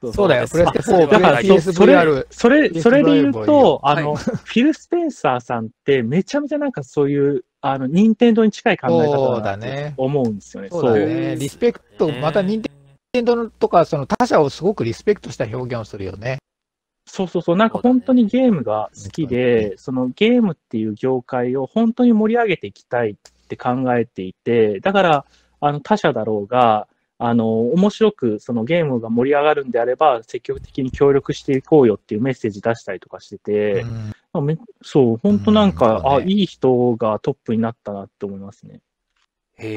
Speaker 4: そう
Speaker 2: そうだよ、プレステ4、プ
Speaker 4: だから
Speaker 2: レステ
Speaker 4: それ
Speaker 2: PSVR。
Speaker 4: それ、それで言う
Speaker 2: ディスクドライブはいい
Speaker 4: と、あの、 [laughs] フィル・スペンサーさんってめちゃめちゃなんかそういう、あの、任天堂に近い考え
Speaker 2: そ
Speaker 4: 方
Speaker 2: う
Speaker 4: だ
Speaker 2: だ
Speaker 4: なって
Speaker 2: ね
Speaker 4: 思うんですよね。
Speaker 2: そ
Speaker 4: そう
Speaker 2: だ
Speaker 4: う。
Speaker 2: ね。リスペクト、また任
Speaker 1: 天
Speaker 2: 天堂とか、その他社をすごくリスペクトした表現をするよね。
Speaker 4: そうそうそう。なんか本当にゲームが好きで、そのゲームっていう業界を本当に盛り上げていきたいって考えていて、だから、あの、他社だろうが、あの、面白く、そのゲームが盛り上がるんであれば、積極的に協力していこうよっていうメッセージ出したりとかしてて、
Speaker 2: うん
Speaker 4: あめそう、本当なんか、
Speaker 2: うんそうね
Speaker 4: あ、いい人がトップになったなって思いますね。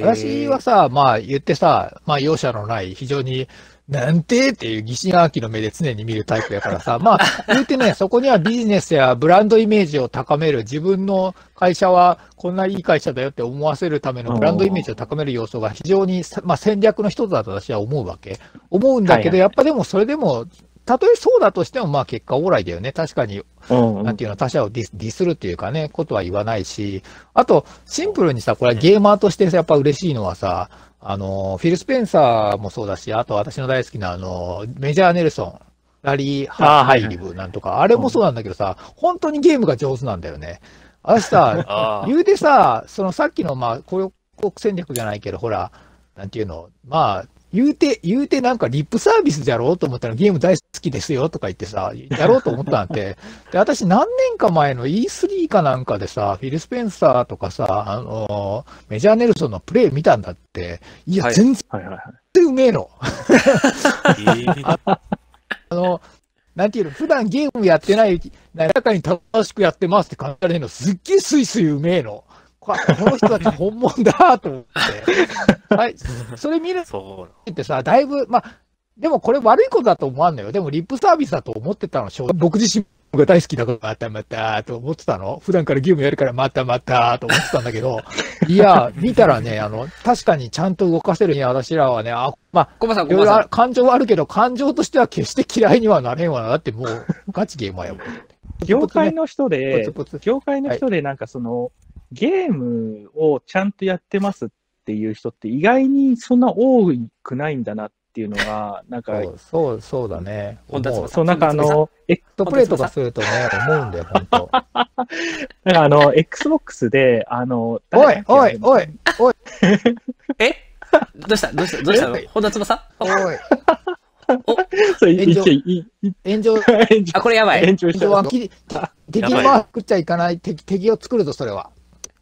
Speaker 2: 私はさ、まあ言ってさ、まあ容赦のない、非常に、なんてっていう疑心暗鬼の目で常に見るタイプやからさ、まあ言うて
Speaker 4: [laughs]
Speaker 2: ね、そこにはビジネスやブランドイメージを高める、自分の会社はこんないい会社だよって思わせるためのブランドイメージを高める要素が非常にさ、まあ、戦略の一つだと私は思うわけ。思うんだけど、
Speaker 4: はいはい
Speaker 2: やっぱでもそれでも、たとえそうだとしても、まあ結果オーライだよね。確かに
Speaker 4: うんうん
Speaker 2: なんていうの、他者をディスディスるっていうかね、ことは言わないし、あと、シンプルにさ、これはゲーマーとしてさやっぱ嬉しいのはさ、あの、フィル・スペンサーもそうだし、あと私の大好きなあの、メジャー・ネルソン、ラリー・ハ
Speaker 4: あー
Speaker 2: ーハ
Speaker 4: はい
Speaker 2: イリブなんとか、あれもそうなんだけどさ、本当にゲームが上手なんだよね。あれさ、
Speaker 1: あ
Speaker 2: 言うてさ、そのさっきの、まあ、広告戦略じゃないけど、ほら、なんていうの、まあ、言うて、言うてなんかリップサービスじゃろうと思ったらゲーム大好きですよとか言ってさ、やろうと思ったなん
Speaker 1: [laughs]
Speaker 2: て。で、私何年か前の E3 かなんかでさ、フィル・スペンサーとかさ、あのーメジャーネルソンのプレイ見たんだって、いや、
Speaker 1: はい
Speaker 2: 全然
Speaker 4: はいはいはい。
Speaker 2: うめえの。
Speaker 1: あ。ええ
Speaker 2: あの、なんていうの、普段ゲームやってない、中に楽しくやってますって感じられるの、すっげえスイスイうめえの。ここの人たち本物だと思って。はい。それ見る
Speaker 1: そう。
Speaker 2: ってさ、だいぶ、まあ、でもこれ悪いことだと思わんのよ。でもリップサービスだと思ってたの、正直僕自身が大好きだから、またまた、と思ってたの。普段からゲームやるから、またまた、と思ってたんだけど、いや、見たらね、あの、確かにちゃんと動かせるには私らはね、あ、まあ、
Speaker 3: コバさん、
Speaker 2: い
Speaker 3: コ
Speaker 2: ろ
Speaker 3: バ
Speaker 2: いろ
Speaker 3: さ
Speaker 2: あ
Speaker 3: ん
Speaker 2: る。感情はあるけど、感情としては決して嫌いにはなれんわな。だってもう、ガチゲーマー
Speaker 3: [laughs]
Speaker 2: やもん。
Speaker 4: 業界の人
Speaker 2: ポ
Speaker 4: で
Speaker 2: ツ、ポツ、
Speaker 4: 業界の人でなんかその、ゲームをちゃんとやってますっていう人って意外にそんな多くないんだなっていうのが、なんか
Speaker 2: そ、うそう、そうだね。
Speaker 3: 本田
Speaker 2: もう
Speaker 3: 翼
Speaker 2: セ
Speaker 4: そう、なんかあの、え
Speaker 2: ットプレイとかするとね、思うんだよ、本当。
Speaker 4: なんかあの、Xbox で、あの、
Speaker 2: おい、おい、おい、
Speaker 3: えどうしたどうしたどうしたの本田翼
Speaker 2: おい、
Speaker 4: [laughs] そう、いいいいい
Speaker 2: 炎上、
Speaker 4: 炎上
Speaker 3: あ、これやばい。
Speaker 4: 炎上し
Speaker 2: 炎上
Speaker 4: た
Speaker 2: は。
Speaker 3: [laughs]
Speaker 2: き敵をまくっちゃいかない、敵敵を作ると、それは。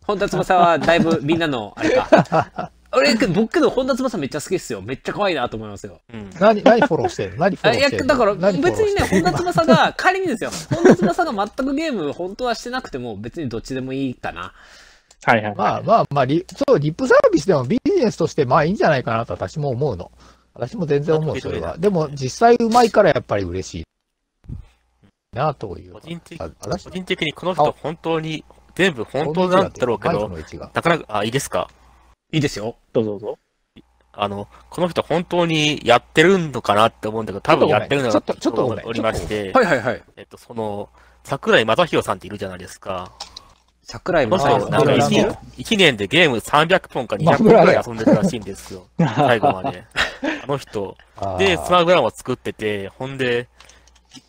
Speaker 3: 本田翼はだいぶみんなの、あれか。俺、僕けど本田翼めっちゃ好きっすよ。めっちゃ可愛いなと思いますよ。
Speaker 1: うん。
Speaker 2: 何、何フォローしてるの何フォ
Speaker 3: あ
Speaker 2: ロー
Speaker 3: い
Speaker 2: し
Speaker 3: や、
Speaker 2: てるの
Speaker 3: だから、
Speaker 2: 何フォロ
Speaker 3: 別
Speaker 2: ー
Speaker 3: に
Speaker 2: し
Speaker 3: ね、
Speaker 2: てる
Speaker 3: 本田翼が、仮にですよ、本田翼が全くゲーム、本当はしてなくても、別にどっちでもいいかな。
Speaker 4: はいはい。
Speaker 2: まあまあまあリ、そう、リップサービスでもビジネスとして、まあいいんじゃないかなと私も思うの。私も全然思う、それは。でも、実際うまいからやっぱり嬉しい。なという。
Speaker 1: 個人的
Speaker 2: あ私
Speaker 1: 個人的にこの人
Speaker 2: あ
Speaker 1: 本当に、全部本当なんだろうけ
Speaker 2: マイク
Speaker 1: ど、
Speaker 2: の位置が。
Speaker 1: なかなか、あ、いいですか
Speaker 3: いいですよ。
Speaker 4: どうぞどうぞ。
Speaker 1: あの、この人本当にやってるのかなって思うんだけど、多分やってるの
Speaker 2: ちょ
Speaker 1: だ
Speaker 2: っとちょっとごめん
Speaker 1: おりまして、
Speaker 3: はいはいはい。
Speaker 1: えっと、その、桜井正宏さんっているじゃないですか。
Speaker 3: 桜井
Speaker 1: この
Speaker 3: 正
Speaker 1: 人、
Speaker 3: 宏
Speaker 1: なんか
Speaker 2: あー
Speaker 1: 1
Speaker 2: そう
Speaker 1: 年
Speaker 2: だ
Speaker 1: ,1 年でゲーム300本か200
Speaker 2: まあ
Speaker 1: 本くらい遊んでるらしいんですよ。最後まで。あの人。で、スマブラも作ってて、ほんで、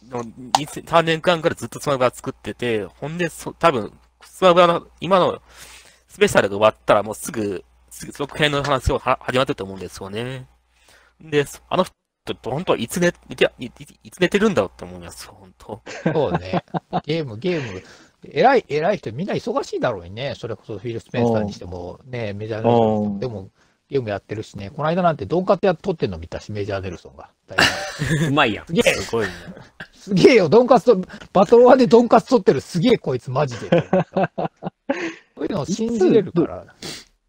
Speaker 1: のに3年間からずっとスマブラ作ってて、ほんで、そ多分スマブラの今のスペシャルが終わったら、もうすぐ、すぐ続編の話をは始まってると思うんですよね。で、そあの人、本当はいつ寝、いていいいつ寝てるんだろうって思います、本当。
Speaker 2: そうね。ゲーム、ゲーム。偉い、偉い人、みんな忙しいだろうにね。それこそフィル・スペンサーにしても、ね、メジャーな
Speaker 4: お
Speaker 2: でも、ゲームやってるしね、この間なんて、ドンカツや撮ってんの見たし、メジャーネルソンが。だいぶ
Speaker 3: うまいやん。
Speaker 2: すげえ、
Speaker 1: すごいね。
Speaker 2: すげえよ、ドンカツと、バトルワンでドンカツ撮ってる、すげえこいつ、マジで。そういうのを信じれるから、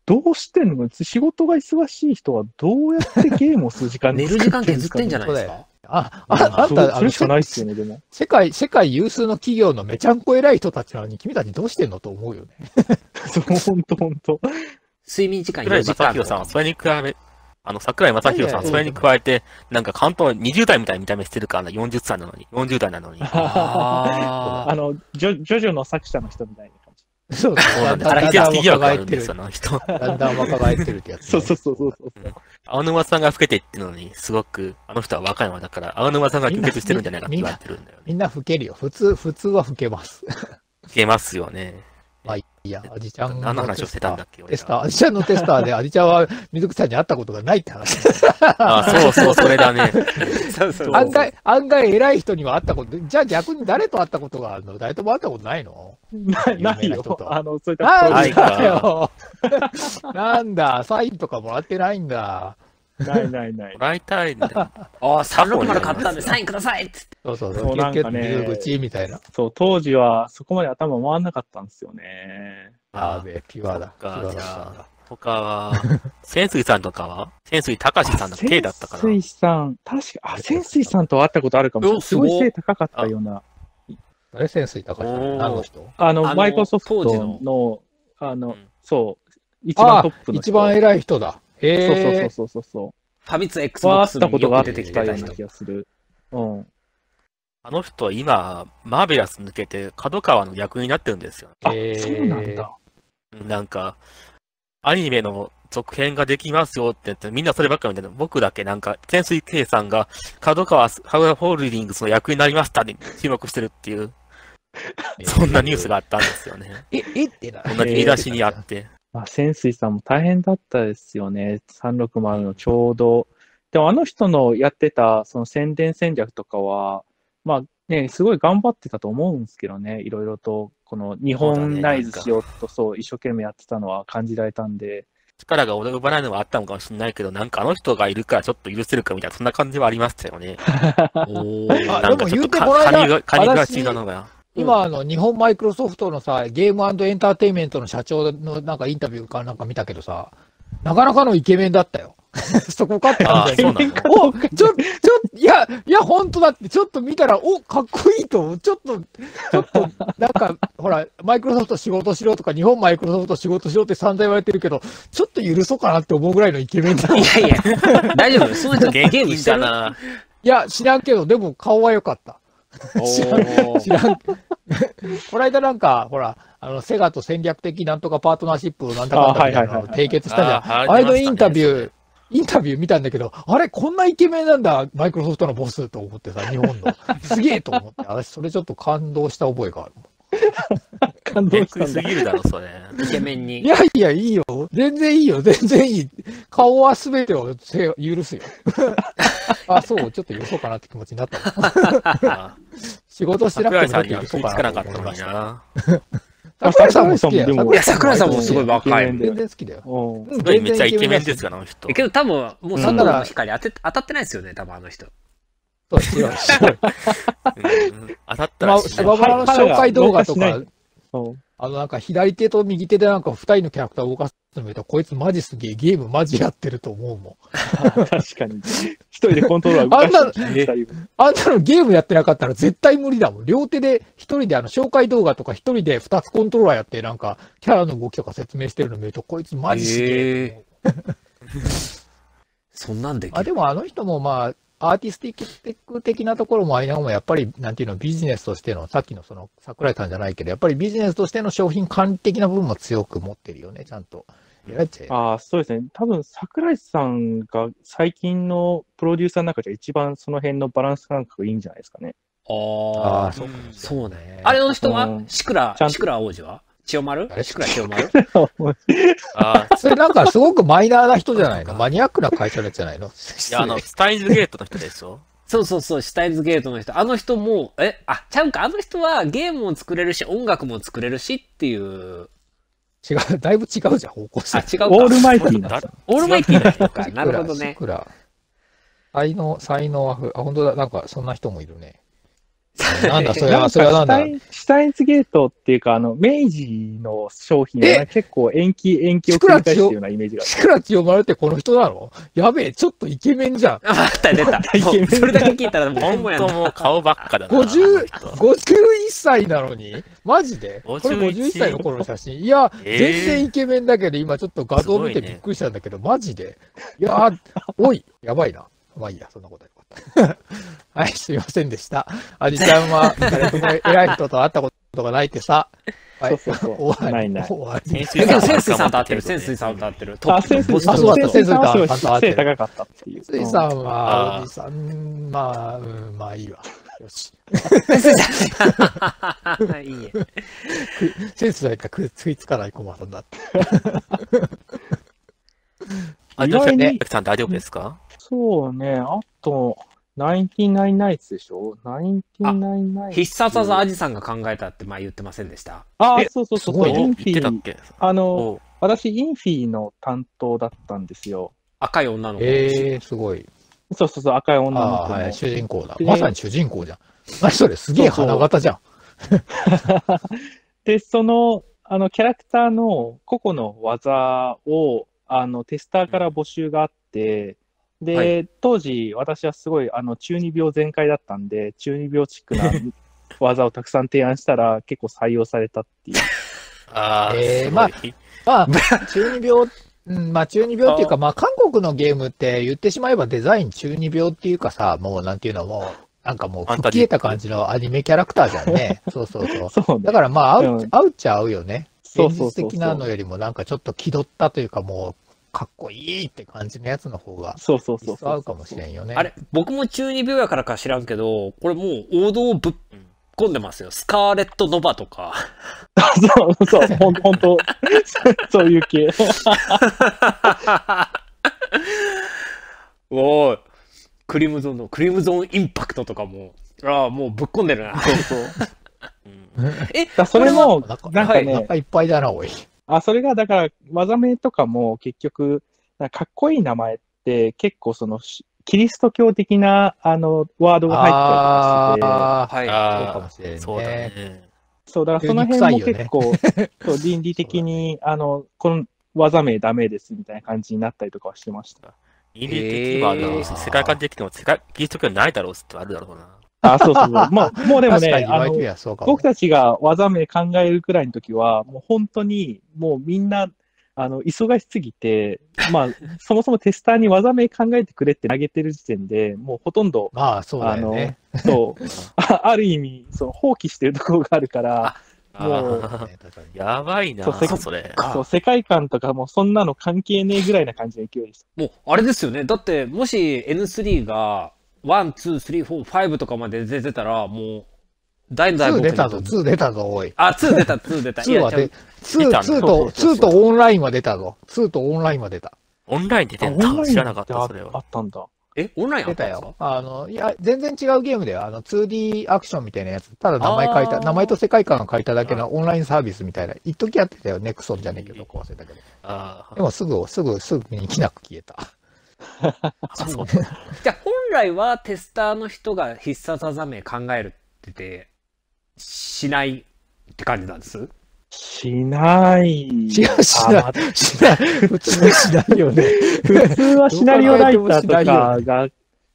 Speaker 4: どうしてんの仕事が忙しい人はどうやってゲームをする時間
Speaker 3: [laughs] 寝
Speaker 4: に
Speaker 3: る時間削ってんじゃないです
Speaker 2: そ
Speaker 3: か
Speaker 2: あ、
Speaker 4: 作ってる
Speaker 2: あ、あん
Speaker 4: そう
Speaker 2: た、あ
Speaker 4: そ
Speaker 2: の、
Speaker 4: れしかないっす
Speaker 2: せ
Speaker 4: よね、でも。 [laughs]
Speaker 2: 世界、世界有数の企業のめちゃんこ偉い人たちなのに、君たちどうしてんのと思うよね。 [laughs]
Speaker 4: そう、ほんとほんと。
Speaker 3: 睡眠時間
Speaker 1: 桜
Speaker 3: 4
Speaker 1: 井
Speaker 3: 時
Speaker 1: 正
Speaker 3: 間
Speaker 1: 宏さんはそれに比べ、あの、桜井正宏さん
Speaker 2: いやい
Speaker 1: はそ
Speaker 2: や
Speaker 1: れに加えて、なんか関東20代みたいな見た目してるから、ね、40歳なのに、40代な
Speaker 2: [laughs]
Speaker 1: のに。
Speaker 3: あ
Speaker 4: [laughs] あの、ジョジョジョの作者の人みたいな感じ。
Speaker 2: そう
Speaker 1: そうなん
Speaker 2: だん
Speaker 1: で
Speaker 2: だ
Speaker 1: す。
Speaker 2: んだ
Speaker 1: 適切
Speaker 2: ん
Speaker 1: 疑惑があ
Speaker 2: 若
Speaker 1: る
Speaker 2: 返
Speaker 1: んで
Speaker 2: って
Speaker 1: す、
Speaker 2: る
Speaker 1: あ。の人。
Speaker 2: だんだん若返ってるってやつ、ね。
Speaker 4: そうそうそうそうそう。
Speaker 1: 青沼さんが老けてってのに、すごく、あの人は若いままだから、青沼さんが拒絶してるんじゃないかって言われてるんだよね。
Speaker 2: みんな老けるよ。普通、普通は老けます。 [laughs]
Speaker 1: いけますよね。
Speaker 2: いや、アジちゃん
Speaker 1: 何の話をしてたんだっけ、
Speaker 2: テ
Speaker 1: 俺
Speaker 2: ス
Speaker 1: ら。
Speaker 2: ター、アジちゃんのテスターで、アジちゃんは水口さんに会ったことがないって話。
Speaker 1: あ、そうそう、それだね。
Speaker 3: [laughs] そう
Speaker 1: そ
Speaker 3: そう
Speaker 1: う
Speaker 2: 案外、案外偉い人には会ったこと、じゃあ逆に誰と会ったことがあるの誰とも会ったことないの
Speaker 4: なない
Speaker 2: 有名な人
Speaker 4: よ。
Speaker 2: と
Speaker 4: あの、そういった
Speaker 2: な
Speaker 1: なんいか
Speaker 2: だよ。なんだ、サインとかもらってないんだ。
Speaker 4: ないないない
Speaker 1: も。らいたいんだ。
Speaker 3: ああ、360買ったんでサインくださいっつって。
Speaker 2: そうそう
Speaker 4: そ
Speaker 2: そうう、
Speaker 4: なん
Speaker 2: 結
Speaker 4: か
Speaker 2: 局、
Speaker 4: ね
Speaker 2: 水口みたいな。
Speaker 4: そう、当時はそこまで頭回んなかったんですよね。
Speaker 2: あーべえ、ピュアだ。ピ
Speaker 1: そっか
Speaker 2: ュア
Speaker 1: じゃ
Speaker 2: だ
Speaker 1: あ。他は、潜水さんとかは潜水高橋さんの K だったかな
Speaker 4: 潜水さん、確か、あ、潜水さんとは会ったことあるかもしれな
Speaker 3: お
Speaker 4: い。
Speaker 3: す
Speaker 4: す
Speaker 3: ご
Speaker 4: ご
Speaker 3: い
Speaker 4: い背高かったような。
Speaker 2: あれ、潜水高橋さ
Speaker 1: おー
Speaker 2: ん。何の人
Speaker 4: あの、
Speaker 3: あの
Speaker 4: マイクロソフト
Speaker 3: 当時の
Speaker 4: の、あ
Speaker 1: う
Speaker 4: の
Speaker 1: ん、
Speaker 4: そう、一番トップの
Speaker 2: 一
Speaker 4: 人。
Speaker 2: 番偉い人だ。
Speaker 4: そう
Speaker 2: へえ。
Speaker 4: そうそうそうそ
Speaker 3: ファミツ
Speaker 4: う。は会
Speaker 3: XBOX
Speaker 4: ったこ
Speaker 3: に
Speaker 4: と
Speaker 3: よ
Speaker 4: があ
Speaker 3: く
Speaker 4: っ
Speaker 3: 出
Speaker 4: て
Speaker 3: てき
Speaker 4: き
Speaker 3: て
Speaker 4: た
Speaker 3: た
Speaker 4: ような
Speaker 3: 人
Speaker 4: 気。がする。うん。
Speaker 1: あの人は今、マーベラス抜けて、角川の役になってるんですよ。
Speaker 4: あ、
Speaker 2: へー
Speaker 4: そうなんだ。
Speaker 1: なんか、アニメの続編ができますよって言って、みんなそればっかりみたいな。僕だけなんか、潜水圭さんが、角川す角川ホールディングスの役になりましたに注目してるっていう、そんなニュースがあったんですよ
Speaker 2: [laughs]
Speaker 1: ね。
Speaker 2: え、えってな。
Speaker 1: 同じ見出しにあって。
Speaker 4: まあ、潜水さんも大変だったですよね。360のちょうど。でもあの人のやってたその宣伝戦略とかは、まあね、すごい頑張ってたと思うんですけどね、いろいろと、この日本ナイズしようと、そう、一生懸命やってたのは感じられたんで、
Speaker 1: 力が及ばないのはあったのかもしれないけど、なんかあの人がいるからちょっと許せるかみたいな、そんな感じはありましたよ
Speaker 2: [laughs]
Speaker 1: ね。
Speaker 3: お
Speaker 2: あ
Speaker 1: なんかちょっとか、
Speaker 2: でも言うてこの間
Speaker 1: カニが、カニがちなのが。
Speaker 2: 今、あの、日本マイクロソフトのさ、ゲームエンターテインメントの社長のなんかインタビューかなんか見たけどさ、なかなかのイケメンだったよ。 [laughs] そこかって
Speaker 1: ああ、
Speaker 2: 話だ
Speaker 1: そう
Speaker 2: よ
Speaker 1: なの
Speaker 2: お、ちょ、ちょ、いや、いや、本当だって、ちょっと見たら、お、かっこいいと思う、ちょっと、ちょっと、なんか、ほら、マイクロソフト仕事しろとか、日本マイクロソフト仕事しろって散々言われてるけど、ちょっと許そうかなって思うぐらいのイケメンだ。
Speaker 3: いやいや、大丈夫。その人ゲ
Speaker 1: 現
Speaker 3: ーム
Speaker 1: 金
Speaker 3: して
Speaker 1: だ
Speaker 3: る
Speaker 1: な。
Speaker 2: いや、知らんけど、でも顔は良かった。
Speaker 3: お
Speaker 2: 知らん。この間なんか、ほら、あの、セガと戦略的なんとかパートナーシップをなんだかんだみたいなのを締結したじゃん。
Speaker 1: あ
Speaker 2: あれのインタビ
Speaker 1: ー
Speaker 2: ュー、インタビュー見たんだけど、あれ、こんなイケメンなんだ、マイクロソフトのボスと思ってさ、日本の。すげえと思って、私、それちょっと感動した覚えがある。
Speaker 4: 感
Speaker 1: び
Speaker 4: 動
Speaker 1: っ
Speaker 4: し
Speaker 1: く
Speaker 4: た
Speaker 1: り
Speaker 4: ん
Speaker 1: す
Speaker 4: だ。
Speaker 1: ぎるだろ、それ。
Speaker 3: イケメンに
Speaker 2: い。やいや、いいよ。全然いいよ。全然いい。顔は全てをせ許すよ。 [laughs] あ、そう、ちょっと許そうかなって気持ちになった。
Speaker 1: あ
Speaker 2: 仕事してなく
Speaker 1: 桜
Speaker 2: て
Speaker 1: 井さ
Speaker 2: も
Speaker 1: ん
Speaker 2: ち
Speaker 1: に
Speaker 2: ょ
Speaker 1: は食い
Speaker 2: っと許そう
Speaker 1: つか
Speaker 2: かな
Speaker 1: なか
Speaker 2: と
Speaker 1: ったの
Speaker 2: 思いま
Speaker 1: か
Speaker 2: した。
Speaker 1: な。
Speaker 2: 桜井さんも好きだ
Speaker 4: で
Speaker 2: よ。
Speaker 4: も
Speaker 3: いや、桜井さんもすごい若
Speaker 4: イケメ
Speaker 3: い。
Speaker 4: ン
Speaker 2: 全
Speaker 4: で
Speaker 2: 然好きだよ。
Speaker 4: うん
Speaker 2: うん
Speaker 1: すごいめっちゃイケメンですか
Speaker 2: よ。
Speaker 1: ら、あの人。
Speaker 3: けど多分、もう佐藤の光当て当たってないですよね、多分あの人。
Speaker 2: [laughs] そう白い白い
Speaker 1: うん当たった
Speaker 2: ま
Speaker 1: ら
Speaker 2: あ
Speaker 1: し
Speaker 2: スマブラの紹介動画と
Speaker 4: はい
Speaker 2: か、
Speaker 4: そう
Speaker 2: あの、なんか左手と右手でなんか二人のキャラクターを動かす詰めたこいつマジすげえ、ゲームマジやってると思うもん。
Speaker 4: 確かに。一人でコントローラー動かしてる二人分
Speaker 2: あんたのゲームやってなかったら絶対無理だもん。両手で一人であの紹介動画とか一人で二つコントローラーやってなんかキャラの動きとか説明してるの見るとこいつマジすげえって思う。
Speaker 3: [laughs] そんなんでき
Speaker 2: あで
Speaker 3: る。
Speaker 2: もあの人もまあ、アーティスティック的なところもありながらも、やっぱり、なんていうの、ビジネスとしての、さっきのその、桜井さんじゃないけど、やっぱりビジネスとしての商品管理的な部分も強く持ってるよね、ちゃんと。偉いっちゃ偉い
Speaker 4: ああ、そうですね。多分、桜井さんが最近のプロデューサーの中じゃ一番その辺のバランス感覚いいんじゃないですかね。
Speaker 3: あ
Speaker 2: あー
Speaker 3: あ、
Speaker 2: そうか
Speaker 3: そうね。あれの人
Speaker 4: う
Speaker 3: は
Speaker 4: ん
Speaker 3: シクラ
Speaker 4: ちゃ、んと
Speaker 3: シクラ王子は千代丸
Speaker 2: 誰
Speaker 3: シクラ千代丸
Speaker 1: あー
Speaker 2: それなんかすごくマイナーな人じゃないのマニアックな会社のやつじゃないの
Speaker 1: いや、あ
Speaker 2: [laughs]
Speaker 1: の、スタインズゲートの人でし [laughs] ょ
Speaker 3: そうそうそう、シュタイルズゲートの人。あの人も、え、あ、ちゃうか、あの人はゲームも作れるし、音楽も作れるしっていう、
Speaker 2: 違う、だいぶ違うじゃん、方向
Speaker 3: あ、
Speaker 2: 性。
Speaker 3: 違う
Speaker 4: オ
Speaker 3: か。
Speaker 4: ールマイティーな。
Speaker 3: オールマイティーな人か。なるほど
Speaker 2: い
Speaker 3: ね。
Speaker 2: くら。才能、才能はふ、あ、本当だ、なんか、そんな人もいるね。なんだ、それ
Speaker 4: なんか
Speaker 2: は、それはなん
Speaker 3: [laughs]
Speaker 2: だ。
Speaker 4: シュタインシュタインズゲートっていうか、あの、明治の商品は
Speaker 2: え
Speaker 4: ね結構延期、延期を繰り返してるようなイメージが。
Speaker 2: シクラチ呼ばれてこの人なのやべえ、ちょっとイケメンじゃん。
Speaker 3: あ、出た、出た。もうそれだけ聞いたら、もうほん
Speaker 1: 本
Speaker 3: まや
Speaker 1: 当
Speaker 3: な。
Speaker 1: もう顔ばっか
Speaker 2: [laughs]
Speaker 1: だな。
Speaker 2: 50
Speaker 1: あの人
Speaker 2: 51歳なのにマジでこれ
Speaker 1: 51
Speaker 2: 51歳の頃の写真。いや、
Speaker 1: えー
Speaker 2: 全然イケメンだけど、今ちょっと画像見
Speaker 1: すご
Speaker 2: て
Speaker 1: い
Speaker 2: び
Speaker 1: ね
Speaker 2: っくりしたんだけど、マジで。いやー、おい、やばいな。まあいいや、そんなことはよかった。 [laughs] はい、すいませんでした。あじちゃんは、誰とも偉い人と会ったことがないってさ。はい、
Speaker 4: そうそうそう
Speaker 2: 終わり。
Speaker 4: ないない
Speaker 2: 終わり。
Speaker 1: 先
Speaker 3: え
Speaker 1: 週
Speaker 3: でも、潜水さんと合ってる、潜水さんと合ってる。トッ
Speaker 4: あ、
Speaker 3: プの
Speaker 4: 先生、
Speaker 3: ボスト
Speaker 2: あそうだった
Speaker 4: 先生さんはすごい
Speaker 2: 先生さん
Speaker 4: 背高かったっていう。
Speaker 2: ついさ
Speaker 4: うん
Speaker 2: は、
Speaker 1: あー
Speaker 2: おじさん、まあ、うん、まあいいわ。よし。
Speaker 3: [laughs] いいえ。
Speaker 2: センスないかくついつかないコマさんだって。
Speaker 1: あ、
Speaker 4: 意
Speaker 1: じゃあ、
Speaker 4: 外に
Speaker 1: ね、さん大丈夫ですか
Speaker 4: そうね、あと、ナインティナインナイツでしょナインティナインナイツ。
Speaker 3: 必殺技アジさんが考えたって前言ってませんでした。
Speaker 4: あ
Speaker 1: え、
Speaker 4: そうそうそう
Speaker 2: す
Speaker 4: そ
Speaker 2: ご
Speaker 4: う、
Speaker 2: いね
Speaker 4: イ
Speaker 1: お
Speaker 4: ン
Speaker 1: 言
Speaker 4: フ
Speaker 1: ってたっ
Speaker 4: ィ。
Speaker 1: け
Speaker 4: あの、
Speaker 1: お
Speaker 4: 私、インフィの担当だったんですよ。
Speaker 3: 赤い女の子。
Speaker 2: ええすごい。
Speaker 4: そうそうそう、赤い女の
Speaker 2: ああ
Speaker 4: 子
Speaker 2: ー、
Speaker 4: の。
Speaker 2: はい、主人公だ。
Speaker 4: で
Speaker 2: まさに主人公じゃん。 [laughs] 何それ、すげえ
Speaker 4: そうそう
Speaker 2: 花形じゃん。
Speaker 4: で、その、あの、キャラクターの個々の技を、あの、テスターから募集があって、で、
Speaker 1: は
Speaker 4: 当時、私はすごい、あの、中二病全開だったんで、中二病チック
Speaker 2: [laughs]
Speaker 4: な技をたくさん提案したら、結構採用されたっていう。
Speaker 1: あー
Speaker 2: えー
Speaker 1: すごい
Speaker 2: まあまあ、 [laughs] 中二病、うん、まあ中二病っていうか、まあ韓国のゲームって言ってしまえばデザイン中二病っていうかさ、もうなんていうのもう、なんかもう
Speaker 1: ファン
Speaker 2: 吹っ
Speaker 1: タジ
Speaker 2: 切
Speaker 1: ー
Speaker 2: れた感じのアニメキャラクターじゃん
Speaker 4: [laughs]
Speaker 2: ね。そうそうそう。
Speaker 4: そうね
Speaker 2: だ。からまあ合う、
Speaker 4: うん
Speaker 2: 合うっちゃ合うよね。
Speaker 4: そ
Speaker 2: 現
Speaker 4: うそう
Speaker 2: 実
Speaker 4: そう
Speaker 2: 的
Speaker 4: そう。
Speaker 2: なのよりもなんかちょっと気取ったというかもう、かっこいいって感じのやつの方が、
Speaker 4: そうそうそ
Speaker 2: 実
Speaker 4: う
Speaker 2: 質合うか
Speaker 4: そう
Speaker 2: もしれんよね。
Speaker 3: あれ、僕も中二病やからか知らんけど、これもう王道をぶっ込んでますよ。スカーレット・ノバとか。
Speaker 4: そう [laughs] そう、ほんほんと、そういう
Speaker 2: [laughs]
Speaker 4: 系。
Speaker 3: おーい。クリムゾンの、クリムゾンインパクトとかも、ああ、もうぶっ込んでるな。
Speaker 4: そうそう。だか
Speaker 1: うん
Speaker 3: え、
Speaker 4: らそれも、
Speaker 2: なんか、
Speaker 4: なんかね、
Speaker 2: お腹いっぱいだな、おい。
Speaker 4: あ、それが、だから、技名とかも結局、なんかかっこいい名前って結構その、しキリスト教的な、あの、ワードが入ったりとか
Speaker 2: あー
Speaker 3: は
Speaker 2: そ
Speaker 3: い。
Speaker 2: うか
Speaker 1: あ
Speaker 2: もしれんね
Speaker 1: ー、そうだね。
Speaker 4: して、そう、だからその辺も結構、そう倫理的に、あの、この技名ダメですみたいな感じになったりとかはしてました。
Speaker 1: インディー的にもあるだろうし、
Speaker 2: えー
Speaker 1: 世界観的にも世界、キリスト教ないだろうしってあるだろうな。
Speaker 4: あ、そうそうそう。まあ、もうでも
Speaker 2: 確か
Speaker 4: ね
Speaker 2: に、言
Speaker 4: あ
Speaker 2: われて
Speaker 4: の
Speaker 2: み、りゃそうかも
Speaker 4: 僕たちが技名考えるくらいの時は、もう本当に、もうみんな、あの、忙しすぎて、
Speaker 2: [laughs]
Speaker 4: まあ、そもそもテスターに技名考えてくれって投げてる時点で、もうほとんど、
Speaker 2: まあ、そうだよね。
Speaker 4: そう、あある意味、その放棄してるところがあるから、も
Speaker 1: あー
Speaker 2: ね確かに
Speaker 1: やばいな
Speaker 4: そうせっ、
Speaker 1: それ。
Speaker 3: か
Speaker 4: そう世界観とかもそんなの関係ねえぐらいな感じの勢いでし
Speaker 3: もう、あれですよね。だって、もし N3 が、1、2、3、4、5とかまで出てたら、もう、大の大
Speaker 2: 2
Speaker 3: 冒
Speaker 2: 出
Speaker 3: 険
Speaker 2: た
Speaker 3: だ
Speaker 2: ぞ、
Speaker 3: と。
Speaker 2: 2出たぞ、おい。
Speaker 3: あ、2出た、2出た。い
Speaker 2: 2
Speaker 3: や、
Speaker 2: は
Speaker 3: ちゃう
Speaker 2: で、2、
Speaker 1: 出たんだ
Speaker 2: 2と、
Speaker 4: そうそう
Speaker 2: 2
Speaker 4: そう
Speaker 2: とオンラインは出たぞ。2とオンラインは出た。
Speaker 1: オンラインで
Speaker 4: た。
Speaker 1: 出
Speaker 4: あ
Speaker 1: た
Speaker 4: オンライン
Speaker 1: 知らなかっ
Speaker 4: ってあ
Speaker 1: た、それ
Speaker 4: あ
Speaker 1: は。
Speaker 4: ったんだ。
Speaker 3: え、オンラインあ
Speaker 2: 出
Speaker 3: ったたんですか
Speaker 2: よ。あの、いや、全然違うゲームだよ。あの、2D アクションみたいなやつ。ただ名前書い
Speaker 3: あ
Speaker 2: た、
Speaker 3: ー
Speaker 2: 名前と世界観を書いただけのオンラインサービスみたいな。一時やってたよ、ネクソンじゃねえけど、壊せたけど。
Speaker 1: あ
Speaker 2: でもすぐ、すぐ、すぐにきなく消え [laughs] た。
Speaker 1: あ、そうなんだ。
Speaker 3: じゃあ、本来はテスターの人が必殺技名考えるってて、しないって感じなんです
Speaker 4: しない。
Speaker 2: しないしない
Speaker 4: あまあ
Speaker 2: しない。普通しないよね。
Speaker 4: 普通はシナリオライター
Speaker 2: ど
Speaker 4: と
Speaker 2: う考えてもシナ
Speaker 4: かが、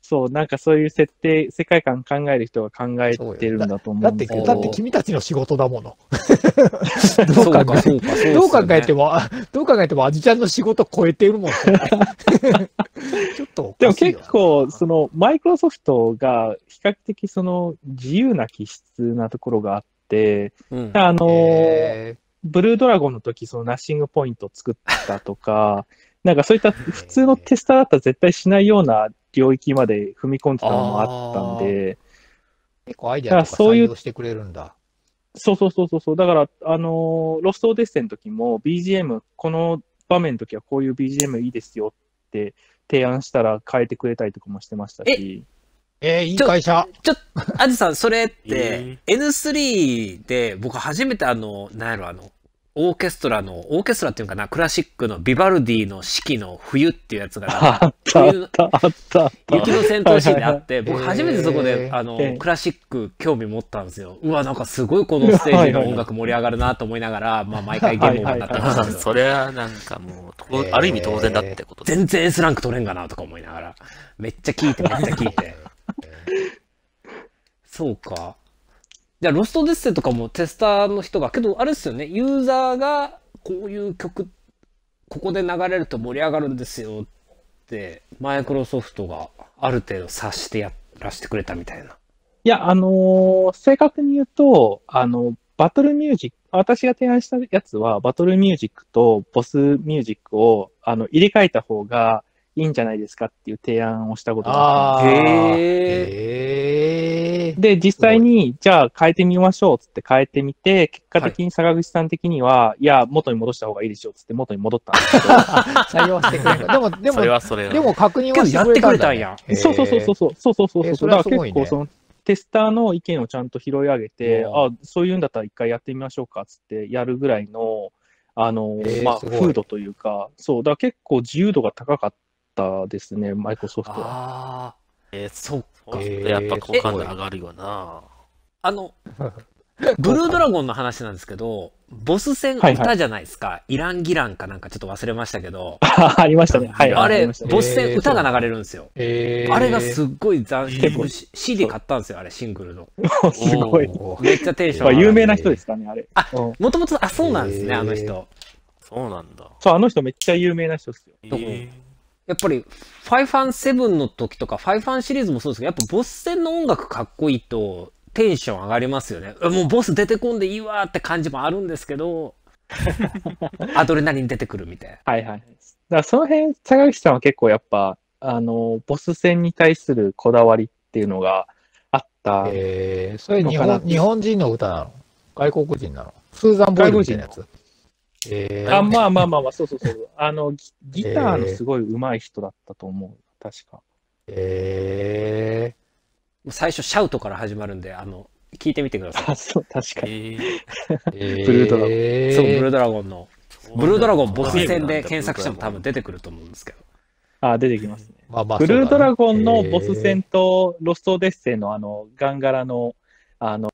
Speaker 4: そう、なんかそういう設定、世界観考える人が考えてるんだと思
Speaker 2: [laughs] だ
Speaker 4: う
Speaker 2: っ
Speaker 4: ん
Speaker 2: て、
Speaker 4: ですけ
Speaker 2: だっ
Speaker 4: ど
Speaker 2: て。君たちの仕事だもの。 [laughs] どう
Speaker 3: そう
Speaker 2: 考
Speaker 3: か、
Speaker 2: え
Speaker 3: そうか、そう
Speaker 2: どう考えて
Speaker 3: も。
Speaker 2: も、 [laughs] あどう考えても、アジちゃんの仕事超えてるもんね。ちょっとお
Speaker 4: でも
Speaker 2: かしいよな
Speaker 4: 結構、その、マイクロソフトが比較的その、自由な気質なところがあって、
Speaker 3: うん
Speaker 4: あの
Speaker 2: え
Speaker 4: ブルードラゴンの時、そのナッシングポイントを作ったとか、なんかそういった普通のテスターだったら絶対しないような領域まで踏み込んでたのもあったんで、
Speaker 2: ー結構アイデアとか採用してくれるんだ。
Speaker 4: そうそうそうそうそう。だから、あのーロストオデッセンの時も BGM、この場面の時はこういう BGM いいですよって提案したら変えてくれたりとかもしてましたし。
Speaker 2: えー、いい会社。
Speaker 3: ちょ、アジさん、それっ
Speaker 1: え
Speaker 3: て、N3 で、僕初めてあの、なんやろ、あの、オーケストラの、オーケストラっていうかな、クラシックのビバルディの四季の冬っていう
Speaker 2: [laughs]
Speaker 3: やつが、
Speaker 4: あった、あった、あった、あった。
Speaker 3: 雪の戦闘シーンであって、僕
Speaker 2: へー
Speaker 3: 初めてそこで、あ
Speaker 4: え
Speaker 3: の、
Speaker 4: え
Speaker 3: クラシック興味持ったんですよ。うわ、なんかすごいこのステージの音楽盛り上がるなと思いながら、まあ毎回ゲームオーバーになってましたけど、
Speaker 1: それはなんかもうとこ
Speaker 2: え、ー
Speaker 1: ある意味当然だってことです。
Speaker 3: 全然 S ランク取れんがなとか思いながら、めっちゃ聞い [laughs] て、めっちゃ聞いて。そうか。じゃあ、ロストデッセとかもテスターの人が、けど、あれですよね、ユーザーが、こういう曲、ここで流れると盛り上がるんですよって、マイクロソフトがある程度察してやらせてくれたみたいな。
Speaker 4: いや、あのー正確に言うと、あの、バトルミュージック、私が提案したやつは、バトルミュージックとボスミュージックを、あの、入れ替えた方がいいんじゃないですかっていう提案をしたことがあっ
Speaker 2: あ
Speaker 4: た
Speaker 2: ー
Speaker 4: んです
Speaker 2: えー、
Speaker 4: で、実際に、じゃあ変えてみましょうっつって変えてみて、結果的に坂口さん的には、い、や、元に戻した方がいいでしょうっつって元に戻ったんで
Speaker 2: [laughs]
Speaker 4: すけど、
Speaker 2: 採用してくれるんだ。でも、で
Speaker 1: それ
Speaker 2: も、
Speaker 1: はそれは。
Speaker 2: でも確認
Speaker 3: け
Speaker 2: は
Speaker 3: ど、
Speaker 2: し
Speaker 3: や
Speaker 2: て
Speaker 3: っ
Speaker 2: くれ
Speaker 3: てく
Speaker 2: た
Speaker 3: れ
Speaker 2: ん
Speaker 3: た
Speaker 2: だ
Speaker 3: ん
Speaker 2: ね。
Speaker 3: や。
Speaker 4: そうそうそうそうそう、そうそうそうそう、
Speaker 2: えーそれ
Speaker 4: だ
Speaker 2: は
Speaker 4: か
Speaker 2: す
Speaker 4: ら
Speaker 2: ごい
Speaker 4: 結
Speaker 2: ね
Speaker 4: 構その、テスターの意見をちゃんと拾い上げて、
Speaker 3: うわ
Speaker 4: あ、そういうんだったら一回やってみましょうかっつってやるぐらいの、あの、
Speaker 2: えー
Speaker 4: まあ、
Speaker 2: す
Speaker 4: フ
Speaker 2: ごい
Speaker 4: ードというか、そう、だから結構自由度が高かったですね、マイクロソフトは。
Speaker 3: ああ。
Speaker 1: えー、
Speaker 3: そっか
Speaker 1: そうする
Speaker 2: え
Speaker 1: と
Speaker 2: ー
Speaker 1: やっぱ好感度上がるよな。
Speaker 3: あ [laughs] の、ブルードラゴンの話なんですけど、ボス戦
Speaker 4: はいはい
Speaker 3: 歌じゃないですか。イランギランかなんかちょっと忘れましたけど、
Speaker 4: [laughs] ありましたね。はい、
Speaker 3: あ
Speaker 4: り
Speaker 3: れ
Speaker 4: ました、ね [laughs]
Speaker 3: ボス戦歌が流れるんですよ。
Speaker 2: えー、
Speaker 3: あれがすっごい斬
Speaker 4: え
Speaker 3: 新。
Speaker 4: ー
Speaker 3: 僕 C- CD 買ったんですよ、あれ、シングルの。
Speaker 1: お
Speaker 4: すごい。
Speaker 2: おー
Speaker 3: めっちゃテンション
Speaker 4: まあ、
Speaker 3: 上が
Speaker 4: 有
Speaker 3: る。
Speaker 4: 名な人ですかね、あれ。
Speaker 3: あ
Speaker 4: うん
Speaker 3: もともと、あ、そうなんですね、
Speaker 2: えー
Speaker 3: あの人。
Speaker 1: そうなんだ。
Speaker 4: そう、あの人めっちゃ有名な人ですよ。
Speaker 1: え
Speaker 3: どこ
Speaker 1: ー
Speaker 3: やっぱり、ファイファンセブンの時とか、ファイファンシリーズもそうですけど、やっぱボス戦の音楽かっこいいと、テンション上がりますよね。あもうボス出てこんでいいわーって感じもあるんです
Speaker 4: [laughs]
Speaker 3: けど、アドレナリン出てくるみたいな。
Speaker 4: はいはい。だからその辺、坂口さんは結構やっぱ、あの、ボス戦に対するこだわりっていうのがあった。
Speaker 2: えー、それ日
Speaker 4: のか
Speaker 2: 本
Speaker 4: な
Speaker 2: 日本人の歌なの外国人なのスーザン・ボイルみたいなやつ。えー、
Speaker 4: あまあまあまあまあ、そうそうそう。あの、ギギターのすごい上手い人だったと思う。確か。 [laughs]
Speaker 2: え
Speaker 3: 最初、シャウトから始まるんで、あの、聞いてみてください。
Speaker 4: あ、そう、確か
Speaker 1: えー
Speaker 4: に。
Speaker 2: ー、えー、
Speaker 4: ブルードラゴン
Speaker 3: そう、ブルードラゴンの。ブルードラゴンボス
Speaker 1: そうな
Speaker 3: 戦
Speaker 1: んだ
Speaker 3: で検索しても多分出てくると思うんですけど。
Speaker 4: あ、出てきますね。
Speaker 2: まあまあ
Speaker 4: ブルードラゴンのボ
Speaker 2: そうだ
Speaker 4: ス
Speaker 2: ね
Speaker 4: 戦とロストオデッセイのあの、ガンガラの、あの、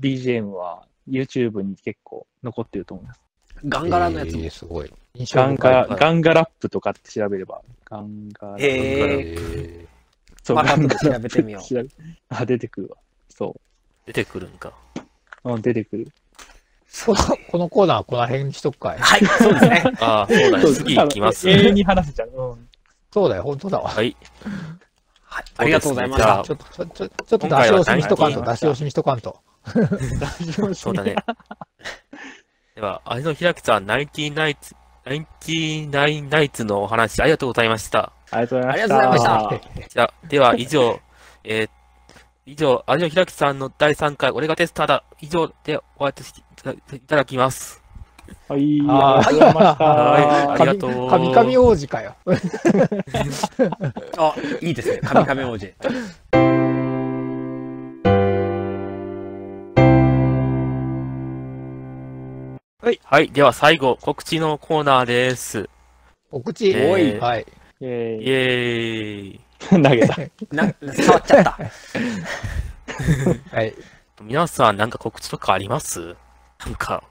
Speaker 4: BGM は YouTube に結構残ってると思います。
Speaker 3: ガンガラのやつ
Speaker 2: えー
Speaker 3: も。
Speaker 2: すごい。印
Speaker 4: ガンガ、
Speaker 1: はい
Speaker 4: ガンガラップとかって調べれば、ガンガラ
Speaker 3: へー
Speaker 2: え
Speaker 4: そう、
Speaker 3: ま
Speaker 4: ガ
Speaker 3: た
Speaker 4: ン
Speaker 3: 後で
Speaker 4: ガラ
Speaker 3: 調べてみよう
Speaker 4: [laughs] 調べあ、出てくるわ。そ
Speaker 1: 出てくるんか。
Speaker 4: う。うん、出てくる。
Speaker 2: このこのコーナーはこの辺にしとくかい。
Speaker 3: はい、そうですね。
Speaker 1: ああ、そうだね。次行きます。
Speaker 4: あの永遠に話せちゃう。うん。
Speaker 2: そうだよ、本当だわ。
Speaker 1: はい。
Speaker 3: はい、 [laughs] ありがとうございまし
Speaker 1: じゃ
Speaker 3: た
Speaker 1: あ。
Speaker 2: ちょっと、ちょちょちょっと出し惜しみしとかんと、出し惜しみしとかんと。
Speaker 1: そうだね。では、味の開きさん、ナインティナイツ、ナインティナインナイツのお話、ありがとうございました。
Speaker 4: ありがとうございました。
Speaker 3: ありがとうございました
Speaker 1: じゃあ、では、以上、えー、以上、味の開きさんの第3回、俺がテスターだ。以上で終わっていただきます。
Speaker 4: はい、
Speaker 2: あ
Speaker 4: ありがとうございました。
Speaker 1: はいありがとう
Speaker 2: 神神王子かよ。
Speaker 3: あ、いいですね。カメカメ王子。
Speaker 1: はい。では、最後、告知のコーナーです。
Speaker 2: お口。
Speaker 1: えー
Speaker 2: はい。
Speaker 4: イェ
Speaker 1: イ
Speaker 4: ーイ
Speaker 1: エーイ。
Speaker 4: 投げた。
Speaker 3: な、触っちゃった。
Speaker 2: はい。
Speaker 1: 皆さん、なんか告知とかありますなんか、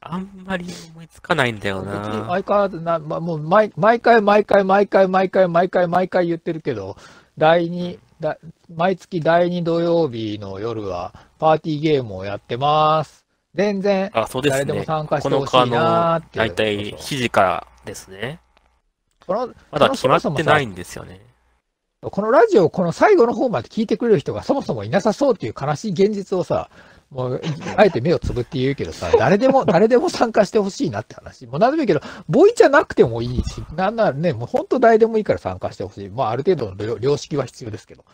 Speaker 1: あんまり思いつかないんだよ
Speaker 2: 別に
Speaker 1: な。
Speaker 2: 相変わらずな、ま、もう毎毎回毎回毎回毎回毎回毎回言ってるけど、第2だ毎月第2土曜日の夜はパーティーゲームをやってます。全然
Speaker 1: あ、そうで
Speaker 2: 誰
Speaker 1: す
Speaker 2: でも
Speaker 1: ね。
Speaker 2: 参加してほ
Speaker 1: 9
Speaker 2: しい
Speaker 1: 日
Speaker 2: なー
Speaker 1: の
Speaker 2: っていう。
Speaker 1: 大体
Speaker 2: そう
Speaker 1: 7時からですね。
Speaker 2: そうこ
Speaker 1: まだ決まってないんですよね。
Speaker 2: のこのラジオをこの最後の方まで聞いてくれる人がそもそもいなさそうっていう悲しい現実をさ、もう、あえて目をつぶって言うけど
Speaker 1: [laughs]
Speaker 2: さ、誰でも、誰でも参加してほしいなって話。もうなんでもいいけど、ボイじゃなくてもいいし、なんならね、もう本当誰でもいいから参加してほしい。まあ、ある程度の良良識は必要ですけど。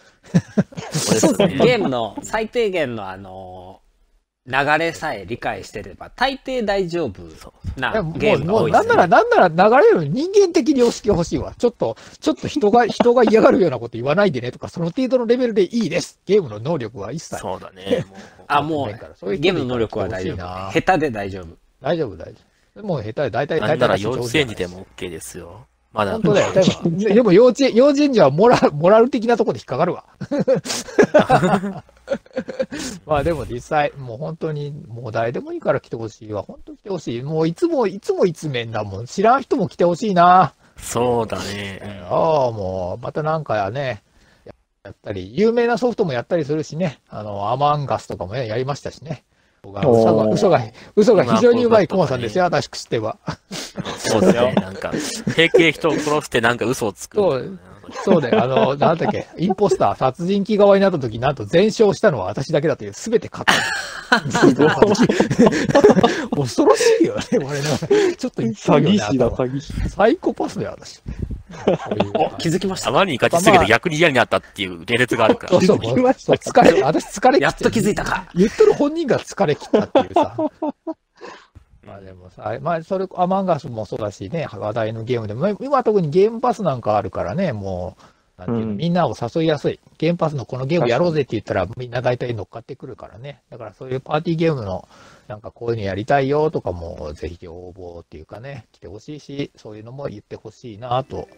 Speaker 1: そうですね。
Speaker 3: ゲームの最低限のあの流れさえ理解してれば大抵大丈夫な
Speaker 2: でも
Speaker 3: ゲームが
Speaker 2: もう、もう
Speaker 3: 多いで
Speaker 2: な
Speaker 3: す
Speaker 2: ん
Speaker 3: ね
Speaker 2: なら、なんなら流れる人間的良識が欲しいわ。ちょっと、ちょっと
Speaker 1: [laughs]
Speaker 2: 人が、人が嫌がるようなこと言わないでねとか、その程度のレベルでいいです。ゲームの能力は一切。
Speaker 1: そうだね。もう
Speaker 3: あも
Speaker 2: ないからそう
Speaker 3: う
Speaker 2: いう人
Speaker 3: ゲームの能力は大丈
Speaker 2: 欲しいな
Speaker 3: 夫下手で大丈夫
Speaker 2: 大丈夫、大丈夫。もう下手で、大体、
Speaker 1: な
Speaker 2: 大
Speaker 1: んなら
Speaker 2: 体
Speaker 1: 幼稚園児で。も OK ですよ。まだ
Speaker 2: 本、当だよ。でも、でも幼稚園、幼稚園児はモラル、モラル的なところで引っかかる
Speaker 4: [laughs]
Speaker 2: わ。まあでも実際、もう本当に、もう誰でもいいから来てほしいわ。本当に来てほしい。もういつも、いつも一面だもん。知らん人も来てほしいな。
Speaker 1: そうだね。
Speaker 2: ああ、もう、またなんかね、やったり、有名なソフトもやったりするしね、あの、アマンガスとかもね、やりましたしね。僕は嘘が、
Speaker 4: おー
Speaker 2: 嘘が、嘘が非常にうまいコ
Speaker 1: 今
Speaker 2: マさんですよ、私くしては。
Speaker 1: そうですね。なんか、平気で人を殺してなんか嘘をつく。
Speaker 2: そうそうで、あの、なんだっけ、インポスター、殺人鬼側になった時、なんと全勝したのは私だけだという、すべて勝った。恐ろしいよね、俺の。ちょっと言って
Speaker 4: 詐
Speaker 2: るよね
Speaker 4: 欺師だ、
Speaker 2: 頭
Speaker 4: 詐欺師。
Speaker 2: サイコパスだよ、
Speaker 4: [laughs]
Speaker 2: 私。そういう
Speaker 3: お気づきまし
Speaker 1: あ
Speaker 3: た
Speaker 1: まりに勝ちすぎて逆に嫌になったっていう連列があるから
Speaker 2: そう。そう、
Speaker 4: 気づきました
Speaker 2: そう疲れ、私疲れ切て
Speaker 3: やっと気づいたか
Speaker 2: 言っとる本人が疲れ切ったっていうさ。 [laughs] まあでもさ、まあそれ、アマンガスもそうだしね、話題のゲームでも、まあ今は特にゲームパスなんかあるからね、もう、なんていうの
Speaker 4: うん
Speaker 2: みんなを誘いやすい。ゲームパスのこのゲームやろうぜって言ったら、みんな大体乗っかってくるからね。だからそういうパーティーゲームの、なんかこういうのやりたいよとかも、ぜひ応募っていうかね、来てほしいし、そういうのも言ってほしいなと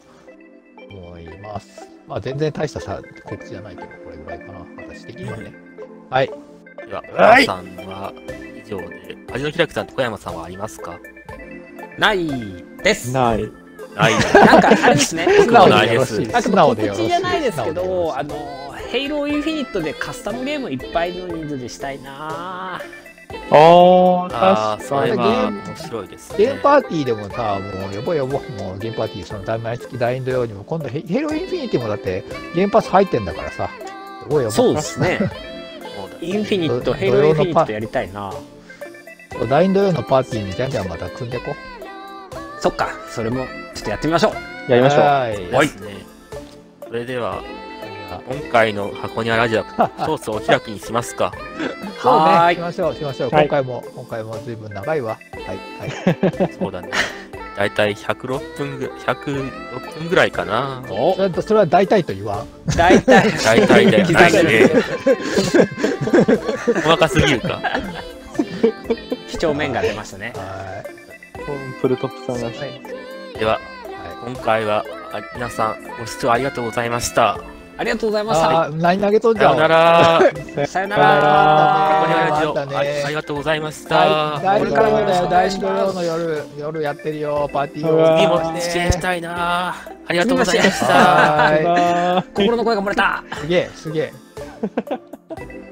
Speaker 2: 思います。まあ全然大したさ告知じゃないけど、これぐらいかな、私的にはね。はい。
Speaker 1: では、
Speaker 2: はい
Speaker 1: 皆さんは以上で、味の開きさんと小山さんはありますか
Speaker 3: ないですな
Speaker 4: ない。
Speaker 1: ない。
Speaker 3: んかあれですね
Speaker 2: 素
Speaker 1: 素
Speaker 2: 直
Speaker 1: 直で
Speaker 2: でよ
Speaker 1: よろ
Speaker 2: ろし
Speaker 1: しい
Speaker 2: いで
Speaker 3: なん
Speaker 2: す。
Speaker 3: か告知じゃないですけど、あの、ヘイローインフィニットでカスタムゲームいっぱいの人数でしたいな
Speaker 4: ああ、
Speaker 1: ああ、
Speaker 4: 確
Speaker 1: そ
Speaker 4: か
Speaker 1: れ
Speaker 4: に。
Speaker 1: は面白いです
Speaker 2: ゲーム
Speaker 1: ね。
Speaker 2: パーティーでもさ、もうやばいやばい、もうゲームパーティー、その大毎月第2土曜にも、今度ヘヘロインフィニティもだって、ゲームパス入ってんだからさ、すごいやばい。
Speaker 3: そうですね。
Speaker 1: そうだ
Speaker 3: インフィニット、ヘイローインフィニットやりたいな
Speaker 2: 第2土曜のパーティーにじゃんじゃんまた組んでこ。
Speaker 3: そっか、それもちょっとやってみましょう。
Speaker 4: やりましょう。
Speaker 2: はー
Speaker 1: で
Speaker 2: い。
Speaker 1: すね。それでは、今回の箱庭ラジオ、ソースをお開きにしますか。
Speaker 2: そう
Speaker 3: はー
Speaker 2: ね、
Speaker 3: い
Speaker 2: しましょう、しましょう。
Speaker 4: はい
Speaker 2: 今回も、今回も随分長いわ。はい、はい。
Speaker 1: そうだね。だいたい106分ぐ、106分ぐらいかな。
Speaker 3: お
Speaker 2: それとそれは大体と言わん。
Speaker 3: 大体、
Speaker 1: 大体だよ。
Speaker 3: 刻
Speaker 1: ない
Speaker 3: める
Speaker 1: ね。細かすぎる
Speaker 2: [laughs]
Speaker 1: か。
Speaker 3: 几帳面が出ましたね。
Speaker 2: は
Speaker 4: うんプルトップさんらしい。
Speaker 1: では、
Speaker 2: い。はい
Speaker 1: 今回は、あ皆さん、ご視聴ありがとうございました。
Speaker 3: ありがとうございました。
Speaker 2: あー、何投げとんじ
Speaker 1: さ
Speaker 2: ゃん。
Speaker 1: ようなら。
Speaker 3: さよな
Speaker 4: さよな
Speaker 3: ら
Speaker 4: ら。
Speaker 1: 箱庭ラジ
Speaker 2: ま
Speaker 1: オ、
Speaker 2: た
Speaker 1: あ
Speaker 2: ね
Speaker 1: ありがとうございました。
Speaker 2: はい、第
Speaker 4: こ
Speaker 2: 2
Speaker 4: れ
Speaker 2: 土
Speaker 4: から
Speaker 2: 曜
Speaker 4: もよろ
Speaker 2: だ
Speaker 4: しく
Speaker 2: よ、
Speaker 4: お
Speaker 3: 願
Speaker 2: 第2
Speaker 3: いします
Speaker 2: 土曜の夜、夜やってるよ、パーティー
Speaker 4: うわ
Speaker 1: 次
Speaker 2: を。
Speaker 1: も出演したいなありがとうございました。
Speaker 2: はーい。
Speaker 4: バイバイ
Speaker 3: 心の声が漏れた。
Speaker 2: すげえ、すげえ。